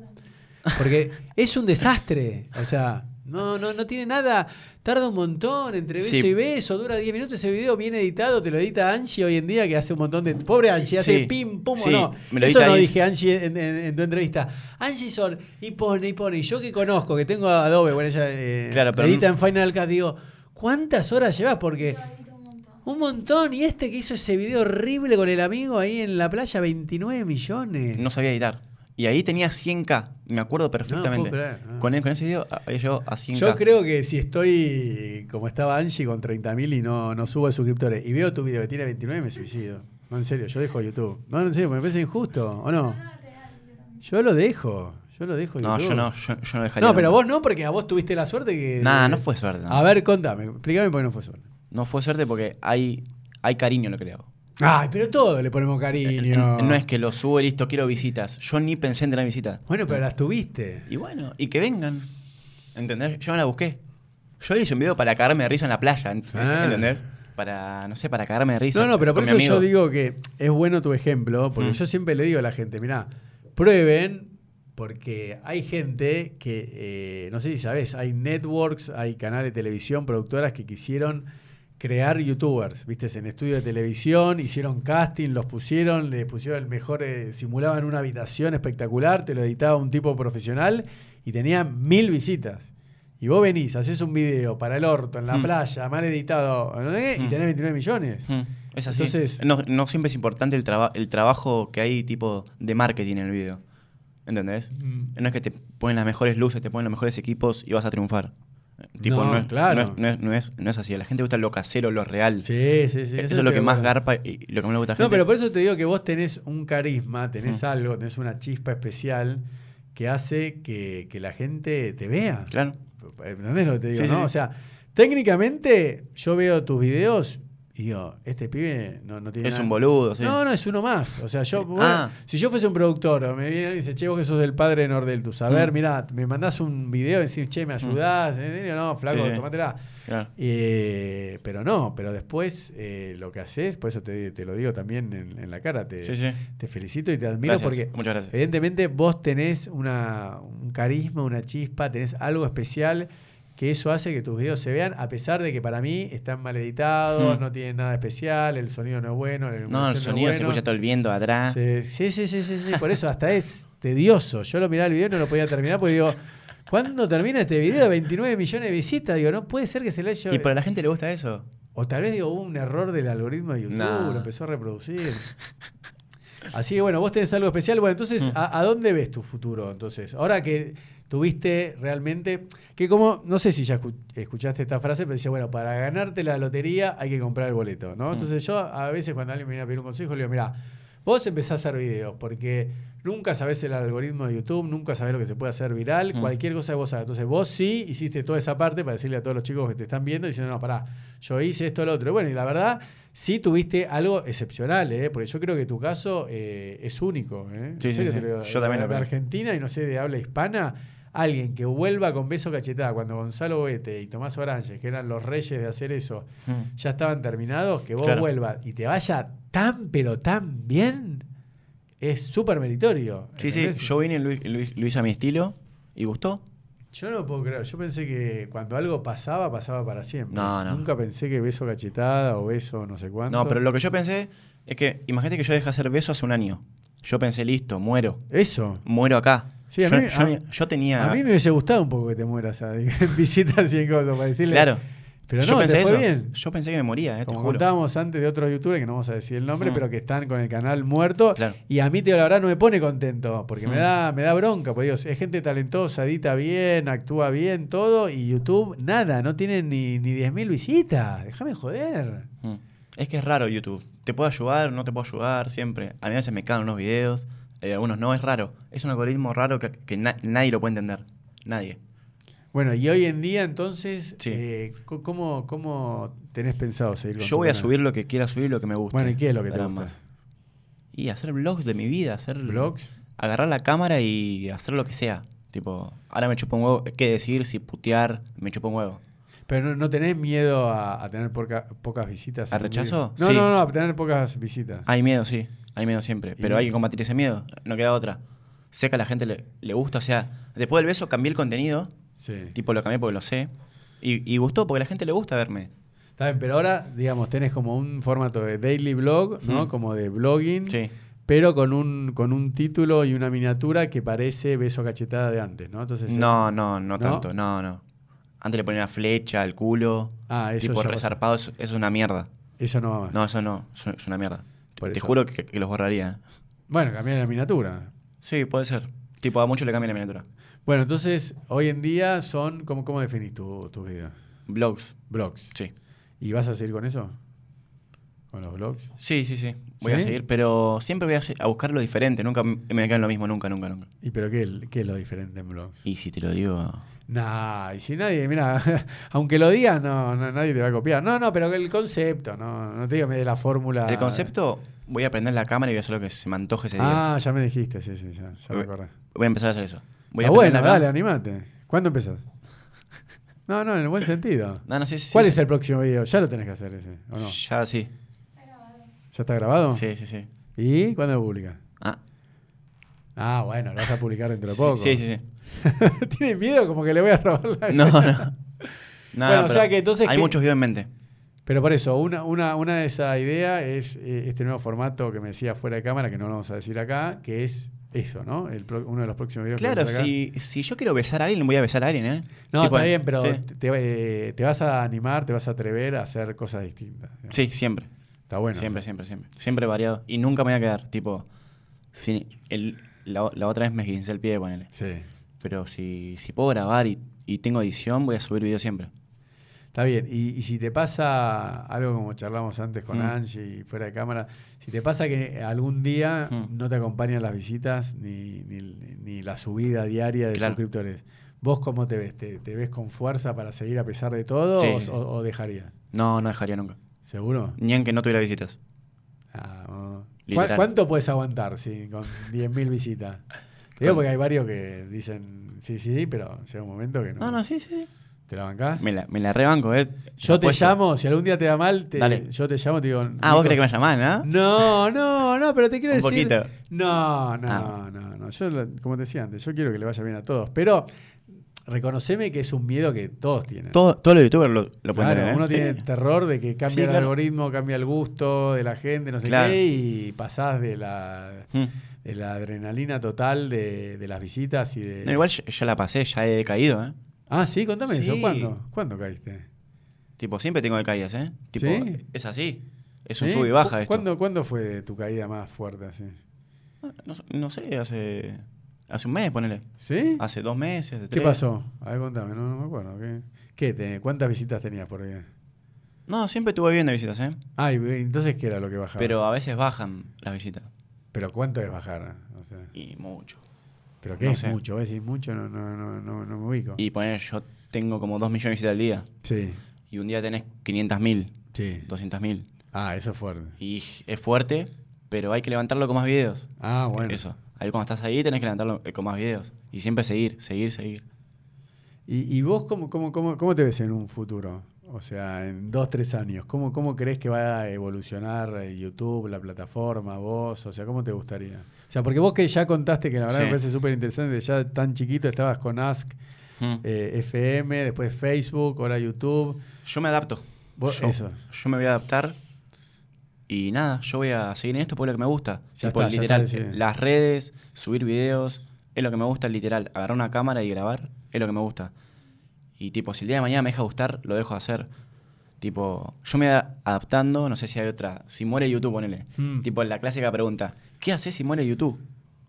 [SPEAKER 1] Porque es un desastre. O sea, no, no, no tiene nada. Tarda un montón entre beso
[SPEAKER 2] Sí.
[SPEAKER 1] y beso. Dura 10 minutos ese video bien editado. Te lo edita Angie hoy en día que hace un montón de. Pobre Angie, hace
[SPEAKER 2] Sí.
[SPEAKER 1] pim, pum, o
[SPEAKER 2] Sí,
[SPEAKER 1] no.
[SPEAKER 2] me lo
[SPEAKER 1] Eso
[SPEAKER 2] edita
[SPEAKER 1] no
[SPEAKER 2] ahí.
[SPEAKER 1] dije, Angie, en, en- en tu entrevista. Angie son y pone y pone. Y yo que conozco, que tengo a Adobe, bueno, ella eh,
[SPEAKER 2] Claro, pero
[SPEAKER 1] edita
[SPEAKER 2] no-
[SPEAKER 1] en Final Cut, digo, ¿cuántas horas llevas? Porque.
[SPEAKER 3] Ahorita un montón.
[SPEAKER 1] Un montón. Y este que hizo ese video horrible con el amigo ahí en la playa, 29 millones.
[SPEAKER 2] No sabía editar. Y ahí tenía 100k, me acuerdo perfectamente.
[SPEAKER 1] puedo creer, ah.
[SPEAKER 2] con, e- con ese video ah, ahí llegó a 100k.
[SPEAKER 1] Yo creo que si estoy como estaba Angie con 30.000 y no, no subo de suscriptores y veo tu video que tiene 29, me suicido. No, en serio, yo dejo YouTube. No, en serio, me parece injusto, ¿o
[SPEAKER 3] No,
[SPEAKER 1] no?
[SPEAKER 3] no, real, yo también.
[SPEAKER 1] Yo lo dejo. Yo lo dejo.
[SPEAKER 2] No,
[SPEAKER 1] YouTube.
[SPEAKER 2] yo no, yo, yo no dejaría.
[SPEAKER 1] No, pero
[SPEAKER 2] nunca.
[SPEAKER 1] vos no, porque a vos tuviste la suerte que.
[SPEAKER 2] Nah, no fue suerte. no.
[SPEAKER 1] Eh, A ver, contame, explícame por qué no fue suerte.
[SPEAKER 2] No fue suerte porque hay, hay cariño en lo que le hago.
[SPEAKER 1] Ay, pero todo le ponemos cariño.
[SPEAKER 2] Eh, No. es que lo subo y listo, quiero visitas. Yo ni pensé en tener visitas.
[SPEAKER 1] Bueno, pero las tuviste.
[SPEAKER 2] Y bueno, y que vengan. ¿Entendés? Yo no la busqué. Yo hice un video para cagarme de risa en la playa, ¿ent-
[SPEAKER 1] Ah.
[SPEAKER 2] ¿entendés? Para, no sé, para cagarme de risa.
[SPEAKER 1] No, no, pero por
[SPEAKER 2] con mi
[SPEAKER 1] eso yo digo
[SPEAKER 2] amigo.
[SPEAKER 1] que es bueno tu ejemplo, porque
[SPEAKER 2] Mm.
[SPEAKER 1] yo siempre le digo a la gente, mirá, prueben, porque hay gente que, eh, no sé si sabes, hay networks, hay canales de televisión, productoras que quisieron crear youtubers, viste, en estudio de televisión, hicieron casting, los pusieron, le pusieron el mejor, eh, simulaban una habitación espectacular, te lo editaba un tipo profesional y tenía mil visitas. Y vos venís, haces un video para el orto, en la
[SPEAKER 2] Mm.
[SPEAKER 1] playa, mal editado, ¿no? sé qué, y
[SPEAKER 2] Mm.
[SPEAKER 1] tenés 29 millones.
[SPEAKER 2] Mm, Es así.
[SPEAKER 1] Entonces-
[SPEAKER 2] no, no siempre es importante el, traba- el trabajo que hay tipo de marketing en el video. ¿Entendés? No es que te ponen las mejores luces, te ponen los mejores equipos y vas a triunfar. Eh, Tipo,
[SPEAKER 1] No,
[SPEAKER 2] no, es,
[SPEAKER 1] claro.
[SPEAKER 2] no, es, no es- no es- no es así. A la gente le gusta lo casero, lo real.
[SPEAKER 1] Sí, sí, sí.
[SPEAKER 2] eso, es lo que
[SPEAKER 1] estoy
[SPEAKER 2] más
[SPEAKER 1] de acuerdo.
[SPEAKER 2] garpa y y lo que más le gusta a la
[SPEAKER 1] No,
[SPEAKER 2] gente.
[SPEAKER 1] pero por eso te digo que vos tenés un carisma, tenés
[SPEAKER 2] Ujú.
[SPEAKER 1] algo, tenés una chispa especial que hace que, que la gente te vea.
[SPEAKER 2] Claro.
[SPEAKER 1] ¿Entendés lo que te digo?
[SPEAKER 2] Sí, sí,
[SPEAKER 1] no?
[SPEAKER 2] sí.
[SPEAKER 1] O sea, técnicamente yo veo tus videos y digo, este pibe no, no tiene
[SPEAKER 2] Es
[SPEAKER 1] nada-
[SPEAKER 2] un boludo, sí.
[SPEAKER 1] No, no, es uno más. O sea, yo,
[SPEAKER 2] Sí.
[SPEAKER 1] bueno,
[SPEAKER 2] Ah.
[SPEAKER 1] si yo fuese un productor, o me viene y dice, che, vos que sos del padre de Nordeltus, a ver,
[SPEAKER 2] Mm.
[SPEAKER 1] mirá, me mandás un video y decís, che, me ayudás, Eh, digo, no, flaco,
[SPEAKER 2] Sí, sí.
[SPEAKER 1] tomátela.
[SPEAKER 2] Claro.
[SPEAKER 1] Eh, pero no, pero después eh, lo que haces, por eso te, te lo digo también en, en la cara, te,
[SPEAKER 2] Sí, sí.
[SPEAKER 1] te felicito y te admiro
[SPEAKER 2] Gracias.
[SPEAKER 1] Eh, porque eh,
[SPEAKER 2] Muchas gracias.
[SPEAKER 1] evidentemente vos tenés una, un carisma, una chispa, tenés algo especial que eso hace que tus videos se vean, a pesar de que para mí están mal editados,
[SPEAKER 2] Mm.
[SPEAKER 1] no tienen nada especial, el sonido no es bueno, la
[SPEAKER 2] no,
[SPEAKER 1] iluminación
[SPEAKER 2] el
[SPEAKER 1] es
[SPEAKER 2] sonido se
[SPEAKER 1] bueno.
[SPEAKER 2] escucha todo Ah. el viento de atrás.
[SPEAKER 1] Sí, sí, sí, sí, sí, sí, por eso hasta es tedioso. Yo lo miraba el video y no lo podía terminar porque digo, ¿cuándo termina este video? 29 millones de visitas. Digo, no puede ser que se le haya...
[SPEAKER 2] Y para la gente le gusta eso.
[SPEAKER 1] O tal vez digo, hubo un error del algoritmo de YouTube,
[SPEAKER 2] Nah.
[SPEAKER 1] lo empezó a reproducir. Así que bueno, vos tenés algo especial. Bueno, entonces,
[SPEAKER 2] Mm.
[SPEAKER 1] ¿a, a dónde ves tu futuro? Entonces, ahora que tuviste realmente, que como, no sé si ya escu- escuchaste esta frase, pero decía, bueno, para ganarte la lotería hay que comprar el boleto, ¿no?
[SPEAKER 2] Mm.
[SPEAKER 1] Entonces yo a veces cuando alguien me viene a pedir un consejo, le digo, mira, vos empezás a hacer videos porque nunca sabés el algoritmo de YouTube, nunca sabés lo que se puede hacer viral,
[SPEAKER 2] Mm.
[SPEAKER 1] cualquier cosa que vos hagas. Entonces vos sí hiciste toda esa parte para decirle a todos los chicos que te están viendo, diciendo, no, pará, yo hice esto, lo otro. Y Bueno, y la verdad, sí tuviste algo excepcional, ¿eh? porque yo creo que tu caso eh, es único. ¿eh? En
[SPEAKER 2] Sí, sí,
[SPEAKER 1] serio
[SPEAKER 2] sí.
[SPEAKER 1] te digo,
[SPEAKER 2] Yo también
[SPEAKER 1] de, de
[SPEAKER 2] lo creo.
[SPEAKER 1] Argentina y no sé, de habla hispana, alguien que vuelva con beso cachetada cuando Gonzalo Bete y Tomás Orange, que eran los reyes de hacer eso,
[SPEAKER 2] Mm.
[SPEAKER 1] ya estaban terminados, que vos
[SPEAKER 2] Claro.
[SPEAKER 1] vuelvas y te vaya tan, pero tan bien, es súper meritorio.
[SPEAKER 2] Sí, sí.
[SPEAKER 1] ¿entendés?
[SPEAKER 2] Yo vine y lo, hi- lo hi- lo hice a mi estilo y gustó.
[SPEAKER 1] Yo no lo puedo creer. Yo pensé que cuando algo pasaba, pasaba para siempre.
[SPEAKER 2] No, no.
[SPEAKER 1] Nunca pensé que beso cachetada o beso no sé cuánto.
[SPEAKER 2] No, pero lo que yo pensé es que, imagínate que yo dejé hacer beso hace un año. Yo pensé, listo, muero.
[SPEAKER 1] Eso.
[SPEAKER 2] Muero acá.
[SPEAKER 1] Sí, a
[SPEAKER 2] yo,
[SPEAKER 1] mí-
[SPEAKER 2] yo-
[SPEAKER 1] a-
[SPEAKER 2] yo tenía.
[SPEAKER 1] A mí me hubiese gustado un poco que te mueras, ¿sabes? <laughs> Que visitas y cosas para decirle.
[SPEAKER 2] Claro.
[SPEAKER 1] Pero no,
[SPEAKER 2] yo pensé
[SPEAKER 1] te fue
[SPEAKER 2] eso.
[SPEAKER 1] bien.
[SPEAKER 2] Yo pensé que me moría, eh, te
[SPEAKER 1] Como
[SPEAKER 2] juro.
[SPEAKER 1] contábamos antes de otros youtubers que no vamos a decir el nombre,
[SPEAKER 2] Mm.
[SPEAKER 1] pero que están con el canal muerto.
[SPEAKER 2] Claro.
[SPEAKER 1] Y a mí, te digo, la verdad, no me pone contento, porque me,
[SPEAKER 2] Mm.
[SPEAKER 1] da, me da bronca, porque Dios, es gente talentosa, edita bien, actúa bien, todo, y YouTube, nada, no tienen ni, ni 10.000 visitas. Déjame joder.
[SPEAKER 2] Mm. Es que es raro YouTube. Te puedo ayudar, no te puedo ayudar, siempre. A mí a veces me caen unos videos, eh, algunos no, es raro. Es un algoritmo raro que, que na- nadie lo puede entender. Nadie.
[SPEAKER 1] Bueno, y hoy en día entonces,
[SPEAKER 2] Sí.
[SPEAKER 1] eh, co- ¿cómo, ¿cómo tenés pensado seguir con
[SPEAKER 2] Yo
[SPEAKER 1] tu
[SPEAKER 2] voy a
[SPEAKER 1] canal?
[SPEAKER 2] subir lo que quiera subir y lo que me guste.
[SPEAKER 1] Bueno, ¿y qué es lo que te
[SPEAKER 2] Nada
[SPEAKER 1] gusta?
[SPEAKER 2] más. Y hacer vlogs de mi vida, hacer
[SPEAKER 1] ¿Blogs?
[SPEAKER 2] agarrar la cámara y hacer lo que sea. Tipo, ahora me chupa un huevo, qué decir, si putear, me chupa un huevo.
[SPEAKER 1] Pero no, no tenés miedo a, a tener porca- pocas visitas.
[SPEAKER 2] ¿A
[SPEAKER 1] en un video?
[SPEAKER 2] rechazo?
[SPEAKER 1] No,
[SPEAKER 2] Sí. Ah.
[SPEAKER 1] no, no, a tener pocas visitas.
[SPEAKER 2] Hay miedo, sí, hay miedo siempre, pero
[SPEAKER 1] Y-
[SPEAKER 2] hay que combatir ese miedo, no queda otra. Sé que a la gente le, le gusta, o sea, después del beso cambié el contenido,
[SPEAKER 1] Sí.
[SPEAKER 2] tipo lo cambié porque lo sé, y, y gustó porque a la gente le gusta verme.
[SPEAKER 1] Está bien, pero ahora, digamos, tenés como un formato de daily blog, ¿no?
[SPEAKER 2] Mm.
[SPEAKER 1] Como de blogging,
[SPEAKER 2] Sí,
[SPEAKER 1] pero con un, con un título y una miniatura que parece beso cachetada de antes, ¿no? Entonces, eh,
[SPEAKER 2] no, no, no
[SPEAKER 1] ¿No?
[SPEAKER 2] tanto, no, no. Antes le ponía una flecha al culo,
[SPEAKER 1] Ah, eso
[SPEAKER 2] tipo
[SPEAKER 1] ya pasó.
[SPEAKER 2] resarpado, eso, eso es una mierda.
[SPEAKER 1] Eso no va más.
[SPEAKER 2] No, eso no, es una- es una mierda.
[SPEAKER 1] Por
[SPEAKER 2] Te
[SPEAKER 1] eso.
[SPEAKER 2] juro que, que los borraría.
[SPEAKER 1] Bueno, cambiar la miniatura.
[SPEAKER 2] Sí, puede ser. Tipo, a muchos le cambia la miniatura.
[SPEAKER 1] Bueno, entonces, hoy en día son, ¿cómo, cómo definís tu- tus videos?
[SPEAKER 2] Blogs,
[SPEAKER 1] Blogs.
[SPEAKER 2] sí.
[SPEAKER 1] ¿Y vas a seguir con eso? ¿Con los blogs?
[SPEAKER 2] Sí, sí, sí. Voy a
[SPEAKER 1] ¿Sí?
[SPEAKER 2] seguir, pero siempre voy a, se- a buscar lo diferente. Nunca me me voy a quedar en lo mismo, nunca, nunca, nunca.
[SPEAKER 1] ¿Y pero qué, qué es lo diferente en blogs?
[SPEAKER 2] Y si te lo digo.
[SPEAKER 1] Nah, y si nadie, mira, <laughs> aunque lo digas, no, no, nadie te va a copiar. No, no, pero el concepto, no, no te digo me de la fórmula.
[SPEAKER 2] El concepto, voy a prender la cámara y voy a hacer lo que se me antoje ese día.
[SPEAKER 1] Ah, ya me dijiste, sí, sí, ya, ya me acordé.
[SPEAKER 2] Voy a empezar a hacer eso. Voy
[SPEAKER 1] Está Ah,
[SPEAKER 2] a prender
[SPEAKER 1] bueno,
[SPEAKER 2] la
[SPEAKER 1] dale,
[SPEAKER 2] cámara-
[SPEAKER 1] animate. ¿Cuándo empezás? No, no, en el buen sentido.
[SPEAKER 2] No, no, sí, sí, sí,
[SPEAKER 1] ¿Cuál
[SPEAKER 2] sí.
[SPEAKER 1] es el próximo video? Ya lo tenés que hacer ese, ¿o no?
[SPEAKER 2] Ya, sí.
[SPEAKER 1] ¿Ya está grabado?
[SPEAKER 2] Sí, sí, sí.
[SPEAKER 1] ¿Y cuándo lo publicas?
[SPEAKER 2] Ah,
[SPEAKER 1] Ah, bueno, lo vas a publicar dentro de
[SPEAKER 2] sí,
[SPEAKER 1] poco.
[SPEAKER 2] sí, sí, sí.
[SPEAKER 1] <laughs> Tiene miedo como que le voy a robar la
[SPEAKER 2] No, no. No, no,
[SPEAKER 1] Bueno, o
[SPEAKER 2] pero
[SPEAKER 1] sea que entonces
[SPEAKER 2] Hay
[SPEAKER 1] que-
[SPEAKER 2] muchos videos en mente.
[SPEAKER 1] Pero por eso, una, una, una de esas ideas es eh, este nuevo formato que me decía fuera de cámara, que no lo vamos a decir acá, que es eso, ¿no? El pro- uno de los próximos videos. que
[SPEAKER 2] Claro,
[SPEAKER 1] vas a sacar.
[SPEAKER 2] si, si yo quiero besar a alguien, voy a besar a alguien, ¿eh?
[SPEAKER 1] No,
[SPEAKER 2] Tipo,
[SPEAKER 1] está bien, pero
[SPEAKER 2] sí.
[SPEAKER 1] te, eh, te vas a animar, te vas a atrever a hacer cosas distintas.
[SPEAKER 2] Sí, siempre.
[SPEAKER 1] Está bueno.
[SPEAKER 2] siempre, siempre, siempre. Siempre variado. Y nunca me voy a quedar, tipo. sin- el- la, la otra vez me esguincé el pie, ponele.
[SPEAKER 1] Sí.
[SPEAKER 2] Pero si, si puedo grabar y, y tengo edición, voy a subir video siempre.
[SPEAKER 1] Está bien. Y, y si te pasa algo como charlamos antes con
[SPEAKER 2] Mm.
[SPEAKER 1] Angie y fuera de cámara, si te pasa que algún día
[SPEAKER 2] Mm.
[SPEAKER 1] no te acompañan las visitas ni, ni- ni la subida diaria de
[SPEAKER 2] Claro.
[SPEAKER 1] suscriptores, ¿vos cómo te ves? ¿Te, te ves con fuerza para seguir a pesar de todo
[SPEAKER 2] Sí,
[SPEAKER 1] o,
[SPEAKER 2] sí, sí.
[SPEAKER 1] o- o dejarías?
[SPEAKER 2] No, no dejaría nunca.
[SPEAKER 1] ¿Seguro?
[SPEAKER 2] Ni en que no tuviera visitas.
[SPEAKER 1] Ah, no. ¿Cu-
[SPEAKER 2] Literal.
[SPEAKER 1] ¿Cuánto puedes aguantar sí, con 10.000 visitas? Te digo porque hay varios que dicen sí, sí, sí, pero llega un momento que no.
[SPEAKER 2] No, no, sí, sí. sí.
[SPEAKER 1] ¿Te la bancás?
[SPEAKER 2] Me la, me la rebanco, ¿eh?
[SPEAKER 1] Yo te
[SPEAKER 2] Apuesto.
[SPEAKER 1] llamo, si algún día te va mal, te-
[SPEAKER 2] Dale.
[SPEAKER 1] yo te llamo y te digo.
[SPEAKER 2] Ah,
[SPEAKER 1] Nico,
[SPEAKER 2] vos crees que me llamás, ¿no?
[SPEAKER 1] No, no, no, pero te quiero
[SPEAKER 2] Un
[SPEAKER 1] decir.
[SPEAKER 2] poquito.
[SPEAKER 1] No, no,
[SPEAKER 2] Ah.
[SPEAKER 1] no, no. Yo, lo- como te decía antes, yo quiero que le vaya bien a todos. Pero reconoceme que es un miedo que todos tienen.
[SPEAKER 2] Todo- Todos los youtubers lo, lo pueden
[SPEAKER 1] Claro,
[SPEAKER 2] tener, ¿eh?
[SPEAKER 1] uno tiene
[SPEAKER 2] Sí.
[SPEAKER 1] terror de que cambie
[SPEAKER 2] Sí,
[SPEAKER 1] el
[SPEAKER 2] claro.
[SPEAKER 1] algoritmo, cambia el gusto de la gente, no sé
[SPEAKER 2] Claro.
[SPEAKER 1] qué, y pasás de la,
[SPEAKER 2] Mm.
[SPEAKER 1] de la adrenalina total de, de las visitas y de.
[SPEAKER 2] No, igual ya, ya la pasé, ya he caído, ¿eh?
[SPEAKER 1] Ah, sí, contame eso.
[SPEAKER 2] Sí.
[SPEAKER 1] ¿Cuándo? ¿Cuándo caíste?
[SPEAKER 2] Tipo, siempre tengo caídas, ¿eh? Tipo,
[SPEAKER 1] ¿Sí?
[SPEAKER 2] es así. Es un
[SPEAKER 1] ¿Sí?
[SPEAKER 2] sub y baja
[SPEAKER 1] ¿Cu-
[SPEAKER 2] esto.
[SPEAKER 1] ¿Cuándo, ¿Cuándo fue tu caída más fuerte así?
[SPEAKER 2] Ah, No, no sé, hace. Hace un mes, ponele.
[SPEAKER 1] ¿Sí?
[SPEAKER 2] Hace dos meses.
[SPEAKER 1] ¿Qué
[SPEAKER 2] tres.
[SPEAKER 1] pasó? A ver, contame, no, no me acuerdo. ¿Qué, qué te- ¿Cuántas visitas tenías por día?
[SPEAKER 2] No, siempre estuve bien de visitas, ¿eh?
[SPEAKER 1] Ah, y entonces, ¿qué era lo que bajaba?
[SPEAKER 2] Pero a veces bajan las visitas.
[SPEAKER 1] Pero ¿cuánto es bajar? O sea,
[SPEAKER 2] Y mucho.
[SPEAKER 1] ¿Pero qué
[SPEAKER 2] no
[SPEAKER 1] es
[SPEAKER 2] sé.
[SPEAKER 1] mucho? ¿Ves? Si es mucho, no, no, no, no, no me ubico.
[SPEAKER 2] Y poner, yo tengo como 2 millones de visitas al día.
[SPEAKER 1] Sí,
[SPEAKER 2] Y un día tenés 500.000,
[SPEAKER 1] sí.
[SPEAKER 2] 200.000.
[SPEAKER 1] Ah, eso es fuerte.
[SPEAKER 2] Y es fuerte, pero hay que levantarlo con más videos.
[SPEAKER 1] Ah, bueno.
[SPEAKER 2] Eso. Ahí cuando estás ahí tenés que levantarlo eh, con más videos. Y siempre seguir, seguir, seguir.
[SPEAKER 1] ¿Y, y vos cómo, cómo, cómo, cómo te ves en un futuro? O sea, en dos, tres años. ¿Cómo, ¿Cómo crees que va a evolucionar eh, YouTube, la plataforma, vos? O sea, ¿cómo te gustaría? O sea, porque vos que ya contaste que la verdad
[SPEAKER 2] Sí.
[SPEAKER 1] me parece súper interesante, ya tan chiquito estabas con Ask
[SPEAKER 2] Mm.
[SPEAKER 1] eh, FM, después Facebook, ahora YouTube.
[SPEAKER 2] Yo me adapto.
[SPEAKER 1] Vos-
[SPEAKER 2] yo,
[SPEAKER 1] eso.
[SPEAKER 2] yo me voy a adaptar. Y nada, yo voy a seguir en esto porque es lo que me gusta.
[SPEAKER 1] Ya
[SPEAKER 2] Tipo,
[SPEAKER 1] está, ya
[SPEAKER 2] literal,
[SPEAKER 1] está, sí.
[SPEAKER 2] las redes, subir videos, es lo que me gusta, literal. Agarrar una cámara y grabar, es lo que me gusta. Y tipo, si el día de mañana me deja gustar, lo dejo de hacer. Tipo, yo me voy a- adaptando, no sé si hay otra. Si muere YouTube, ponele.
[SPEAKER 1] Mm.
[SPEAKER 2] Tipo, la clásica pregunta, ¿qué haces si muere YouTube?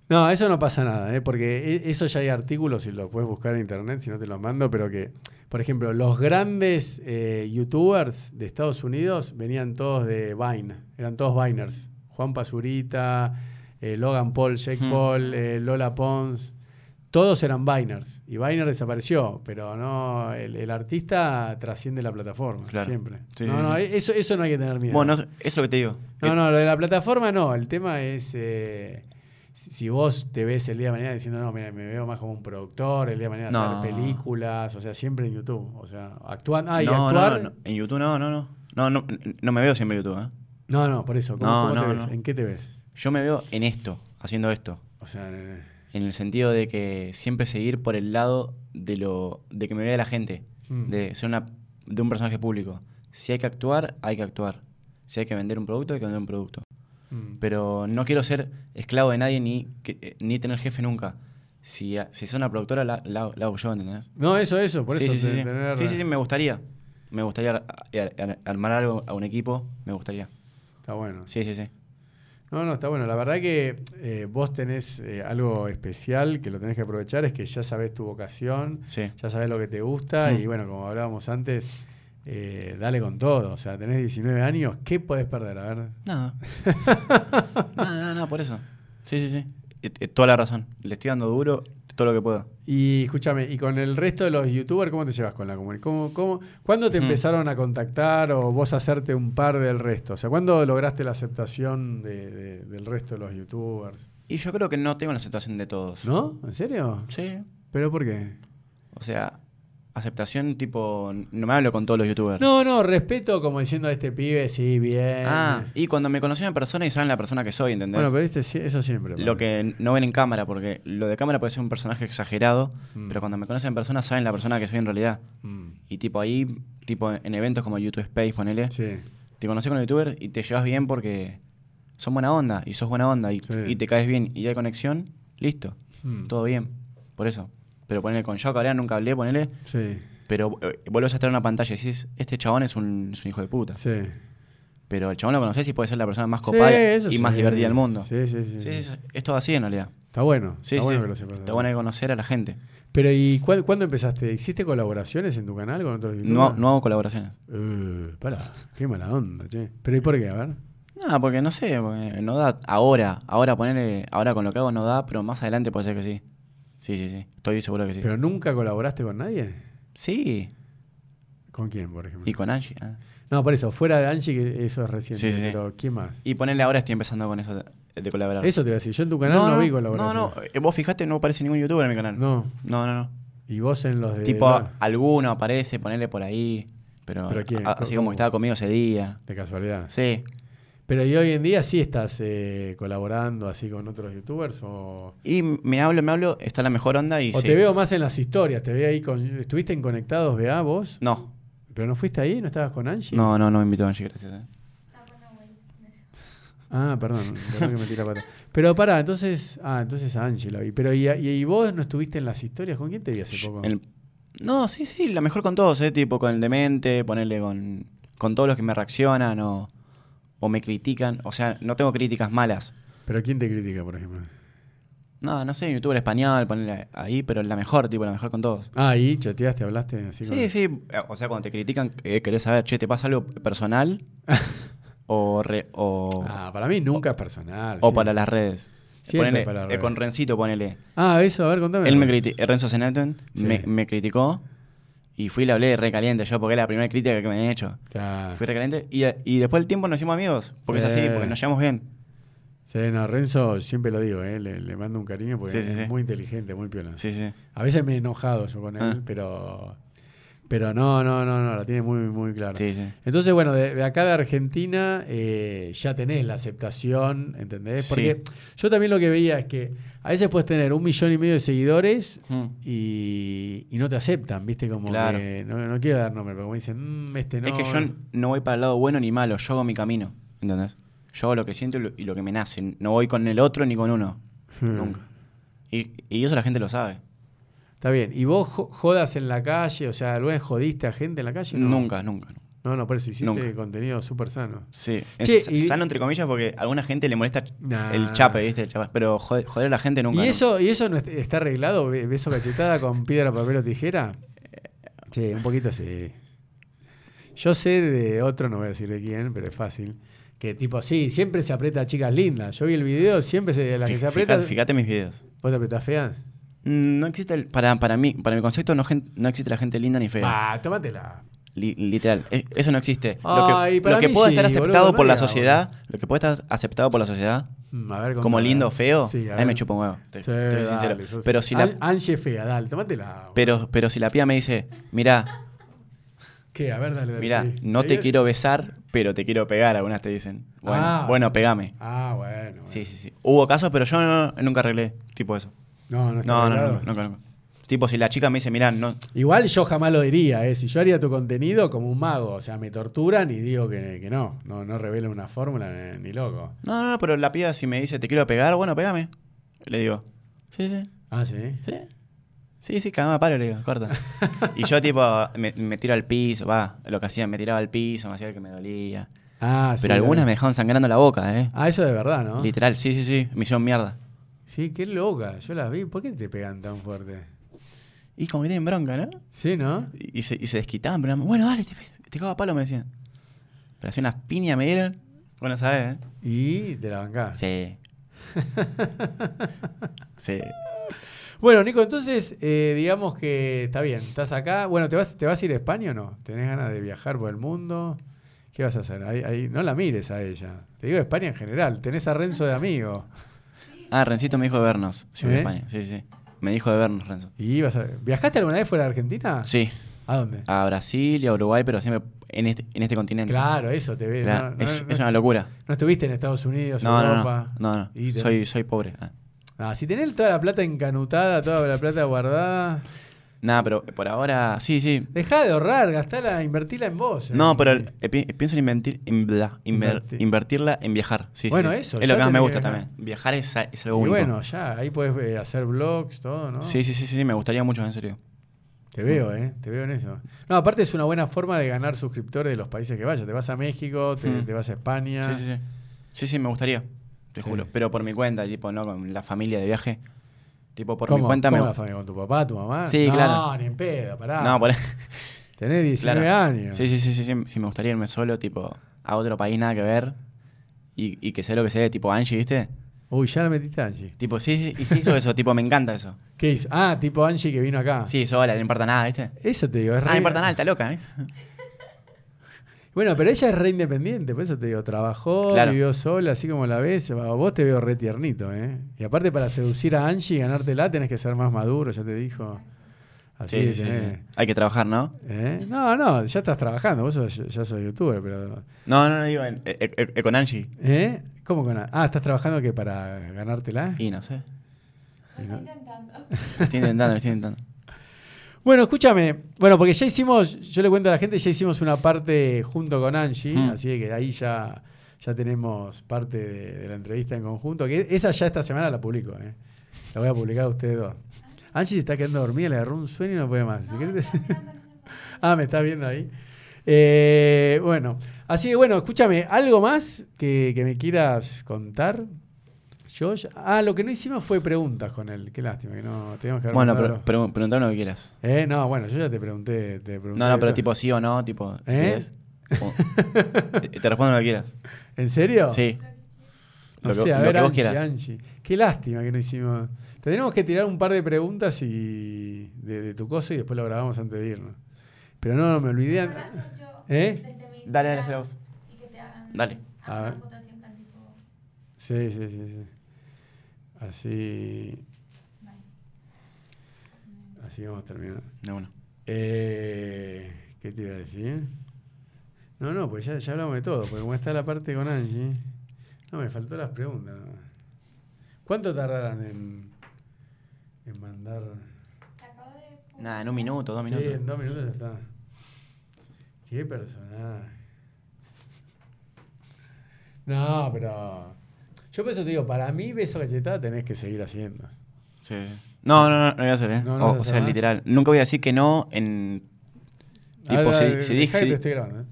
[SPEAKER 1] No, eso no pasa nada, ¿eh? porque e- eso ya hay artículos y lo puedes buscar en internet si no te los mando, pero que, por ejemplo, los grandes eh, youtubers de Estados Unidos venían todos de Vine, eran todos Viners. Juan Pasurita, eh, Logan Paul, Jake
[SPEAKER 2] Hmm.
[SPEAKER 1] Paul, eh, Lola Pons, todos eran Biners. Y Biner desapareció, pero no, el, el artista trasciende la plataforma
[SPEAKER 2] Claro.
[SPEAKER 1] siempre.
[SPEAKER 2] Sí,
[SPEAKER 1] no,
[SPEAKER 2] sí,
[SPEAKER 1] no,
[SPEAKER 2] sí.
[SPEAKER 1] eso, eso no hay que tener miedo.
[SPEAKER 2] Bueno, no, eso es lo que te digo.
[SPEAKER 1] No, no, lo de la plataforma no. El tema es eh, si si vos te ves el día de mañana diciendo, no, mira, me veo más como un productor, el día de mañana
[SPEAKER 2] No.
[SPEAKER 1] hacer películas, o sea, siempre en YouTube. O sea, actuando. Ah, y
[SPEAKER 2] no, no,
[SPEAKER 1] actuar.
[SPEAKER 2] no, en YouTube no, no, no. No, no, no me veo siempre en YouTube. ¿eh?
[SPEAKER 1] No, no, por eso. ¿Cómo,
[SPEAKER 2] No,
[SPEAKER 1] cómo te
[SPEAKER 2] no,
[SPEAKER 1] ves?
[SPEAKER 2] no.
[SPEAKER 1] ¿En qué te ves?
[SPEAKER 2] Yo me veo en esto, haciendo esto.
[SPEAKER 1] O sea, eh,
[SPEAKER 2] En el sentido de que siempre seguir por el lado de lo de que me vea la gente,
[SPEAKER 1] Mm.
[SPEAKER 2] de ser una de un personaje público. Si hay que actuar, hay que actuar. Si hay que vender un producto, hay que vender un producto.
[SPEAKER 1] mm.
[SPEAKER 2] Pero no quiero ser esclavo de nadie ni, que- eh, ni tener jefe nunca. Si, a- si soy una productora, la, la- la hago yo, ¿entendés?
[SPEAKER 1] No, eso, eso, por
[SPEAKER 2] sí,
[SPEAKER 1] eso.
[SPEAKER 2] sí, sí,
[SPEAKER 1] te-
[SPEAKER 2] sí.
[SPEAKER 1] tener-
[SPEAKER 2] Sí, sí, sí, me gustaría. Me gustaría ar- ar- ar- armar algo a un equipo, me gustaría.
[SPEAKER 1] Está bueno.
[SPEAKER 2] Sí, sí, sí.
[SPEAKER 1] No, no, está bueno. La verdad que eh, vos tenés eh, algo especial que lo tenés que aprovechar, es que ya sabés tu vocación,
[SPEAKER 2] Sí,
[SPEAKER 1] ya sabés lo que te gusta
[SPEAKER 2] Mm.
[SPEAKER 1] y bueno, como hablábamos antes, eh, dale con todo. O sea, tenés 19 años, ¿qué podés perder? A ver.
[SPEAKER 2] <laughs> nada. nada, nada, nada, por eso. Sí, sí, sí. Eh, eh, toda la razón. Le estoy dando duro todo lo que puedo.
[SPEAKER 1] Y escúchame, ¿y con el resto de los youtubers cómo te llevas con la comunidad? ¿Cómo, cómo, ¿Cuándo te
[SPEAKER 2] Ujú.
[SPEAKER 1] empezaron a contactar o vos hacerte un par del resto? O sea, ¿cuándo lograste la aceptación de- de- del resto de los youtubers?
[SPEAKER 2] Y yo creo que no tengo la aceptación de todos.
[SPEAKER 1] ¿No? ¿En serio?
[SPEAKER 2] Sí.
[SPEAKER 1] ¿Pero por qué?
[SPEAKER 2] O sea, aceptación tipo. No me hablo con todos los youtubers.
[SPEAKER 1] No, no, respeto como diciendo a este pibe, sí, bien.
[SPEAKER 2] Ah, y cuando me conocen en persona y saben la persona que soy, ¿entendés?
[SPEAKER 1] bueno, pero viste, sí, eso siempre.
[SPEAKER 2] lo que no ven en cámara, porque lo de cámara puede ser un personaje exagerado,
[SPEAKER 1] Mm.
[SPEAKER 2] pero cuando me conocen en persona saben la persona que soy en realidad.
[SPEAKER 1] Mm,
[SPEAKER 2] Y tipo ahí, tipo en eventos como YouTube Space, ponele,
[SPEAKER 1] sí.
[SPEAKER 2] te conoces con el youtuber y te llevas bien porque son buena onda y sos buena onda y,
[SPEAKER 1] Sí.
[SPEAKER 2] y te caes bien y hay conexión, listo,
[SPEAKER 1] Mm,
[SPEAKER 2] todo bien, por eso. Pero ponele con Yao Cabrera, nunca hablé, ponele,
[SPEAKER 1] Sí,
[SPEAKER 2] pero eh, vuelves a estar en una pantalla y decís, este chabón es un, es un hijo de puta.
[SPEAKER 1] sí.
[SPEAKER 2] Pero el chabón lo conoces y puede ser la persona más copada
[SPEAKER 1] Sí,
[SPEAKER 2] y
[SPEAKER 1] eso
[SPEAKER 2] más
[SPEAKER 1] sí.
[SPEAKER 2] divertida del mundo.
[SPEAKER 1] Sí, sí, sí.
[SPEAKER 2] Sí, es, es todo así en realidad.
[SPEAKER 1] Está bueno.
[SPEAKER 2] Sí,
[SPEAKER 1] está
[SPEAKER 2] sí.
[SPEAKER 1] bueno que lo sepas.
[SPEAKER 2] Está bueno de conocer a la gente.
[SPEAKER 1] Pero ¿y cuál- cuándo empezaste? ¿Hiciste colaboraciones en tu canal con otros youtubers?
[SPEAKER 2] No, no hago colaboraciones.
[SPEAKER 1] Eh, pará, qué mala onda, che. ¿Pero y por qué? A ver.
[SPEAKER 2] Nada, porque no sé, porque no da ahora. Ahora ponerle, ahora con lo que hago no da, pero más adelante puede ser que sí. Sí, sí, sí. Estoy seguro que sí.
[SPEAKER 1] ¿Pero nunca colaboraste con nadie?
[SPEAKER 2] Sí.
[SPEAKER 1] ¿Con quién, por ejemplo?
[SPEAKER 2] Y con Angie. ¿eh?
[SPEAKER 1] No, por eso, fuera de Angie, que eso es reciente.
[SPEAKER 2] Sí, sí, sí.
[SPEAKER 1] Pero ¿quién más?
[SPEAKER 2] Y ponerle ahora estoy empezando con eso de, de colaborar.
[SPEAKER 1] Eso te iba a decir. Yo en tu canal no, vi
[SPEAKER 2] No,
[SPEAKER 1] colaboración.
[SPEAKER 2] no. Eh, Vos fijate, no aparece ningún youtuber en mi canal. No,
[SPEAKER 1] No.
[SPEAKER 2] no, no.
[SPEAKER 1] Y vos en los de.
[SPEAKER 2] tipo,
[SPEAKER 1] no,
[SPEAKER 2] alguno aparece, ponerle por ahí. Pero,
[SPEAKER 1] ¿Pero quién?
[SPEAKER 2] a- así
[SPEAKER 1] ¿Cómo?
[SPEAKER 2] como estaba conmigo ese día.
[SPEAKER 1] de casualidad.
[SPEAKER 2] Sí.
[SPEAKER 1] Pero y hoy en día sí estás eh, colaborando así con otros youtubers o.
[SPEAKER 2] Y me hablo, me hablo, está la mejor onda y
[SPEAKER 1] o
[SPEAKER 2] sí.
[SPEAKER 1] te veo más en las historias, te veo ahí con. ¿Estuviste en Conectados BA vos?
[SPEAKER 2] No,
[SPEAKER 1] ¿Pero no fuiste ahí? ¿No estabas con Angie?
[SPEAKER 2] no, no, no me invitó a Angie, gracias. eh.
[SPEAKER 3] Está bueno, güey. Gracias.
[SPEAKER 1] Ah, perdón, perdón que me tira pata. Pero pará, entonces. Ah, entonces a Angie la vi. Pero ¿y, y, y vos no estuviste en las historias? ¿Con quién te vi hace poco?
[SPEAKER 2] El- No, sí, sí, la mejor con todos, ¿eh? Tipo, con el demente, ponerle con, con todos los que me reaccionan o, o me critican. O sea, no tengo críticas malas.
[SPEAKER 1] ¿Pero quién te critica, por ejemplo?
[SPEAKER 2] No, no sé, youtuber español, ponerle ahí, pero la mejor, tipo, la mejor con todos.
[SPEAKER 1] Ah, ahí chateaste, hablaste así con-
[SPEAKER 2] Sí, sí, eh, o sea, cuando te critican, eh, querés saber, che, ¿te pasa algo
[SPEAKER 1] <laughs>
[SPEAKER 2] personal? o re- o,
[SPEAKER 1] Ah, para mí nunca es personal.
[SPEAKER 2] o
[SPEAKER 1] sí.
[SPEAKER 2] para las redes.
[SPEAKER 1] Siempre
[SPEAKER 2] Ponele,
[SPEAKER 1] para las
[SPEAKER 2] eh,
[SPEAKER 1] redes.
[SPEAKER 2] con Rencito, ponele.
[SPEAKER 1] Ah, eso, a ver, contame.
[SPEAKER 2] Él me criti- Renzo Zenaton
[SPEAKER 1] Sí.
[SPEAKER 2] me, me criticó y fui y le hablé recaliente yo porque era la primera crítica que me han hecho.
[SPEAKER 1] Claro.
[SPEAKER 2] Fui recaliente y, y después del tiempo nos hicimos amigos, porque es
[SPEAKER 1] Sí.
[SPEAKER 2] así, porque nos llevamos bien.
[SPEAKER 1] Sí, no, Renzo siempre lo digo, ¿eh? le, le mando un cariño porque
[SPEAKER 2] Sí, sí,
[SPEAKER 1] es
[SPEAKER 2] sí.
[SPEAKER 1] muy inteligente, muy piola.
[SPEAKER 2] Sí, sí.
[SPEAKER 1] A veces me he enojado yo con él,
[SPEAKER 2] Ah.
[SPEAKER 1] pero pero no, no, no, no, la tiene muy, muy clara.
[SPEAKER 2] sí, sí.
[SPEAKER 1] Entonces, bueno, de, de acá de Argentina eh, ya tenés la aceptación, ¿entendés?
[SPEAKER 2] Sí.
[SPEAKER 1] Porque yo también lo que veía es que a veces puedes tener un millón y medio de seguidores
[SPEAKER 2] Mm.
[SPEAKER 1] y, y no te aceptan, ¿viste? Como
[SPEAKER 2] Claro.
[SPEAKER 1] que no, no quiero dar nombre, pero como dicen, "Mm, este no.
[SPEAKER 2] Es que yo no voy para el lado bueno ni malo, yo hago mi camino, ¿entendés? Yo hago lo que siento y lo, y lo que me nace, no voy con el otro ni con uno,
[SPEAKER 1] Hmm.
[SPEAKER 2] nunca. Y, y eso la gente lo sabe.
[SPEAKER 1] Está bien. ¿Y vos jo- jodas en la calle? O sea, ¿alguna vez jodiste a gente en la calle? No.
[SPEAKER 2] Nunca, nunca. nunca.
[SPEAKER 1] No, no, por eso hiciste
[SPEAKER 2] Nunca.
[SPEAKER 1] contenido súper sano.
[SPEAKER 2] Sí,
[SPEAKER 1] Che,
[SPEAKER 2] es
[SPEAKER 1] y-
[SPEAKER 2] sano entre comillas porque a alguna gente le molesta
[SPEAKER 1] Nah.
[SPEAKER 2] el chape, ¿viste? El chape. Pero joder, joder a la gente nunca.
[SPEAKER 1] ¿Y
[SPEAKER 2] nunca.
[SPEAKER 1] eso, ¿Y eso no est- está arreglado? Be- ¿Beso cachetada con piedra, papel o tijera? Sí, un poquito sí. Yo sé de otro, no voy a decir de quién, pero es fácil. Que tipo, sí, siempre se aprieta a chicas lindas. Yo vi el video, siempre se, las que
[SPEAKER 2] Fij-
[SPEAKER 1] se aprietan.
[SPEAKER 2] fija- Fíjate mis videos.
[SPEAKER 1] ¿Vos te apretás feas?
[SPEAKER 2] Mm, No existe, el- para, para mí, para mi concepto, no, gen- no existe la gente linda ni fea.
[SPEAKER 1] Ah, tómatela.
[SPEAKER 2] Li- literal, e- eso no existe.
[SPEAKER 1] Ay,
[SPEAKER 2] lo que,
[SPEAKER 1] para
[SPEAKER 2] lo que
[SPEAKER 1] mí
[SPEAKER 2] puede
[SPEAKER 1] sí,
[SPEAKER 2] estar
[SPEAKER 1] boludo,
[SPEAKER 2] aceptado
[SPEAKER 1] no
[SPEAKER 2] por la
[SPEAKER 1] digas,
[SPEAKER 2] sociedad, lo que puede estar aceptado por la sociedad,
[SPEAKER 1] Mm, a ver,
[SPEAKER 2] como
[SPEAKER 1] contá.
[SPEAKER 2] lindo o feo,
[SPEAKER 1] Sí, a
[SPEAKER 2] a mí me
[SPEAKER 1] ver.
[SPEAKER 2] chupa un huevo. Te-
[SPEAKER 1] Sí,
[SPEAKER 2] te soy sincero.
[SPEAKER 1] dale, sos-
[SPEAKER 2] Pero si, la,
[SPEAKER 1] An- Angie fea, dale, tómatela.
[SPEAKER 2] pero, pero si la piba me dice, mirá,
[SPEAKER 1] ¿Qué? A ver, dale, dale.
[SPEAKER 2] mirá,
[SPEAKER 1] sí.
[SPEAKER 2] no te
[SPEAKER 1] ¿Seguí?
[SPEAKER 2] quiero besar, pero te quiero pegar, algunas te dicen. Bueno,
[SPEAKER 1] Ah,
[SPEAKER 2] bueno
[SPEAKER 1] sí.
[SPEAKER 2] pegame.
[SPEAKER 1] Ah, bueno. bueno.
[SPEAKER 2] Sí, sí, sí. Hubo casos, pero yo no- nunca arreglé, tipo eso.
[SPEAKER 1] No, no, está
[SPEAKER 2] No, no, no,
[SPEAKER 1] claro.
[SPEAKER 2] nunca, nunca, nunca. Tipo, si la chica me dice, mirá, no,
[SPEAKER 1] Igual yo jamás lo diría, ¿eh? Si yo haría tu contenido como un mago, o sea, me torturan y digo que, que no, no, no revelo una fórmula eh, ni loco.
[SPEAKER 2] no, no, no, pero la piba si me dice, te quiero pegar, bueno, pegame. Le digo, sí, sí.
[SPEAKER 1] Ah, sí.
[SPEAKER 2] ¿Sí? Sí, sí, cagame a palo, le digo, corta. y yo, tipo, me, me tiro al piso, va, lo que hacía, me tiraba al piso, me hacía que me dolía.
[SPEAKER 1] Ah, sí.
[SPEAKER 2] Pero algunas
[SPEAKER 1] dale.
[SPEAKER 2] me dejaron sangrando la boca, ¿eh?
[SPEAKER 1] Ah, eso de verdad, ¿no?
[SPEAKER 2] Literal, sí, sí, sí, me hicieron mierda.
[SPEAKER 1] Sí, qué loca, yo las vi. ¿Por qué te pegan tan fuerte?
[SPEAKER 2] Y como que tienen bronca, ¿no?
[SPEAKER 1] Sí, ¿no?
[SPEAKER 2] Y, y se, y se desquitaban, pero bueno, dale, te, te cago a palo, me decían. Pero hacían unas piñas, me dieron. Bueno, ¿sabes? ¿eh?
[SPEAKER 1] Y te la bancás.
[SPEAKER 2] Sí. sí.
[SPEAKER 1] Bueno, Nico, entonces, eh, digamos que está bien, estás acá. Bueno, ¿te vas, ¿te vas a ir a España o no? ¿Tenés ganas de viajar por el mundo? ¿Qué vas a hacer? Ahí, ahí- no la mires a ella. Te digo España en general. Tenés a Renzo de amigo.
[SPEAKER 2] Ah, Rencito me dijo de vernos. Sí,
[SPEAKER 1] ¿Eh?
[SPEAKER 2] España. Sí, sí. Me dijo de vernos, Renzo.
[SPEAKER 1] ¿Y vas a- ¿Viajaste alguna vez fuera de Argentina?
[SPEAKER 2] Sí.
[SPEAKER 1] ¿A dónde?
[SPEAKER 2] a Brasil y a Uruguay, pero siempre en este, en este continente.
[SPEAKER 1] Claro, eso te ve.
[SPEAKER 2] Claro,
[SPEAKER 1] No, no-
[SPEAKER 2] es,
[SPEAKER 1] no-
[SPEAKER 2] es una locura.
[SPEAKER 1] no estuviste en Estados Unidos,
[SPEAKER 2] No, no, no,
[SPEAKER 1] Europa.
[SPEAKER 2] no, no.
[SPEAKER 1] Y te-
[SPEAKER 2] Soy, soy pobre. Ah.
[SPEAKER 1] Ah, si tenés toda la plata encanutada, toda la plata guardada,
[SPEAKER 2] Nada, pero por ahora, sí, sí.
[SPEAKER 1] dejá de ahorrar, gastala, invertila en vos.
[SPEAKER 2] No,
[SPEAKER 1] en-
[SPEAKER 2] pero eh, pi- pienso en inventir- in- bla, inver-
[SPEAKER 1] Invertir.
[SPEAKER 2] invertirla en viajar. Sí, sí,
[SPEAKER 1] Bueno,
[SPEAKER 2] sí.
[SPEAKER 1] eso,
[SPEAKER 2] Es
[SPEAKER 1] ya
[SPEAKER 2] lo que más me
[SPEAKER 1] tenés
[SPEAKER 2] gusta
[SPEAKER 1] que viajar.
[SPEAKER 2] también. Viajar es, a- es
[SPEAKER 1] Y
[SPEAKER 2] algo único.
[SPEAKER 1] bueno, ya, ahí puedes hacer blogs, todo, ¿no?
[SPEAKER 2] Sí, sí, sí, sí, sí, me gustaría mucho, en serio.
[SPEAKER 1] Te veo, ¿eh? Te veo en eso. No, aparte es una buena forma de ganar suscriptores de los países que vayas. Te vas a México, te,
[SPEAKER 2] Mm.
[SPEAKER 1] te vas a España.
[SPEAKER 2] Sí, sí, sí. Sí, sí, me gustaría. Te
[SPEAKER 1] Sí.
[SPEAKER 2] juro. Pero por mi cuenta, tipo, no con la familia de viaje. Tipo, por mi
[SPEAKER 1] ¿Cómo-
[SPEAKER 2] cuenta
[SPEAKER 1] cómo
[SPEAKER 2] me.
[SPEAKER 1] la Ah. familia? ¿Con tu papá, tu mamá?
[SPEAKER 2] Sí,
[SPEAKER 1] no,
[SPEAKER 2] claro.
[SPEAKER 1] ni en pedo, pará.
[SPEAKER 2] No, por e-
[SPEAKER 1] Tenés 19
[SPEAKER 2] Claro.
[SPEAKER 1] años.
[SPEAKER 2] Sí, sí, sí, sí, sí, sí, me gustaría irme solo, tipo, a otro país nada que ver. Y, y que sé lo que sé, tipo Angie, ¿viste?
[SPEAKER 1] Uy, ya la metiste a Angie.
[SPEAKER 2] Tipo, sí, sí, y sí hizo eso, tipo, me encanta eso.
[SPEAKER 1] ¿Qué hizo? Ah, tipo Angie que vino acá.
[SPEAKER 2] Sí, sola, no importa nada, ¿viste?
[SPEAKER 1] Eso te digo, es
[SPEAKER 2] Ah, no
[SPEAKER 1] re-
[SPEAKER 2] importa nada, está loca, ¿eh?
[SPEAKER 1] Bueno, pero ella es re independiente, por eso te digo, trabajó,
[SPEAKER 2] Claro.
[SPEAKER 1] vivió sola, así como la ves. A vos te veo re tiernito, ¿eh? Y aparte, para seducir a Angie y ganártela, tenés que ser más maduro, ya te dijo. Así
[SPEAKER 2] Sí,
[SPEAKER 1] de
[SPEAKER 2] sí, sí,
[SPEAKER 1] tener-
[SPEAKER 2] sí. Hay que trabajar, ¿no?
[SPEAKER 1] ¿Eh? No, no, ya estás trabajando, vos sos- ya sos youtuber, pero...
[SPEAKER 2] No, no, no digo, en- eh, eh, eh, con Angie.
[SPEAKER 1] ¿Eh? ¿Cómo con... a- Ah, ¿estás trabajando que para ganártela?
[SPEAKER 2] Y no sé.
[SPEAKER 3] Lo
[SPEAKER 2] <laughs>
[SPEAKER 3] estoy intentando.
[SPEAKER 2] Lo estoy intentando, lo
[SPEAKER 1] <laughs>
[SPEAKER 2] estoy intentando.
[SPEAKER 1] Bueno, escúchame, bueno, porque ya hicimos, yo le cuento a la gente, ya hicimos una parte junto con Angie,
[SPEAKER 2] Mm.
[SPEAKER 1] así que ahí ya, ya tenemos parte de, de la entrevista en conjunto, que esa ya esta semana la publico, ¿eh? La voy a publicar a ustedes dos. Angie se está quedando dormida, le agarró un sueño y no puede más. Si
[SPEAKER 3] No,
[SPEAKER 1] querés
[SPEAKER 3] me
[SPEAKER 1] te-
[SPEAKER 3] estaba mirando, no se puede.
[SPEAKER 1] <laughs>
[SPEAKER 2] <laughs>
[SPEAKER 1] Ah, me estás viendo ahí. Eh, bueno, así que bueno, escúchame, ¿algo más que, que me quieras contar? Josh, ah, lo que no hicimos fue preguntas con él, qué lástima, que no teníamos que haber
[SPEAKER 2] Bueno,
[SPEAKER 1] mandado
[SPEAKER 2] pero, pregun- preguntame lo que quieras.
[SPEAKER 1] los- Eh, no, bueno, yo ya te pregunté, te pregunté.
[SPEAKER 2] No, no, pero
[SPEAKER 1] esto.
[SPEAKER 2] tipo sí o no, tipo, si
[SPEAKER 1] ¿Eh?
[SPEAKER 2] querés. O- eh, Te respondo lo
[SPEAKER 1] <laughs>
[SPEAKER 2] que quieras.
[SPEAKER 1] ¿En serio?
[SPEAKER 2] Sí.
[SPEAKER 1] No
[SPEAKER 2] Lo que,
[SPEAKER 1] sé, a
[SPEAKER 2] lo
[SPEAKER 1] ver,
[SPEAKER 2] que vos
[SPEAKER 1] Angie,
[SPEAKER 2] quieras.
[SPEAKER 1] Angie. Qué lástima que no hicimos. Tendremos que tirar un par de preguntas y de, de tu cosa y después lo grabamos antes de irnos. Pero no, no me olvidé. an-
[SPEAKER 3] Abrazo yo
[SPEAKER 1] ¿Eh?
[SPEAKER 3] desde mi
[SPEAKER 2] Dale, dale,
[SPEAKER 3] Instagram
[SPEAKER 2] hacela vos.
[SPEAKER 3] Y que te hagan
[SPEAKER 2] Dale.
[SPEAKER 3] hagan
[SPEAKER 1] A
[SPEAKER 3] una
[SPEAKER 1] ver.
[SPEAKER 3] foto así en plan tipo,
[SPEAKER 1] Sí, sí, sí, sí. Así,
[SPEAKER 3] vale.
[SPEAKER 1] así vamos a terminar.
[SPEAKER 2] De una.
[SPEAKER 1] Eh, ¿Qué te iba a decir? No, no, pues ya, ya hablamos de todo, porque como está la parte con Angie. No, me faltó las preguntas. nada más. ¿Cuánto tardarán en, en mandar?
[SPEAKER 3] Acabo de publicar-
[SPEAKER 2] Nada, en un minuto, dos
[SPEAKER 1] Sí,
[SPEAKER 2] minutos.
[SPEAKER 1] en dos minutos ya está. Qué personaje. No, pero. Yo por eso te digo, para mí, beso cachetada tenés que seguir haciendo.
[SPEAKER 2] Sí. No, no, no, no voy a hacer, ¿eh?
[SPEAKER 1] No, no
[SPEAKER 2] o,
[SPEAKER 1] vas a
[SPEAKER 2] o sea,
[SPEAKER 1] hacer nada.
[SPEAKER 2] literal. Nunca voy a decir que no en. Tipo,
[SPEAKER 1] Ahora,
[SPEAKER 2] si-
[SPEAKER 1] dejá
[SPEAKER 2] si dije-
[SPEAKER 1] que
[SPEAKER 2] si-
[SPEAKER 1] te estoy grabando, ¿eh?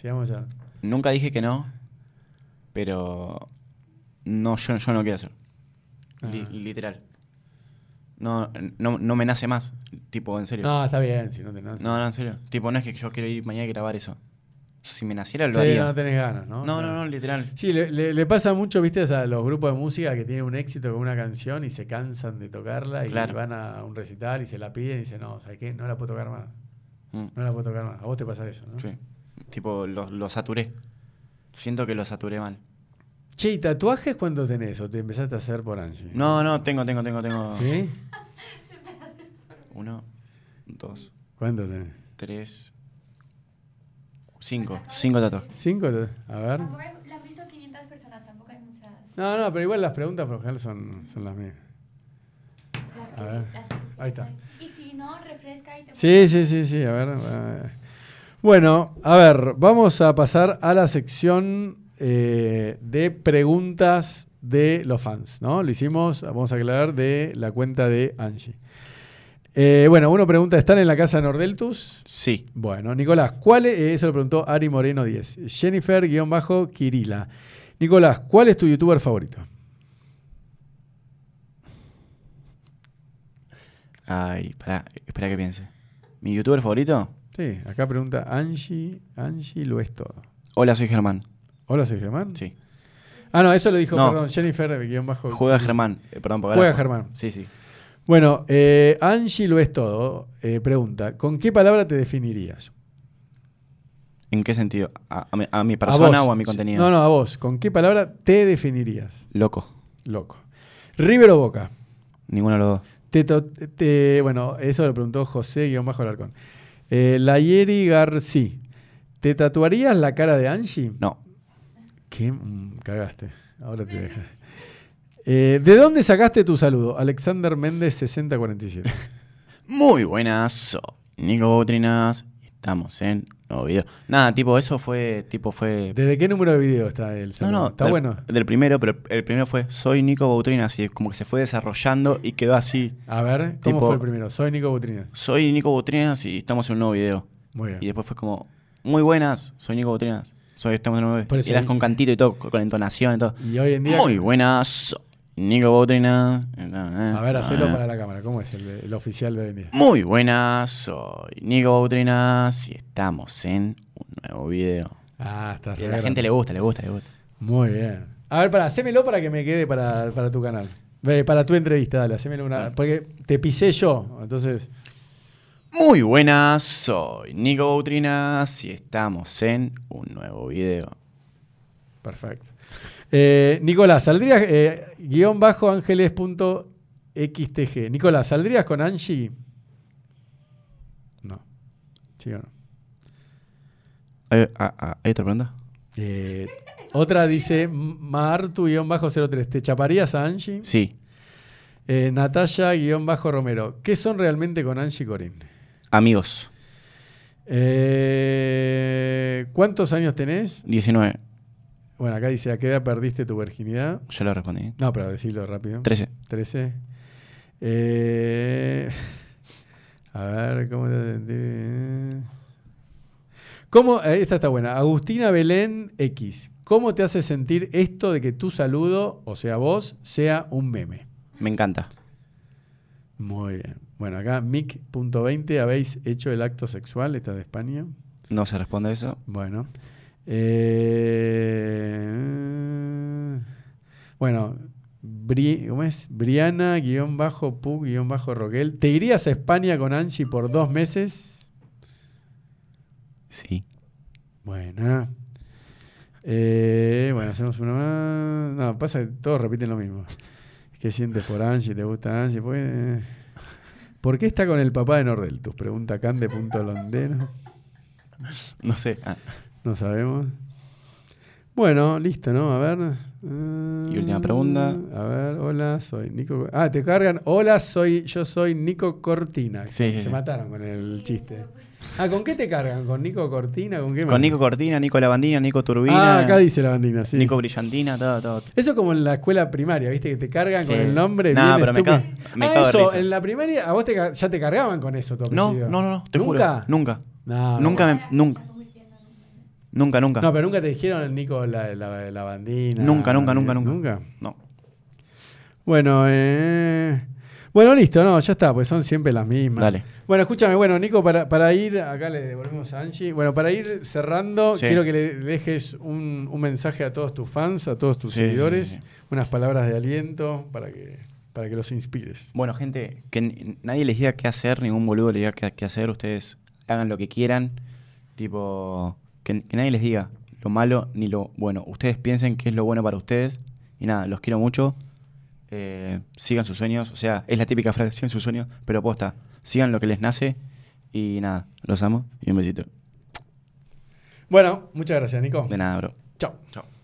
[SPEAKER 1] Sigamos ya.
[SPEAKER 2] Nunca dije que no, pero. No, yo, yo no lo quiero hacer. Li-
[SPEAKER 1] Ah.
[SPEAKER 2] literal. No, no, no me nace más. Tipo, en serio.
[SPEAKER 1] No, está bien, si no te nace.
[SPEAKER 2] No, no, en serio. Tipo, no es que yo quiero ir mañana y grabar eso. si me naciera lo
[SPEAKER 1] Sí,
[SPEAKER 2] haría.
[SPEAKER 1] no tenés ganas, ¿no?
[SPEAKER 2] no, no, no, literal.
[SPEAKER 1] Sí, le, le- le pasa mucho, viste, a los grupos de música que tienen un éxito con una canción y se cansan de tocarla y
[SPEAKER 2] Claro.
[SPEAKER 1] van a un recital y se la piden y dicen, no, ¿sabes qué? No la puedo tocar más.
[SPEAKER 2] Mm,
[SPEAKER 1] No la puedo tocar más. A vos te pasa eso, ¿no?
[SPEAKER 2] sí. Tipo, lo, lo saturé. Siento que lo saturé mal.
[SPEAKER 1] Che, ¿y tatuajes cuántos tenés o te empezaste a hacer por Angie?
[SPEAKER 2] No, no, tengo, tengo, tengo, tengo.
[SPEAKER 1] ¿Sí?
[SPEAKER 2] Uno, dos,
[SPEAKER 1] ¿Cuántos tenés?
[SPEAKER 2] tres, cinco. Cinco tatuajes.
[SPEAKER 1] ¿Cinco? tatu- A ver.
[SPEAKER 3] Tampoco hay, la han visto 500 personas, tampoco hay muchas.
[SPEAKER 1] No, no, pero igual las preguntas por lo general son, son las mías.
[SPEAKER 3] Las
[SPEAKER 1] A ver,
[SPEAKER 3] las que
[SPEAKER 1] ahí está.
[SPEAKER 3] Y si no, refresca y te
[SPEAKER 1] Sí, sí, sí, sí, a ver. eh. Bueno, a ver, vamos a pasar a la sección eh, de preguntas de los fans, ¿no? Lo hicimos, vamos a aclarar, de la cuenta de Angie. Eh, bueno, uno pregunta, ¿están en la casa de Nordeltus?
[SPEAKER 2] Sí.
[SPEAKER 1] Bueno, Nicolás, ¿cuál es, eso lo preguntó Ari Moreno 10, Jennifer-Kirila. Nicolás, ¿cuál es tu youtuber favorito?
[SPEAKER 2] Ay, pará, espera que piense. ¿Mi youtuber favorito?
[SPEAKER 1] Sí, acá pregunta Angie, Angie lo es todo.
[SPEAKER 2] Hola, soy Germán.
[SPEAKER 1] Hola, soy Germán.
[SPEAKER 2] Sí.
[SPEAKER 1] Ah, no, eso lo dijo,
[SPEAKER 2] No.
[SPEAKER 1] perdón, Jennifer, guión bajo.
[SPEAKER 2] Juega Germán. Eh, perdón, por
[SPEAKER 1] Juega
[SPEAKER 2] ahora.
[SPEAKER 1] Germán.
[SPEAKER 2] Sí, sí.
[SPEAKER 1] Bueno, eh, Angie lo es todo. eh, pregunta, ¿con qué palabra te definirías?
[SPEAKER 2] ¿En qué sentido? ¿A, a mi, a mi persona
[SPEAKER 1] vos.
[SPEAKER 2] o a mi contenido?
[SPEAKER 1] No, no, a vos. ¿Con qué palabra te definirías?
[SPEAKER 2] Loco.
[SPEAKER 1] Loco. River o Boca.
[SPEAKER 2] Ninguno de los dos.
[SPEAKER 1] Te to- te- bueno, eso lo preguntó José guión bajo Alarcón. Eh, Layeri García. ¿Te tatuarías la cara de Angie?
[SPEAKER 2] No.
[SPEAKER 1] ¿Qué? Mm, cagaste. Ahora te dejas. Eh, ¿De dónde sacaste tu saludo? Alexander Méndez 6047.
[SPEAKER 2] Muy buenas, soy Nico Botrinas. Estamos en nuevo video. Nada, tipo, eso fue. Tipo, fue.
[SPEAKER 1] ¿Desde qué número de video está el
[SPEAKER 2] no,
[SPEAKER 1] saludo?
[SPEAKER 2] no,
[SPEAKER 1] Está
[SPEAKER 2] del-
[SPEAKER 1] bueno.
[SPEAKER 2] Del primero, pero el primero fue Soy Nico Boutrinas y como que se fue desarrollando y quedó así.
[SPEAKER 1] A ver, ¿cómo
[SPEAKER 2] tipo-
[SPEAKER 1] fue el primero? Soy Nico Butrinas.
[SPEAKER 2] Soy Nico Boutrinas y estamos en un nuevo video.
[SPEAKER 1] Muy
[SPEAKER 2] Y
[SPEAKER 1] bien.
[SPEAKER 2] después fue como, muy buenas, soy Nico Botrinas. Soy estamos en un nuevo video.
[SPEAKER 1] Por eso
[SPEAKER 2] Y eras
[SPEAKER 1] ahí-
[SPEAKER 2] con cantito y todo, con con entonación y todo.
[SPEAKER 1] Y hoy en día.
[SPEAKER 2] Muy buenas, soy Nico Botrinas.
[SPEAKER 1] A ver,
[SPEAKER 2] Ah.
[SPEAKER 1] hacelo para la cámara. ¿Cómo es el, de- el oficial de hoy en día?
[SPEAKER 2] eh. Muy buenas, soy Nico Boutrinas y estamos en un nuevo video.
[SPEAKER 1] Ah, está
[SPEAKER 2] Y
[SPEAKER 1] re
[SPEAKER 2] a la gente
[SPEAKER 1] grande.
[SPEAKER 2] le gusta, le gusta, le gusta.
[SPEAKER 1] Muy bien. A ver, para, hacémelo para que me quede para, para tu canal. Ve, Para tu entrevista, dale, hacémelo
[SPEAKER 2] Ah.
[SPEAKER 1] una. Porque te pisé yo, entonces.
[SPEAKER 2] Muy buenas, soy Nico Boutrinas y estamos en un nuevo video.
[SPEAKER 1] Perfecto. Eh, Nicolás, ¿saldrías eh, guión bajo ángeles.xtg? Nicolás, ¿saldrías con Angie? No. ¿Sí o no?
[SPEAKER 2] ¿Hay, ah, ah, ¿hay otra pregunta?
[SPEAKER 1] Eh, otra dice Martu-03. ¿Te chaparías a Angie?
[SPEAKER 2] Sí.
[SPEAKER 1] Eh, Natalia-Romero. ¿Qué son realmente con Angie Corín?
[SPEAKER 2] Amigos,
[SPEAKER 1] Eh, ¿Cuántos años tenés?
[SPEAKER 2] 19,
[SPEAKER 1] Bueno, acá dice, ¿a qué edad perdiste tu virginidad?
[SPEAKER 2] yo lo respondí.
[SPEAKER 1] No, pero decirlo rápido.
[SPEAKER 2] 13.
[SPEAKER 1] 13. Eh, a ver, ¿cómo te sentí? ¿Cómo, eh, esta está buena. Agustina Belén X. ¿Cómo te hace sentir esto de que tu saludo, o sea vos, sea un meme?
[SPEAKER 2] Me encanta.
[SPEAKER 1] Muy bien. Bueno, acá mic.20, habéis hecho el acto sexual, esta de España.
[SPEAKER 2] No se responde eso.
[SPEAKER 1] Bueno. Eh, bueno, Bri- ¿cómo es? Briana, guión bajo, Pu, guión bajo, Roquel. ¿Te irías a España con Angie por dos meses?
[SPEAKER 2] Sí.
[SPEAKER 1] Buena. Eh, bueno, hacemos una más. No, pasa que todos repiten lo mismo. ¿Qué sientes por Angie? ¿Te gusta Angie? Pues, ¿Por qué está con el papá de Nordeltus? Pregunta Cande.londero.
[SPEAKER 2] No sé. Ah,
[SPEAKER 1] No sabemos. Bueno, listo, ¿no? A ver. eh,
[SPEAKER 2] Y última pregunta.
[SPEAKER 1] A ver, hola, soy Nico. Ah, te cargan. Hola, soy yo soy Nico Cortina.
[SPEAKER 2] Sí,
[SPEAKER 1] Se
[SPEAKER 2] sí, sí.
[SPEAKER 1] mataron con el chiste.
[SPEAKER 3] pues,
[SPEAKER 1] Ah, ¿con qué te cargan? ¿Con Nico Cortina? ¿Con qué más?
[SPEAKER 2] Con Nico Cortina, Nico Lavandina, Nico Turbina,
[SPEAKER 1] Ah, acá dice la bandina, sí.
[SPEAKER 2] Nico Brillantina, todo, todo.
[SPEAKER 1] Eso como en la escuela primaria, ¿viste? Que te cargan
[SPEAKER 2] Sí.
[SPEAKER 1] con el nombre.
[SPEAKER 2] No,
[SPEAKER 1] bien
[SPEAKER 2] pero me
[SPEAKER 1] estúpido.
[SPEAKER 2] cago- me
[SPEAKER 1] ah,
[SPEAKER 2] cago de
[SPEAKER 1] eso,
[SPEAKER 2] risa.
[SPEAKER 1] en la primaria, a vos te, ca- ya te cargaban con eso, tu
[SPEAKER 2] No,
[SPEAKER 1] apellido.
[SPEAKER 2] no, no, no, te
[SPEAKER 1] ¿Nunca?
[SPEAKER 2] juro. Nunca.
[SPEAKER 1] No,
[SPEAKER 2] Nunca me-
[SPEAKER 3] Ahora se
[SPEAKER 2] nunca.
[SPEAKER 3] está convirtiendo en un-
[SPEAKER 2] Nunca, nunca.
[SPEAKER 1] No, pero nunca te dijeron, Nico, la, la, la bandina.
[SPEAKER 2] Nunca, nunca, nunca, nunca.
[SPEAKER 1] Nunca.
[SPEAKER 2] No.
[SPEAKER 1] Bueno, eh, Bueno, listo, no, ya está, pues son siempre las mismas.
[SPEAKER 2] Dale.
[SPEAKER 1] Bueno, escúchame, bueno, Nico, para, para ir, acá le devolvemos a Angie. Bueno, para ir cerrando,
[SPEAKER 2] Sí.
[SPEAKER 1] quiero que le dejes un, un mensaje a todos tus fans, a todos tus
[SPEAKER 2] Sí, sí,
[SPEAKER 1] seguidores,
[SPEAKER 2] sí, sí.
[SPEAKER 1] unas palabras de aliento para que, para que los inspires.
[SPEAKER 2] Bueno, gente, que n- nadie les diga qué hacer, ningún boludo les diga qué, qué hacer. Ustedes hagan lo que quieran. Tipo, que, que nadie les diga lo malo ni lo bueno. Ustedes piensen qué es lo bueno para ustedes. Y nada, los quiero mucho. Eh, sigan sus sueños. O sea, es la típica frase, sigan sus sueños. Pero posta, sigan lo que les nace. Y nada, los amo y un besito.
[SPEAKER 1] Bueno, muchas gracias, Nico.
[SPEAKER 2] De nada, bro.
[SPEAKER 1] Chao.
[SPEAKER 2] Chao.